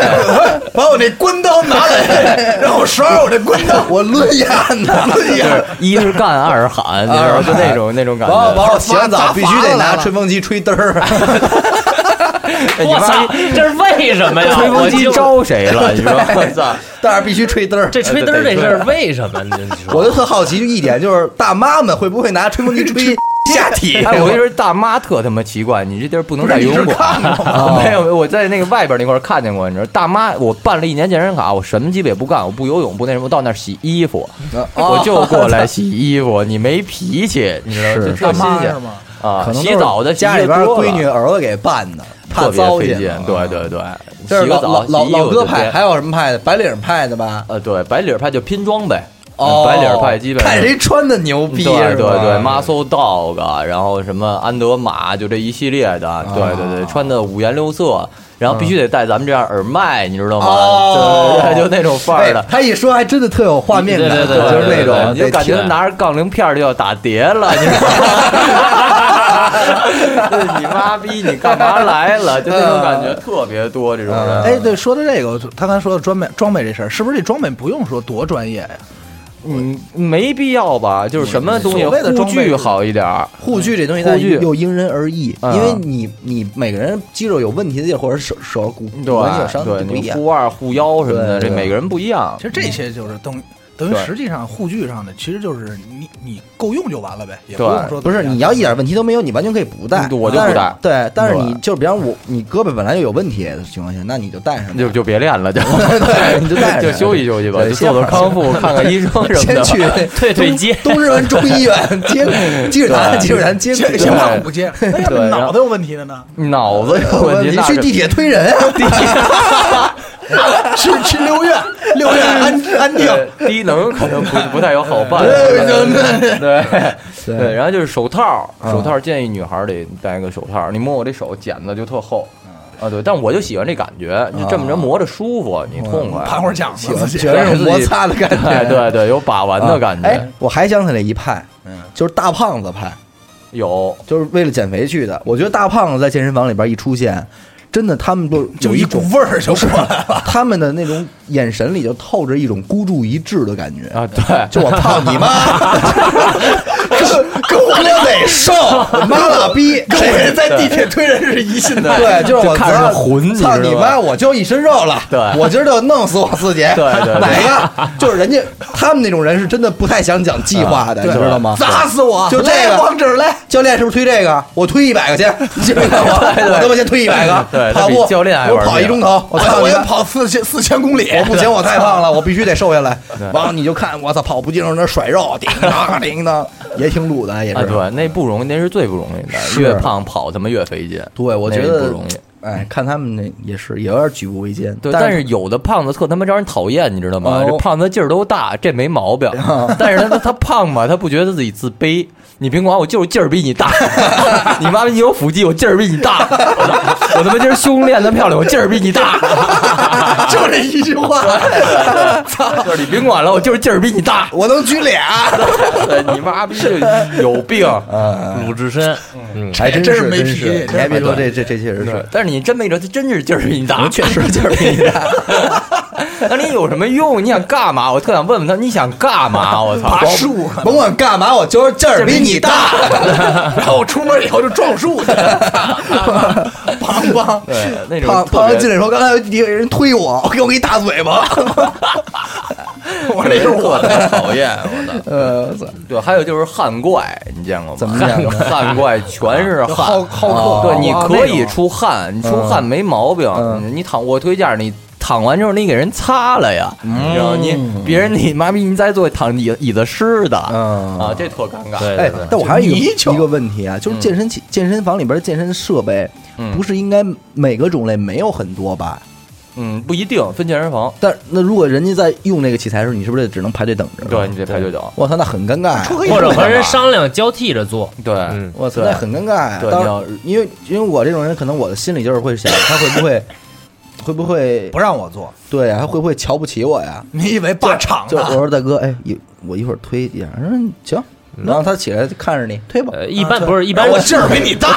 把我那关刀拿 来，让我刷我这关刀， 我抡烟呢，抡烟。 一是干，二是 喊，你知道吗？就那种那种感完了觉。完了，洗完澡必须得拿吹风机吹嘚儿。 哎你我妈操，这是为什么呀？吹风我机就招哎谁了？你说 我操！但是必须吹嘚儿。这吹灯这事儿为什么？你 说我就特好奇，就一点就是大妈们会不会拿吹风机吹下体？ 哎，我跟你说，大妈特他妈奇怪，你这地儿不能带游泳馆。吗 哦没有，没有我在那个外边那块儿看见过。你知道，大妈，我办了一年健身啊卡，我什么鸡巴也不干，我不游泳，不那什么，到那儿洗衣服，啊我就过来洗衣服。你没脾气，你知道吗？是就特新鲜是吗？啊！可能都是洗澡的家里边闺女。儿子给办的，怕特别糟费践劲，。对对对，这是洗个老澡，老老洗衣服老哥就派，别还有什么派的？白领派的吧？呃，对，白领派就拼装呗，嗯哦，白领派基本上看谁穿的牛逼，嗯对对是吧对，Muscle Dog，然后什么安德玛，就这一系列啊的，对对对，穿的五颜六色，然后必须得戴咱们这样耳麦，你知道吗？嗯哦对对对，就那种范哎儿的，。他一说还真的特有画面感，对对对对就是那对对种你就得感觉听拿着杠铃片儿就要打碟了，你知道吗？ 你妈逼，你干嘛来了？就嗯那种感觉特别多，这种人。哎，对，说到这个，他刚才说的装备装备这事儿，是不是这装备不用说多专业呀？嗯，没必要吧？就是什么嗯东西所谓的护装备具好一点儿，护具这东西，但嗯护具又因人而异，嗯因为你你每个人肌肉有问题的地儿，或者手手骨骨对关节有伤对，就不一你样。护腕儿、护腰什么对的，对这每个人不一样其。实这些就是东等于对实际上护具上的其实就是你你够用就完了呗，也不对用说不是怎么样你要一点问题都没有，你完全可以不戴，嗯我就不戴但是对，但是你对就是比方我你胳膊本来就有问题的情况下，那你就戴 上吧，就就别练了，就对，你就戴上，就休息休息吧，对就做做康复，看看医生什么先的。去 退退街东日本中医院接积水潭，积水潭接先先把 骨接，那要对是脑袋有问题的啊呢？脑子有问我题，你那去是地 铁推人啊！去去六院，六院安安 定。 对低能可能不不太有好办。对对对对，然后就是手套，嗯手套建议女孩儿得戴个手套。你摸我这手，茧子就特厚。嗯啊，对，但我就喜欢这感觉，就这么啊着磨着舒服，你痛快。 盘会儿奖子，自己 全是摩擦的嗯感对觉，对对，有把玩的感哎觉，，我还想起来一派，就是大胖子派，有就是为了减肥去的。我觉得大胖子在健身房里边一出现，真的他们都就有一一股种味儿就过来了。他们的那种眼神里就透着一种孤注一掷的感觉。啊， 对，就我操你妈！ 跟跟我俩得瘦，妈了逼！谁在地铁推人是一信的？对，就是我看着操浑你知道操吧你妈！我就一身肉了，对我今儿就弄死我自己。对对对哪个？就是人家他们那种人是真的不太想讲计划的，你知道吗？砸死我！就这个来往这儿来，教练是不是推这个？我推一百 个去，你知道吗？我他妈先推一百个，对跑他步比教练还我玩命跑一钟头，哦我操哦我你也妈！跑四千四千公里，我不行，我太胖了，我必须得瘦下来。完了你就看，我操，跑步机上那甩肉，叮 当叮当，也挺鲁的，也啊，是。对，那不容易，那是最不容易的，是越胖跑他妈越费劲。对，我那觉也得不容易。哎，看他们那也是，也有点举步维艰。对，但但是有的胖子特他妈招人讨厌，你知道吗？哦这胖子劲儿都大，这没毛 病。但是他他他胖嘛，他不觉得自己自卑。你甭管我，就是劲儿比你大。 你妈逼，你有腹肌，我劲儿比你大。 我他妈今儿胸练得漂亮，我劲儿比你大。 就这一句话，就是你甭管了，我就是劲儿比你大。 我能举俩，对 你妈逼就有病。哎鲁智深，嗯，还真真是是没真脾气是真你还别是说，这这这确实是。 但是你真没辙，他真是劲儿比你大，确实就是比你大， 那你有什么用？你想干嘛？我特想问问他，你想干嘛？我操！爬树，甭管干嘛，我就是劲儿比你大。 然后我出门以后就撞树 去， 梆梆。对，那种胖特别胖子进来说：“刚才有人推我， 我给我一大嘴巴。我那是我的讨厌，我的”。呃，我操对，还有就是汉怪，你见过吗？怎么哦见过汉怪全是汗，好好客对，你啊可那以种出汗，你出汗没毛病。嗯你躺，我推荐你。躺完之后，你给人擦了呀，嗯你知道吗你别人你妈逼你在座躺椅椅子湿的嗯啊，这特尴尬。对哎对对，，但我还有一泥个鳅一个问题啊，就是健身器健身房里边的健身设备嗯，不是应该每个种类没有很多吧？嗯，不一定分健身房，但那如果人家在用那个器材的时候，你是不是得只能排队等着？对，你得排队等。我操，那很尴尬呀。或者和人商量交替着做，对，嗯，我操，对那很尴尬呀。对当你要然，因为因为我这种人，可能我的心里就是会想，他会不会会不会不啊让我做，对呀？他会不会瞧不起我呀？你以为霸场就我 呢？说大哥，哎，一我一会儿推一下，他说行，嗯然后他起来看着你推吧，呃，一啊般不是一哎般我劲儿比你大，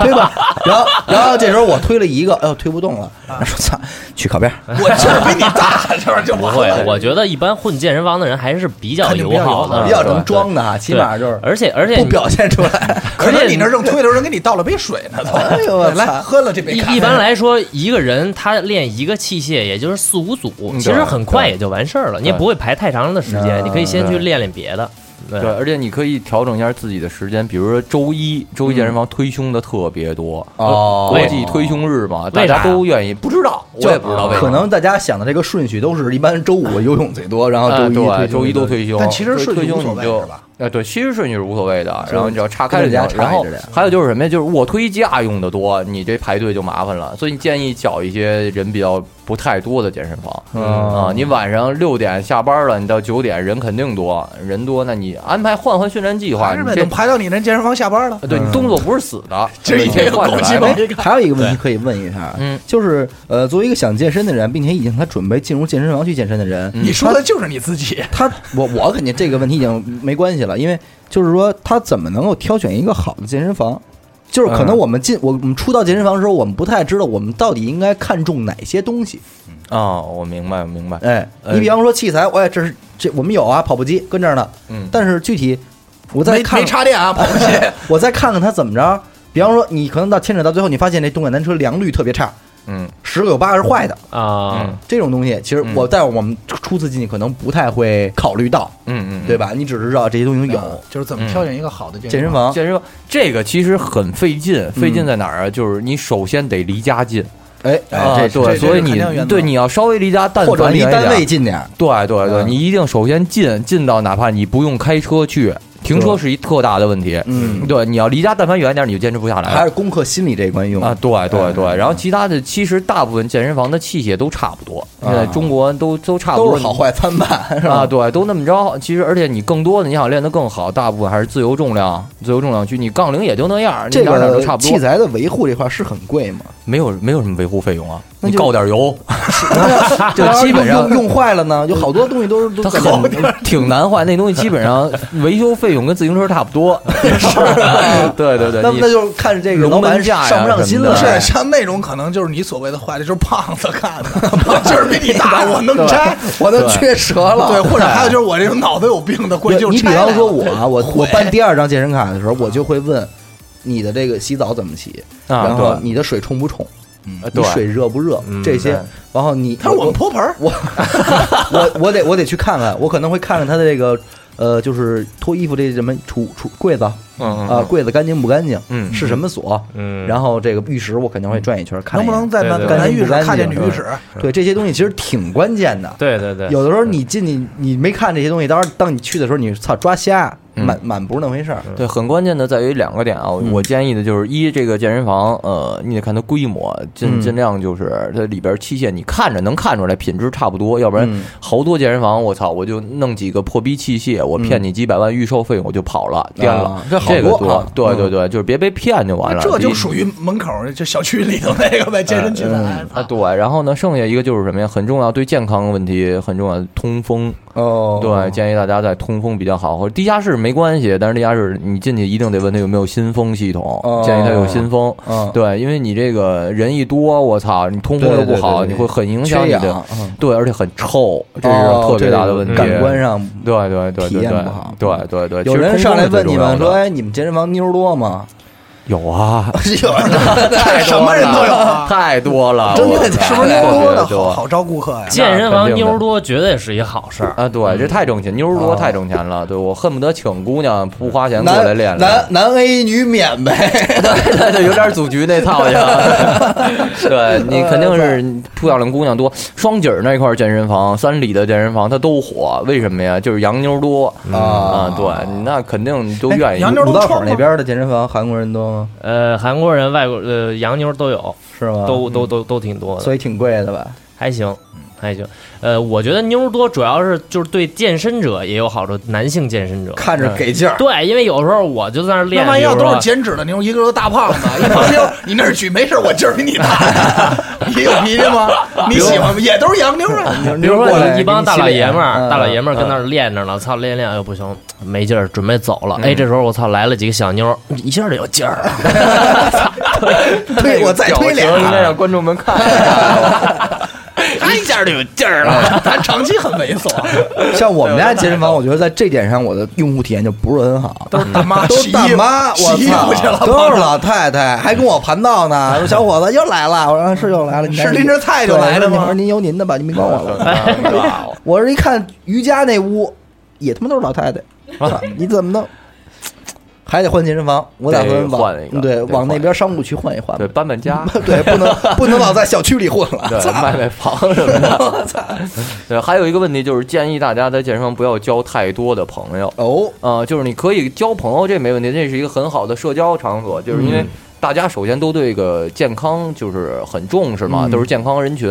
推吧，然后然后这时候我推了一个，哎呦推不动了，啊然后说操，去靠边儿，我劲儿比你大， 这玩意儿就不不会，啊我觉得一般混健身房的人还是比较肯定比友较好友的，比较对能装的啊，起对码就是而且而且不你表现出 来。可能你那儿正推着，人给你倒了杯水呢，都。哎呦我操来喝了这杯咖啡。一一般来说，一个人他练一个器械，也就是四五组，嗯其实很快对也就完事儿了，你也不会排太长的时对间，你可以先去对练练别的。对对，而且你可以调整一下自己的时间，比如说周一，周一健身房推胸的特别多，哦国际推胸日嘛，大为啥家都愿意，不知道，我也不知道为什啊可么。能大家想的这个顺序都是一般周五游泳最多，然后周一啊，推对，胸周一都推胸，但其实推顺序推胸无所你谓就是吧？啊，对，其实顺序是无所谓的，是然后你只要岔开跟人就家岔行。然后着点还有就是什么呀？就是卧推架用的多，你这排队就麻烦了，所以你建议找一些人比较不太多的健身房啊。你晚上六点下班了，你到九点人肯定多，人多，那你安排换换训练计划，还是你呗，这等排到你那健身房下班了。啊对你动作不是死的， 这你一天可以换狗起鸡来巴嘛。哎还有一个问题可以问一下，嗯，就是呃，作为一个想健身的人，并且已经他准备进入健身房去健身的人，嗯你说的就是你自己，他我我肯定这个问题已经没关系了，因为就是说他怎么能够挑选一个好的健身房？就是可能嗯我们进我我们初到健身房的时候，我们不太知道我们到底应该看重哪些东西。啊，我明白，我明白。哎，呃你比方说器材，我也这是这我们有啊，跑步机跟这儿呢。嗯但是具体我再没看没，插 电啊，跑步机。我再看看它怎么着。比方说，你可能到牵扯到最后，你发现这动感单车良率特别差，嗯十个有八个是坏的。啊，这种东西，其实嗯我在我们初次进去可能不太会考虑到，嗯嗯，对吧？你只是知道这些东西有 就是怎么挑选一个好的健健身房。房，健身房这个其实很费劲，费嗯劲在哪儿啊？就是你首先得离家近哎，啊，哎这对，这这所以是你衡量原则对你要稍微离家，但或者凡离远一单点位近点儿，对对对，嗯你一定首先近近到哪怕你不用开车去，停车是一特大的问题。嗯，对，你要离家但凡远一点，你就坚持不下来还了。是嗯攻克心理这一关用啊，。对对对，然后其他的其实大部分健身房的器械都差不多，现在中国都都差不多，啊都是好坏参半，是啊，吧？对，都那么着。其实而且你更多的你想练得更好，大部分还是自由重量，自由重量区，你杠铃也就那样，你这哪儿哪儿都个差不器多，材的维护这块是很贵吗？没有没有什么维护费用啊，那你就告点油， 就基本上用用坏了呢，有好多东西都是都它怎么很 挺难换，那东西基本 上维修费用跟自行车差不多。 是，对对对，那你那就是看这个龙老板门架呀上不上心了。什么是的像那种可能就是你所谓的坏的，就是胖子干的， 就是比你大，我能 拆，我都缺折了。 对，或者还有就是我这种脑子有病的，过去对就是你比拆来方了说我啊，我我办第二张健身卡的时候，我就会问你的这个洗澡怎么洗，啊然后对你的水冲不冲，呃你对水热不热嗯这些对，然后你他说我们泼盆儿，我 我我得我得去看看，我可能会看看他的这个呃，就是脱衣服这什么储储柜子啊、嗯呃柜子干净不干净，嗯是什么锁，嗯然后这个浴室我肯定会转一圈看能一眼不能在对男对对男浴室干净看见女不干净浴室？对这些东西其实挺关键的。 对对对，有的时候你进去你没看这些东西，当时当你去的时候，你操抓瞎，嗯满满不是那回事儿。对，很关键的在于两个点啊，我嗯我建议的就是一，这个健身房，呃，你得看它规模，嗯尽尽量就是它里边器械，你看着能看出来品质差不多，要不然嗯好多健身房，我操，我就弄几个破逼器械，我骗你几百万预售费，我就跑了，颠了嗯啊，这好多个啊多，对对嗯哎对，就是别被骗就完了，这就比属于门口儿就小区里头那个呗，健身器材。啊，对，然后呢，剩下一个就是什么呀？很重要，对健康问题很重要，通风。哦对，建议大家在通风比较好，或者地下室没关系，但是地下室你进去一定得问他有没有新风系统，哦建议他有新风。嗯对，因为你这个人一多，我操，你通风对对又不对好，对你会很影响你缺的氧嗯，对，而且很臭，这是特别大的问题。哦这个感官上，对对对体对验对不好，对对对，有其实人通上风来是最问你重要们的说：“哎，你们健身房妞儿多吗 哎有 啊，有人什么人都有啊，太 多了，真我的操是不是妞多的对对对好好招顾客呀？健身那房肯定的妞儿多绝对是一好事儿。 啊，嗯对，这太挣钱，妞儿哦多太挣钱了。对我恨不得请姑娘不花？”钱过来男练练男，男 A 女免 呗，对对 对，有点组局那套去了。对你肯定是呃漂亮姑娘多，双井儿那块儿健身房、三里的健身房它都火，为什么呀？就是洋妞儿多啊，对，那肯定都愿嗯意。哎洋妞儿五都道穿口吗那边的健身房韩国人多吗？呃，韩国人、外国呃洋妞儿都有，是吗？都都都都挺多的，嗯所以挺贵的吧？还行。还行，呃，我觉得妞儿多主要是就是对健身者也有好处，男性健身者看着给劲儿，对，因为有时候我就在那儿练，那万一要比如都说是减脂的妞，一个个都大胖子，一旁妞，你那儿举没事，我劲儿比你大，你有脾气吗？你喜欢吗？也都是洋妞啊。 比如说过来你一帮大老爷们给你洗儿，脸嗯大老爷们儿跟那儿练着呢，操练练，哎呦不行，没劲儿，准备走了。哎，这时候我操来了几个小妞儿，一下就有劲儿。嗯推我再推 应该俩，让观众 们看。一下就有劲儿了。咱长期很猥琐，像我们家健身房，我觉得在这点上我的用户体验就不是很好。都是大妈，都是大妈，我洗衣服去了操，，都是老太太，还跟我盘道呢。说小伙子又来了，我说是又来了，你是拎着菜就来了吗对我说您有您的吧，您别管我了。我这一看瑜伽那屋，也他妈都是老太太，啊你怎么弄？还得换健身房，我打算得往换一个对得往那换一边个商务区换一换吧 对，。搬搬家。对，不能不能老在小区里混了。对，卖卖房什么 的。对，还有一个问题就是建议大家在健身房不要交太多的朋友。哦，呃，就是你可以交朋友，这没问题，这是一个很好的社交场所，就是嗯因为大家首先都对这个健康就是很重视嘛，都是健康人群，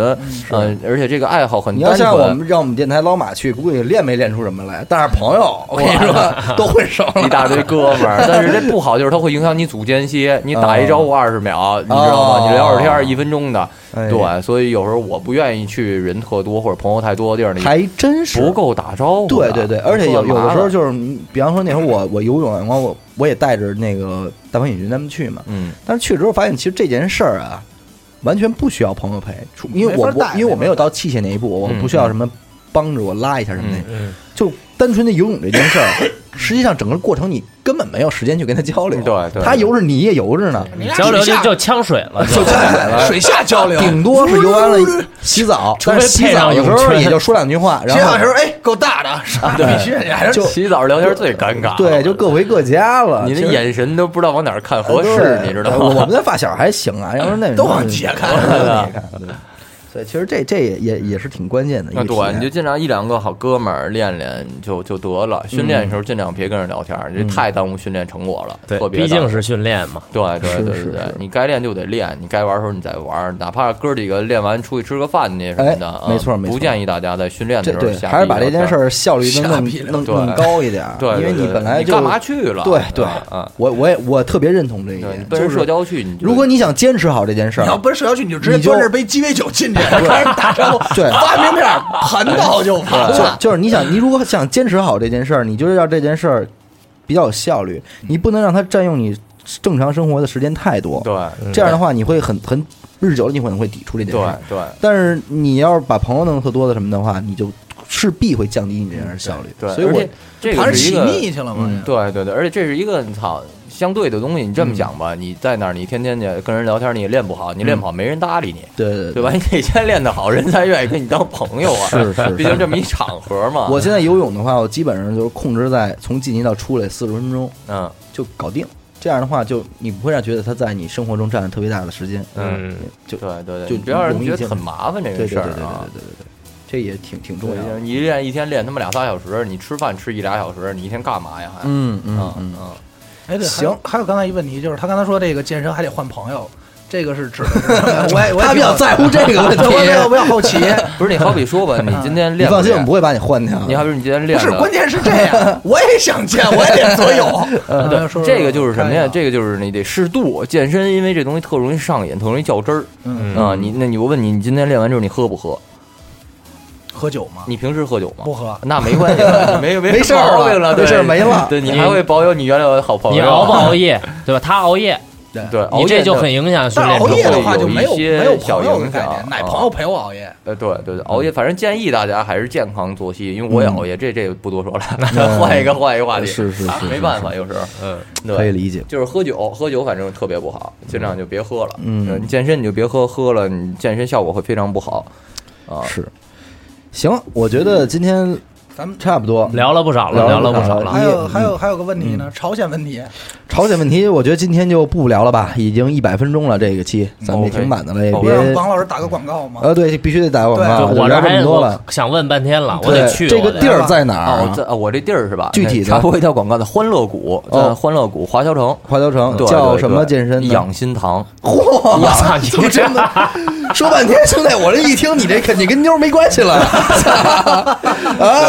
嗯，而且这个爱好很你要单像我纯。们让我们电台老马去，估计练没练出什么来。但是朋 友，我跟你说， 都混熟了一。大堆哥们儿，但是这不好，就是它会影响你组间歇。你打嗯一招呼二十秒，你知道吗？你聊会儿天儿一分钟的，哦哎对，所以有时候我不愿意去人特多或者朋友太多的地儿，你还真是不够打招呼对的。对对，而且有特有麻的时候烦就是你，比方说那会儿我我游泳，啊然后我我也带着那个大鹏、尹军他们去嘛，嗯但是去之后发现，其实这件事儿啊，完全不需要朋友陪，除因为没我法我带因为我没法没有到器械那一步，我嗯不需要什么帮着我拉一下什么的，嗯，就单纯的游泳这件事儿，实际上整个过程你根本没有时间去跟他交流，对对他游着你也游着呢，交流就就呛水了，就水下交流，顶多是游完了洗澡，除非但是洗配上澡有时泳候圈也就说两句话，然洗澡后时候哎够大的，傻逼，你还是就 洗澡聊天最尴尬，对，就各回各家了。啊你其的实眼神都不知道往哪儿看合适，对呃你知道我我吗们？的发小还行啊，要不然 那都往姐看都往姐 看对所以其实这这也也也是挺关键的一那个体对，啊验。你就尽量一两个好哥们儿练练就就得了。训练的嗯时候尽量别跟人聊天，这太耽误训练成果了。特对，别毕耽误竟是训练嘛。对对是对是对对是，你该练就得练，你该玩的时候你再玩，哪怕哥几个练完出去吃个饭去什么的，哎嗯没错没错不建议大家在训练的这时候对，瞎还是把这件事儿，儿效率能瞎逼聊弄弄对弄高一点儿，对，因为对对你本来你就干嘛去了？对对嗯，我我也我特别认同这一对，你点，奔着就社是交去，你就如果你想坚持好这件事 你要儿，奔社交去，你就直接你就端着杯鸡尾酒进去，开始打招呼，对发名片盘到就完就啊了。就是你想你如果想坚持好这件事儿，你就是要这件事儿比较有效率，嗯你不能让它占用你正常生活的时间太多。对这样的话你会很很日久了，你会很会抵触这件对事儿。对，但是你要是把朋友弄特多的什么的话，你就势必会降低你这件事儿效率。嗯对，所以而我且这盘个是一起个嗯腻去了嘛？对对对，而且这是一个操相对的东西。你嗯这么想吧，你在那儿，你天天去跟人聊天，你也练不好，你练嗯不好没人搭理你，对对对吧？你得先练得好，人才愿意跟你当朋友啊。是是毕竟这么一场合嘛。我现在游泳的话，我基本上就是控制在从晋级到出来四十分钟嗯就搞定。这样的话，就你不会让觉得它在你生活中占了特别大的时间。嗯，就对对对，就你不要让人容易觉得见很麻烦这对对个对事对儿对对对啊。对对，这也挺挺重要的。你一练一天练他妈俩仨小时，你吃饭吃一俩小时，你一天干嘛呀？还嗯嗯嗯嗯，嗯，哎，对，还行有还有刚才一问题就是，他刚才说这个健身还得换朋友，这个是指的是什 么呀我也我也他比较在乎这个问题 我也我也好奇，不是你好比说 吧，你今天你练不放心，我练们不？会把你换掉。你好比说你今天不练是了关键是这样， 我也想见，我也得择友。啊说这个就是什么呀？看一下这个就是你得适度健身，因为这东西特容易上瘾，特容易较真儿。嗯啊，你那你我问你，你今天练完之后你喝不喝？ 喝酒 吗？你平时喝酒吗？不喝那没关系 了，没没没事儿了毛病了，对这事儿没了对你你还会保有你原来的好朋你友，熬不熬夜，对吧？他熬夜， 对，哦熬你夜这就的很影响训但是熬练夜成的果。话就没有一些没有小朋友的影概念，响哪啊朋友陪我熬夜？呃，对对对，熬夜，反正建议大家还是健康作息，因为我也熬夜，这这不多说了， 换一个换一个话题，嗯是是啊是没办法，有时候，嗯，可以对。理解。就是喝酒，喝酒反正特别不好，尽量就别喝了。嗯呃你健身你就别喝，喝了你健身效果会非常不好。啊，是，行，我觉得今天咱们差不多。聊了不少了，聊聊了不了不少少了了。还有还有还有个问题呢，朝鲜问题。朝鲜问题，我觉得今天就不聊了吧，已经一百分钟了，这个期咱们也 OK 挺满的了，也好别吧让王老师打个广告嘛。呃，对，必须得打广对告，就我聊这这还么多了。我想问半天了，我对，得去。这我个得地儿在哪儿、啊，我这啊我这地儿是吧？具体的插播一条广告的欢乐谷，哦在欢乐谷华侨城，华侨城对叫对什么对健身呢 养心堂，我操，你你真的说半天，兄弟，我这一听你这肯定跟妞儿没关系了啊！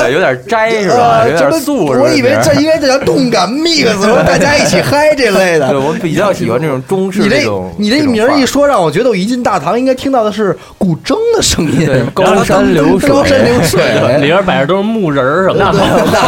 对，有点斋是吧？啊，有这点不素是吧？我以为有点这应该叫动感 mix，说大家一起嗨这类 对，的。我比较喜欢这种中式你这种。你这种名儿范一说，让我觉得我一进大堂应该听到的是古筝的声音 对，高山流水高山流水。里边摆着都是木人儿什么的，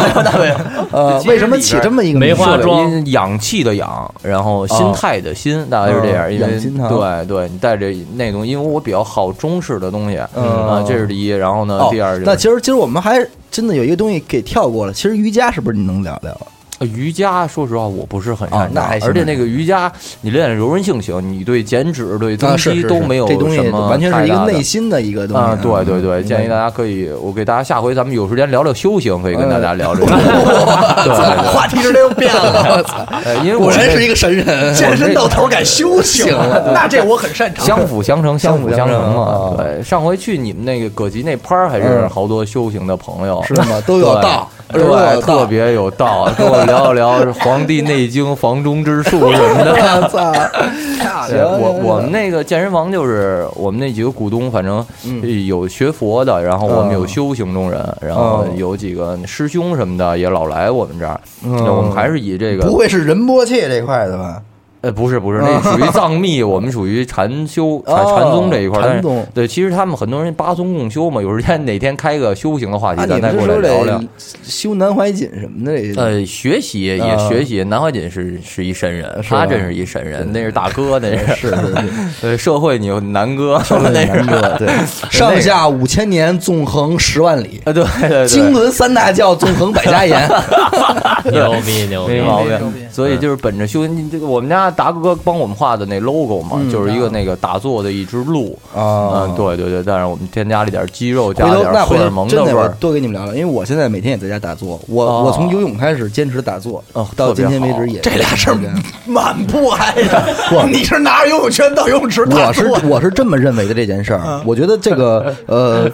呃， 为什么起这么一个梅名字花对妆因氧气的氧，然后心态的心，大概是这样。嗯因为啊养心堂对对，你带着那东西，因为我比较好中式的东西，嗯啊，这是第一。然后呢，哦第二，就那是其实其实我们还真的有一个东西给跳过了。其实瑜伽是不是你能聊聊啊？呃瑜伽，说实话我不是很哦擅那长，还行而且那个瑜伽你练柔韧性行，你对减脂、对啊增是肌是都是没有这东西什么完全是一太个大的内心的一个东西啊，对对对，建议大家家可以，我给大家下回咱们有时间聊聊修行，可以跟大家聊这哎个。 话啊题直接又变了，呃因为我果然这是一个神人，健身到头改修呃行啊了，那这我很擅长。相辅相成，相相辅辅相相成成嘛啊。对，上回去你们那个葛吉那拍儿，还是嗯好多修行的朋友，是吗？都有道，对，都有对，道特。别有道，跟我聊一聊《黄帝内经》《房中之术》什么的。 我操！对哎我我们那个健身房就是我们那几个股东，反正有学佛的，然后我们有嗯修行中人，然后有几个师兄什么的也老来我们这儿。那我们还是以这个嗯不会是仁波切这块的吧？呃，不是不是，那属于藏密，我们属于禅修、禅嗯哦禅宗这一块儿。禅但是宗对，其实他们很多人八宗共修嘛，有时间哪天开个修行的话题，啊，你咱再们是说过来聊得嗯聊。修南怀瑾什么的这些？呃，学习也啊学习，南怀瑾是是一神人，是吧他真是一神人，那是大哥，那是是是是， 对社会你有南哥， 那是南哥 对，上下五千年，纵横十万里。啊，对对对， 经纶三大教，纵横百家言。牛逼牛逼没，毛病病。所以就是本着修，你这个我们家达哥帮我们画的那 logo 嘛，嗯就是一个那个打坐的一只鹿。啊嗯，，对对对，但是我们添加了一点鸡肉，加回了头点那荷回尔头蒙真味的我儿。多给你们聊聊，因为我现在每天也在家打坐，我、哦我从游泳开始坚持打坐，哦到特别今天为好止也这俩事儿是这样满不挨着。你是拿着游泳圈到游泳池打 我是嗯坐我是这么认为的这件事儿，我觉得这个呃，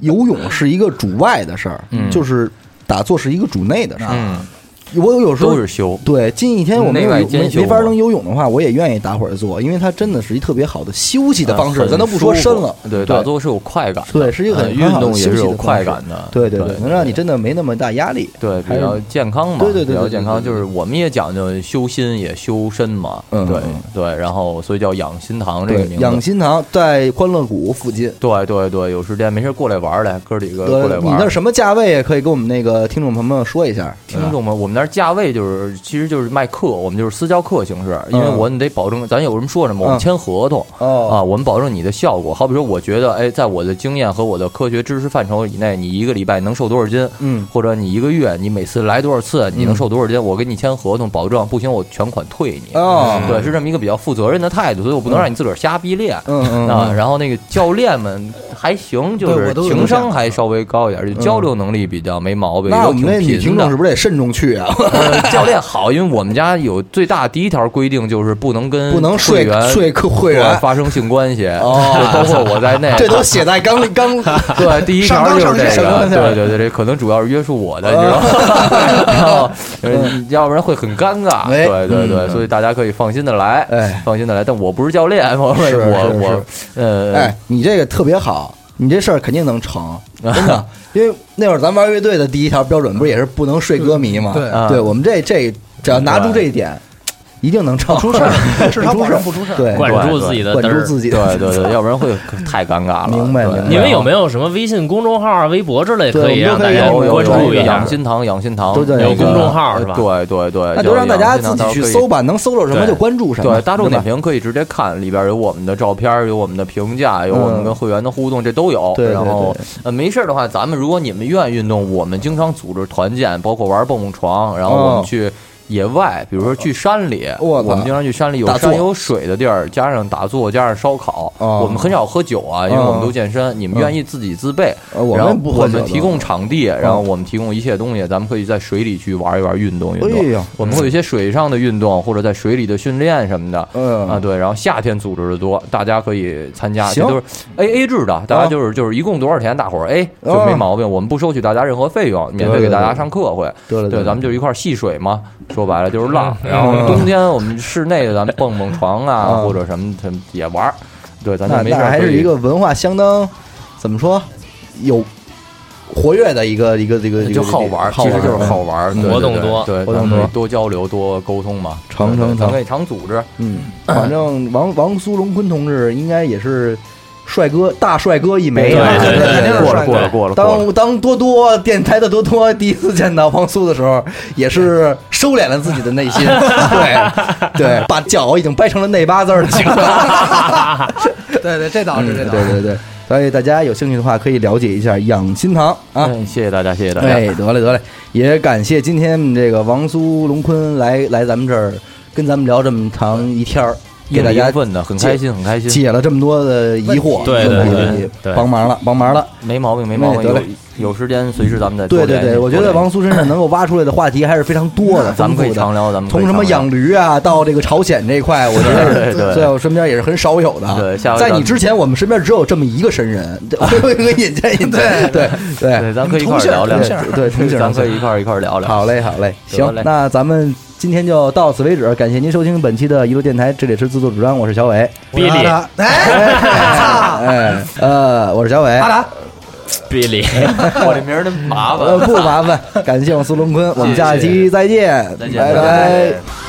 游泳是一个主外的事儿，就是打坐是一个主内的事儿。嗯，我有时候都是修对，近一天我没有内外游兼没修没法嘛能游泳的话，我也愿意打会儿坐，因为它真的是一特别好的休息的方式。啊嗯很咱都不说深舒服了，对，打坐是有快感的，对，是一个很嗯很运好的动也休是息有的方快式感的。对对对对，，能让你真的没那么大压力。对，比还较是健康嘛，对对对对比较对健对康。对就是我们也讲究修心也修身嘛，嗯对嗯对，然后所以叫养心堂这个对，名养字。心堂在欢乐谷附近。对对对，有时间没事过来玩儿来，哥几个过来呃，玩儿。你那什么价位也可以跟我们那个听众朋友们说一下。听众们，我们那儿价位就是，其实就是卖课，我们就是私教课形式，因为嗯我们得保证，咱有什么说什么，嗯我们签合同、哦啊，我们保证你的效果。好比说，我觉得，哎，在我的经验和我的科学知识范畴以内，你一个礼拜能瘦多少斤？嗯或者你一个月，你每次来多少次，你能瘦多少斤？我跟你签合同，保证不行，我全款退你。哦对，是这么一个比较负责任的态度，所以我不能让你自个儿瞎逼练。嗯嗯啊，然后那个教练们还行，就对是我都有情印象商还稍微高一点，就交流能力比较没毛病。嗯那都我们挺这女贫听的众是不是得慎重去啊？ 呃，教练好，因为我们家有最大第一条规定就是不能跟不能会睡员睡客会对员，发生性关系，哦就包括我在 内。这都写在纲里纲。 对，第一条就是这上纲上个，线对对对，这可能主要是约束我哦的，你知 道吗？然后，呃要不然会很尴尬。哎对对对，所以大家可以放心的来，哎放心的来。但我不是教练，我是是我我，呃哎，，你这个特别好，你这事儿肯定能 成，真的。因为那会儿咱玩乐队的第一条标准不是也是不能睡歌迷吗？对啊对，我们这这只要拿住这一点，一定能成， 出事儿，至少不保出事儿证不出事儿。对，管住自己的管嘚住儿。自己，对对对，要不然会太尴尬了。明白对明白你们有没有什么微信公众号啊、微博之类对可以我让们都可大以家有有有关注有一下养？心堂，养心堂都在那有个公众号是吧对对对，那就哎让大家自己叫养心堂去可以搜吧，能搜着什么就关注什么。对，大众是吧点评可以直接看，里边有我们的照片，有我们的评价，有我们跟会员的互动，这都有。嗯对对然后对呃，没事儿的话，咱们如果你们愿意运动，我们经常组织团建，包括玩蹦蹦床，然后我哦们去。野外，比如说去山里，我我操们经常去山里有打坐山有水的地儿，加上打坐，加上烧烤。哦我们很少喝酒啊，因为哦我们都健身。你们愿意自己自备，嗯呃我们然后不喝我酒们的嗯提供场地，然后我们提供一切东西，咱们可以在水里去玩一玩，运动运哎动呀。我们会有一些水上的运动，或者在水里的训练什么的。嗯啊，对，然后夏天组织的多，大家可以参加，行啊这都是 A A 制的，大家就是就是一共多少钱，大伙儿 A 就没毛病，我们不收取大家任何费用，免费给大家上课会。对对对对，咱们就是一块儿戏水嘛，说白了就是浪。然后冬天我们室内的咱们蹦蹦床啊，嗯或者什么什么也玩儿。对，咱就那没事儿那还可是以一个文化相当怎么说有活跃的一个一个一个一个就好玩儿，好其玩实儿就是好玩儿，嗯对活动对对多对，活咱动们多多交流，多沟通嘛，成对对成咱成可以常组织，嗯，反正王王苏荣坤同志应该也是帅哥大帅哥一枚啊，对对对肯定是过帅了过哥。了过了过了，当当多多电台的多多第一次见到王苏的时候，也是收敛了自己的内 心，对对，把脚已经掰成了内八字儿的形 状。对对，这倒嗯是对这倒是。对对，所以大家有兴趣的话，可以了解一下养心堂啊。哎，谢谢大家，谢谢大家，哎，得嘞得嘞，也感谢今天这个王苏龙坤来来咱们这儿跟咱们聊这么长一天儿，给大家问的很开心，很开心，解了这么多的疑惑，对对对问题对对帮忙了帮忙了。没毛病没毛病，哎得有嘞有时间随时咱们再对多对联系对，我觉多得联系王苏身上能够挖出来的话题还是非常多的，咱们可丰以富的常聊咱们可以从什么常聊养驴啊到这个朝鲜这一块，我觉对对得对在我身边也是很少有的啊。对下回在咱你们之前，我们身边只有这么一个神人， 对我会给你引荐引荐。对对对，咱可以一同块儿性聊聊，同性对同性咱可以一块儿一块儿聊聊，好嘞，哎 好嘞，得行嘞，那咱们今天就到此为止，感谢您收听本期的一路电台，这里是自作主张，我是小伟，哔哩啊哎，哎，呃，我是小伟，阿达，哔哩，我这名儿真麻烦呃呃，。不麻烦，感谢我苏龙坤，我们下期再见， 再见拜再拜见。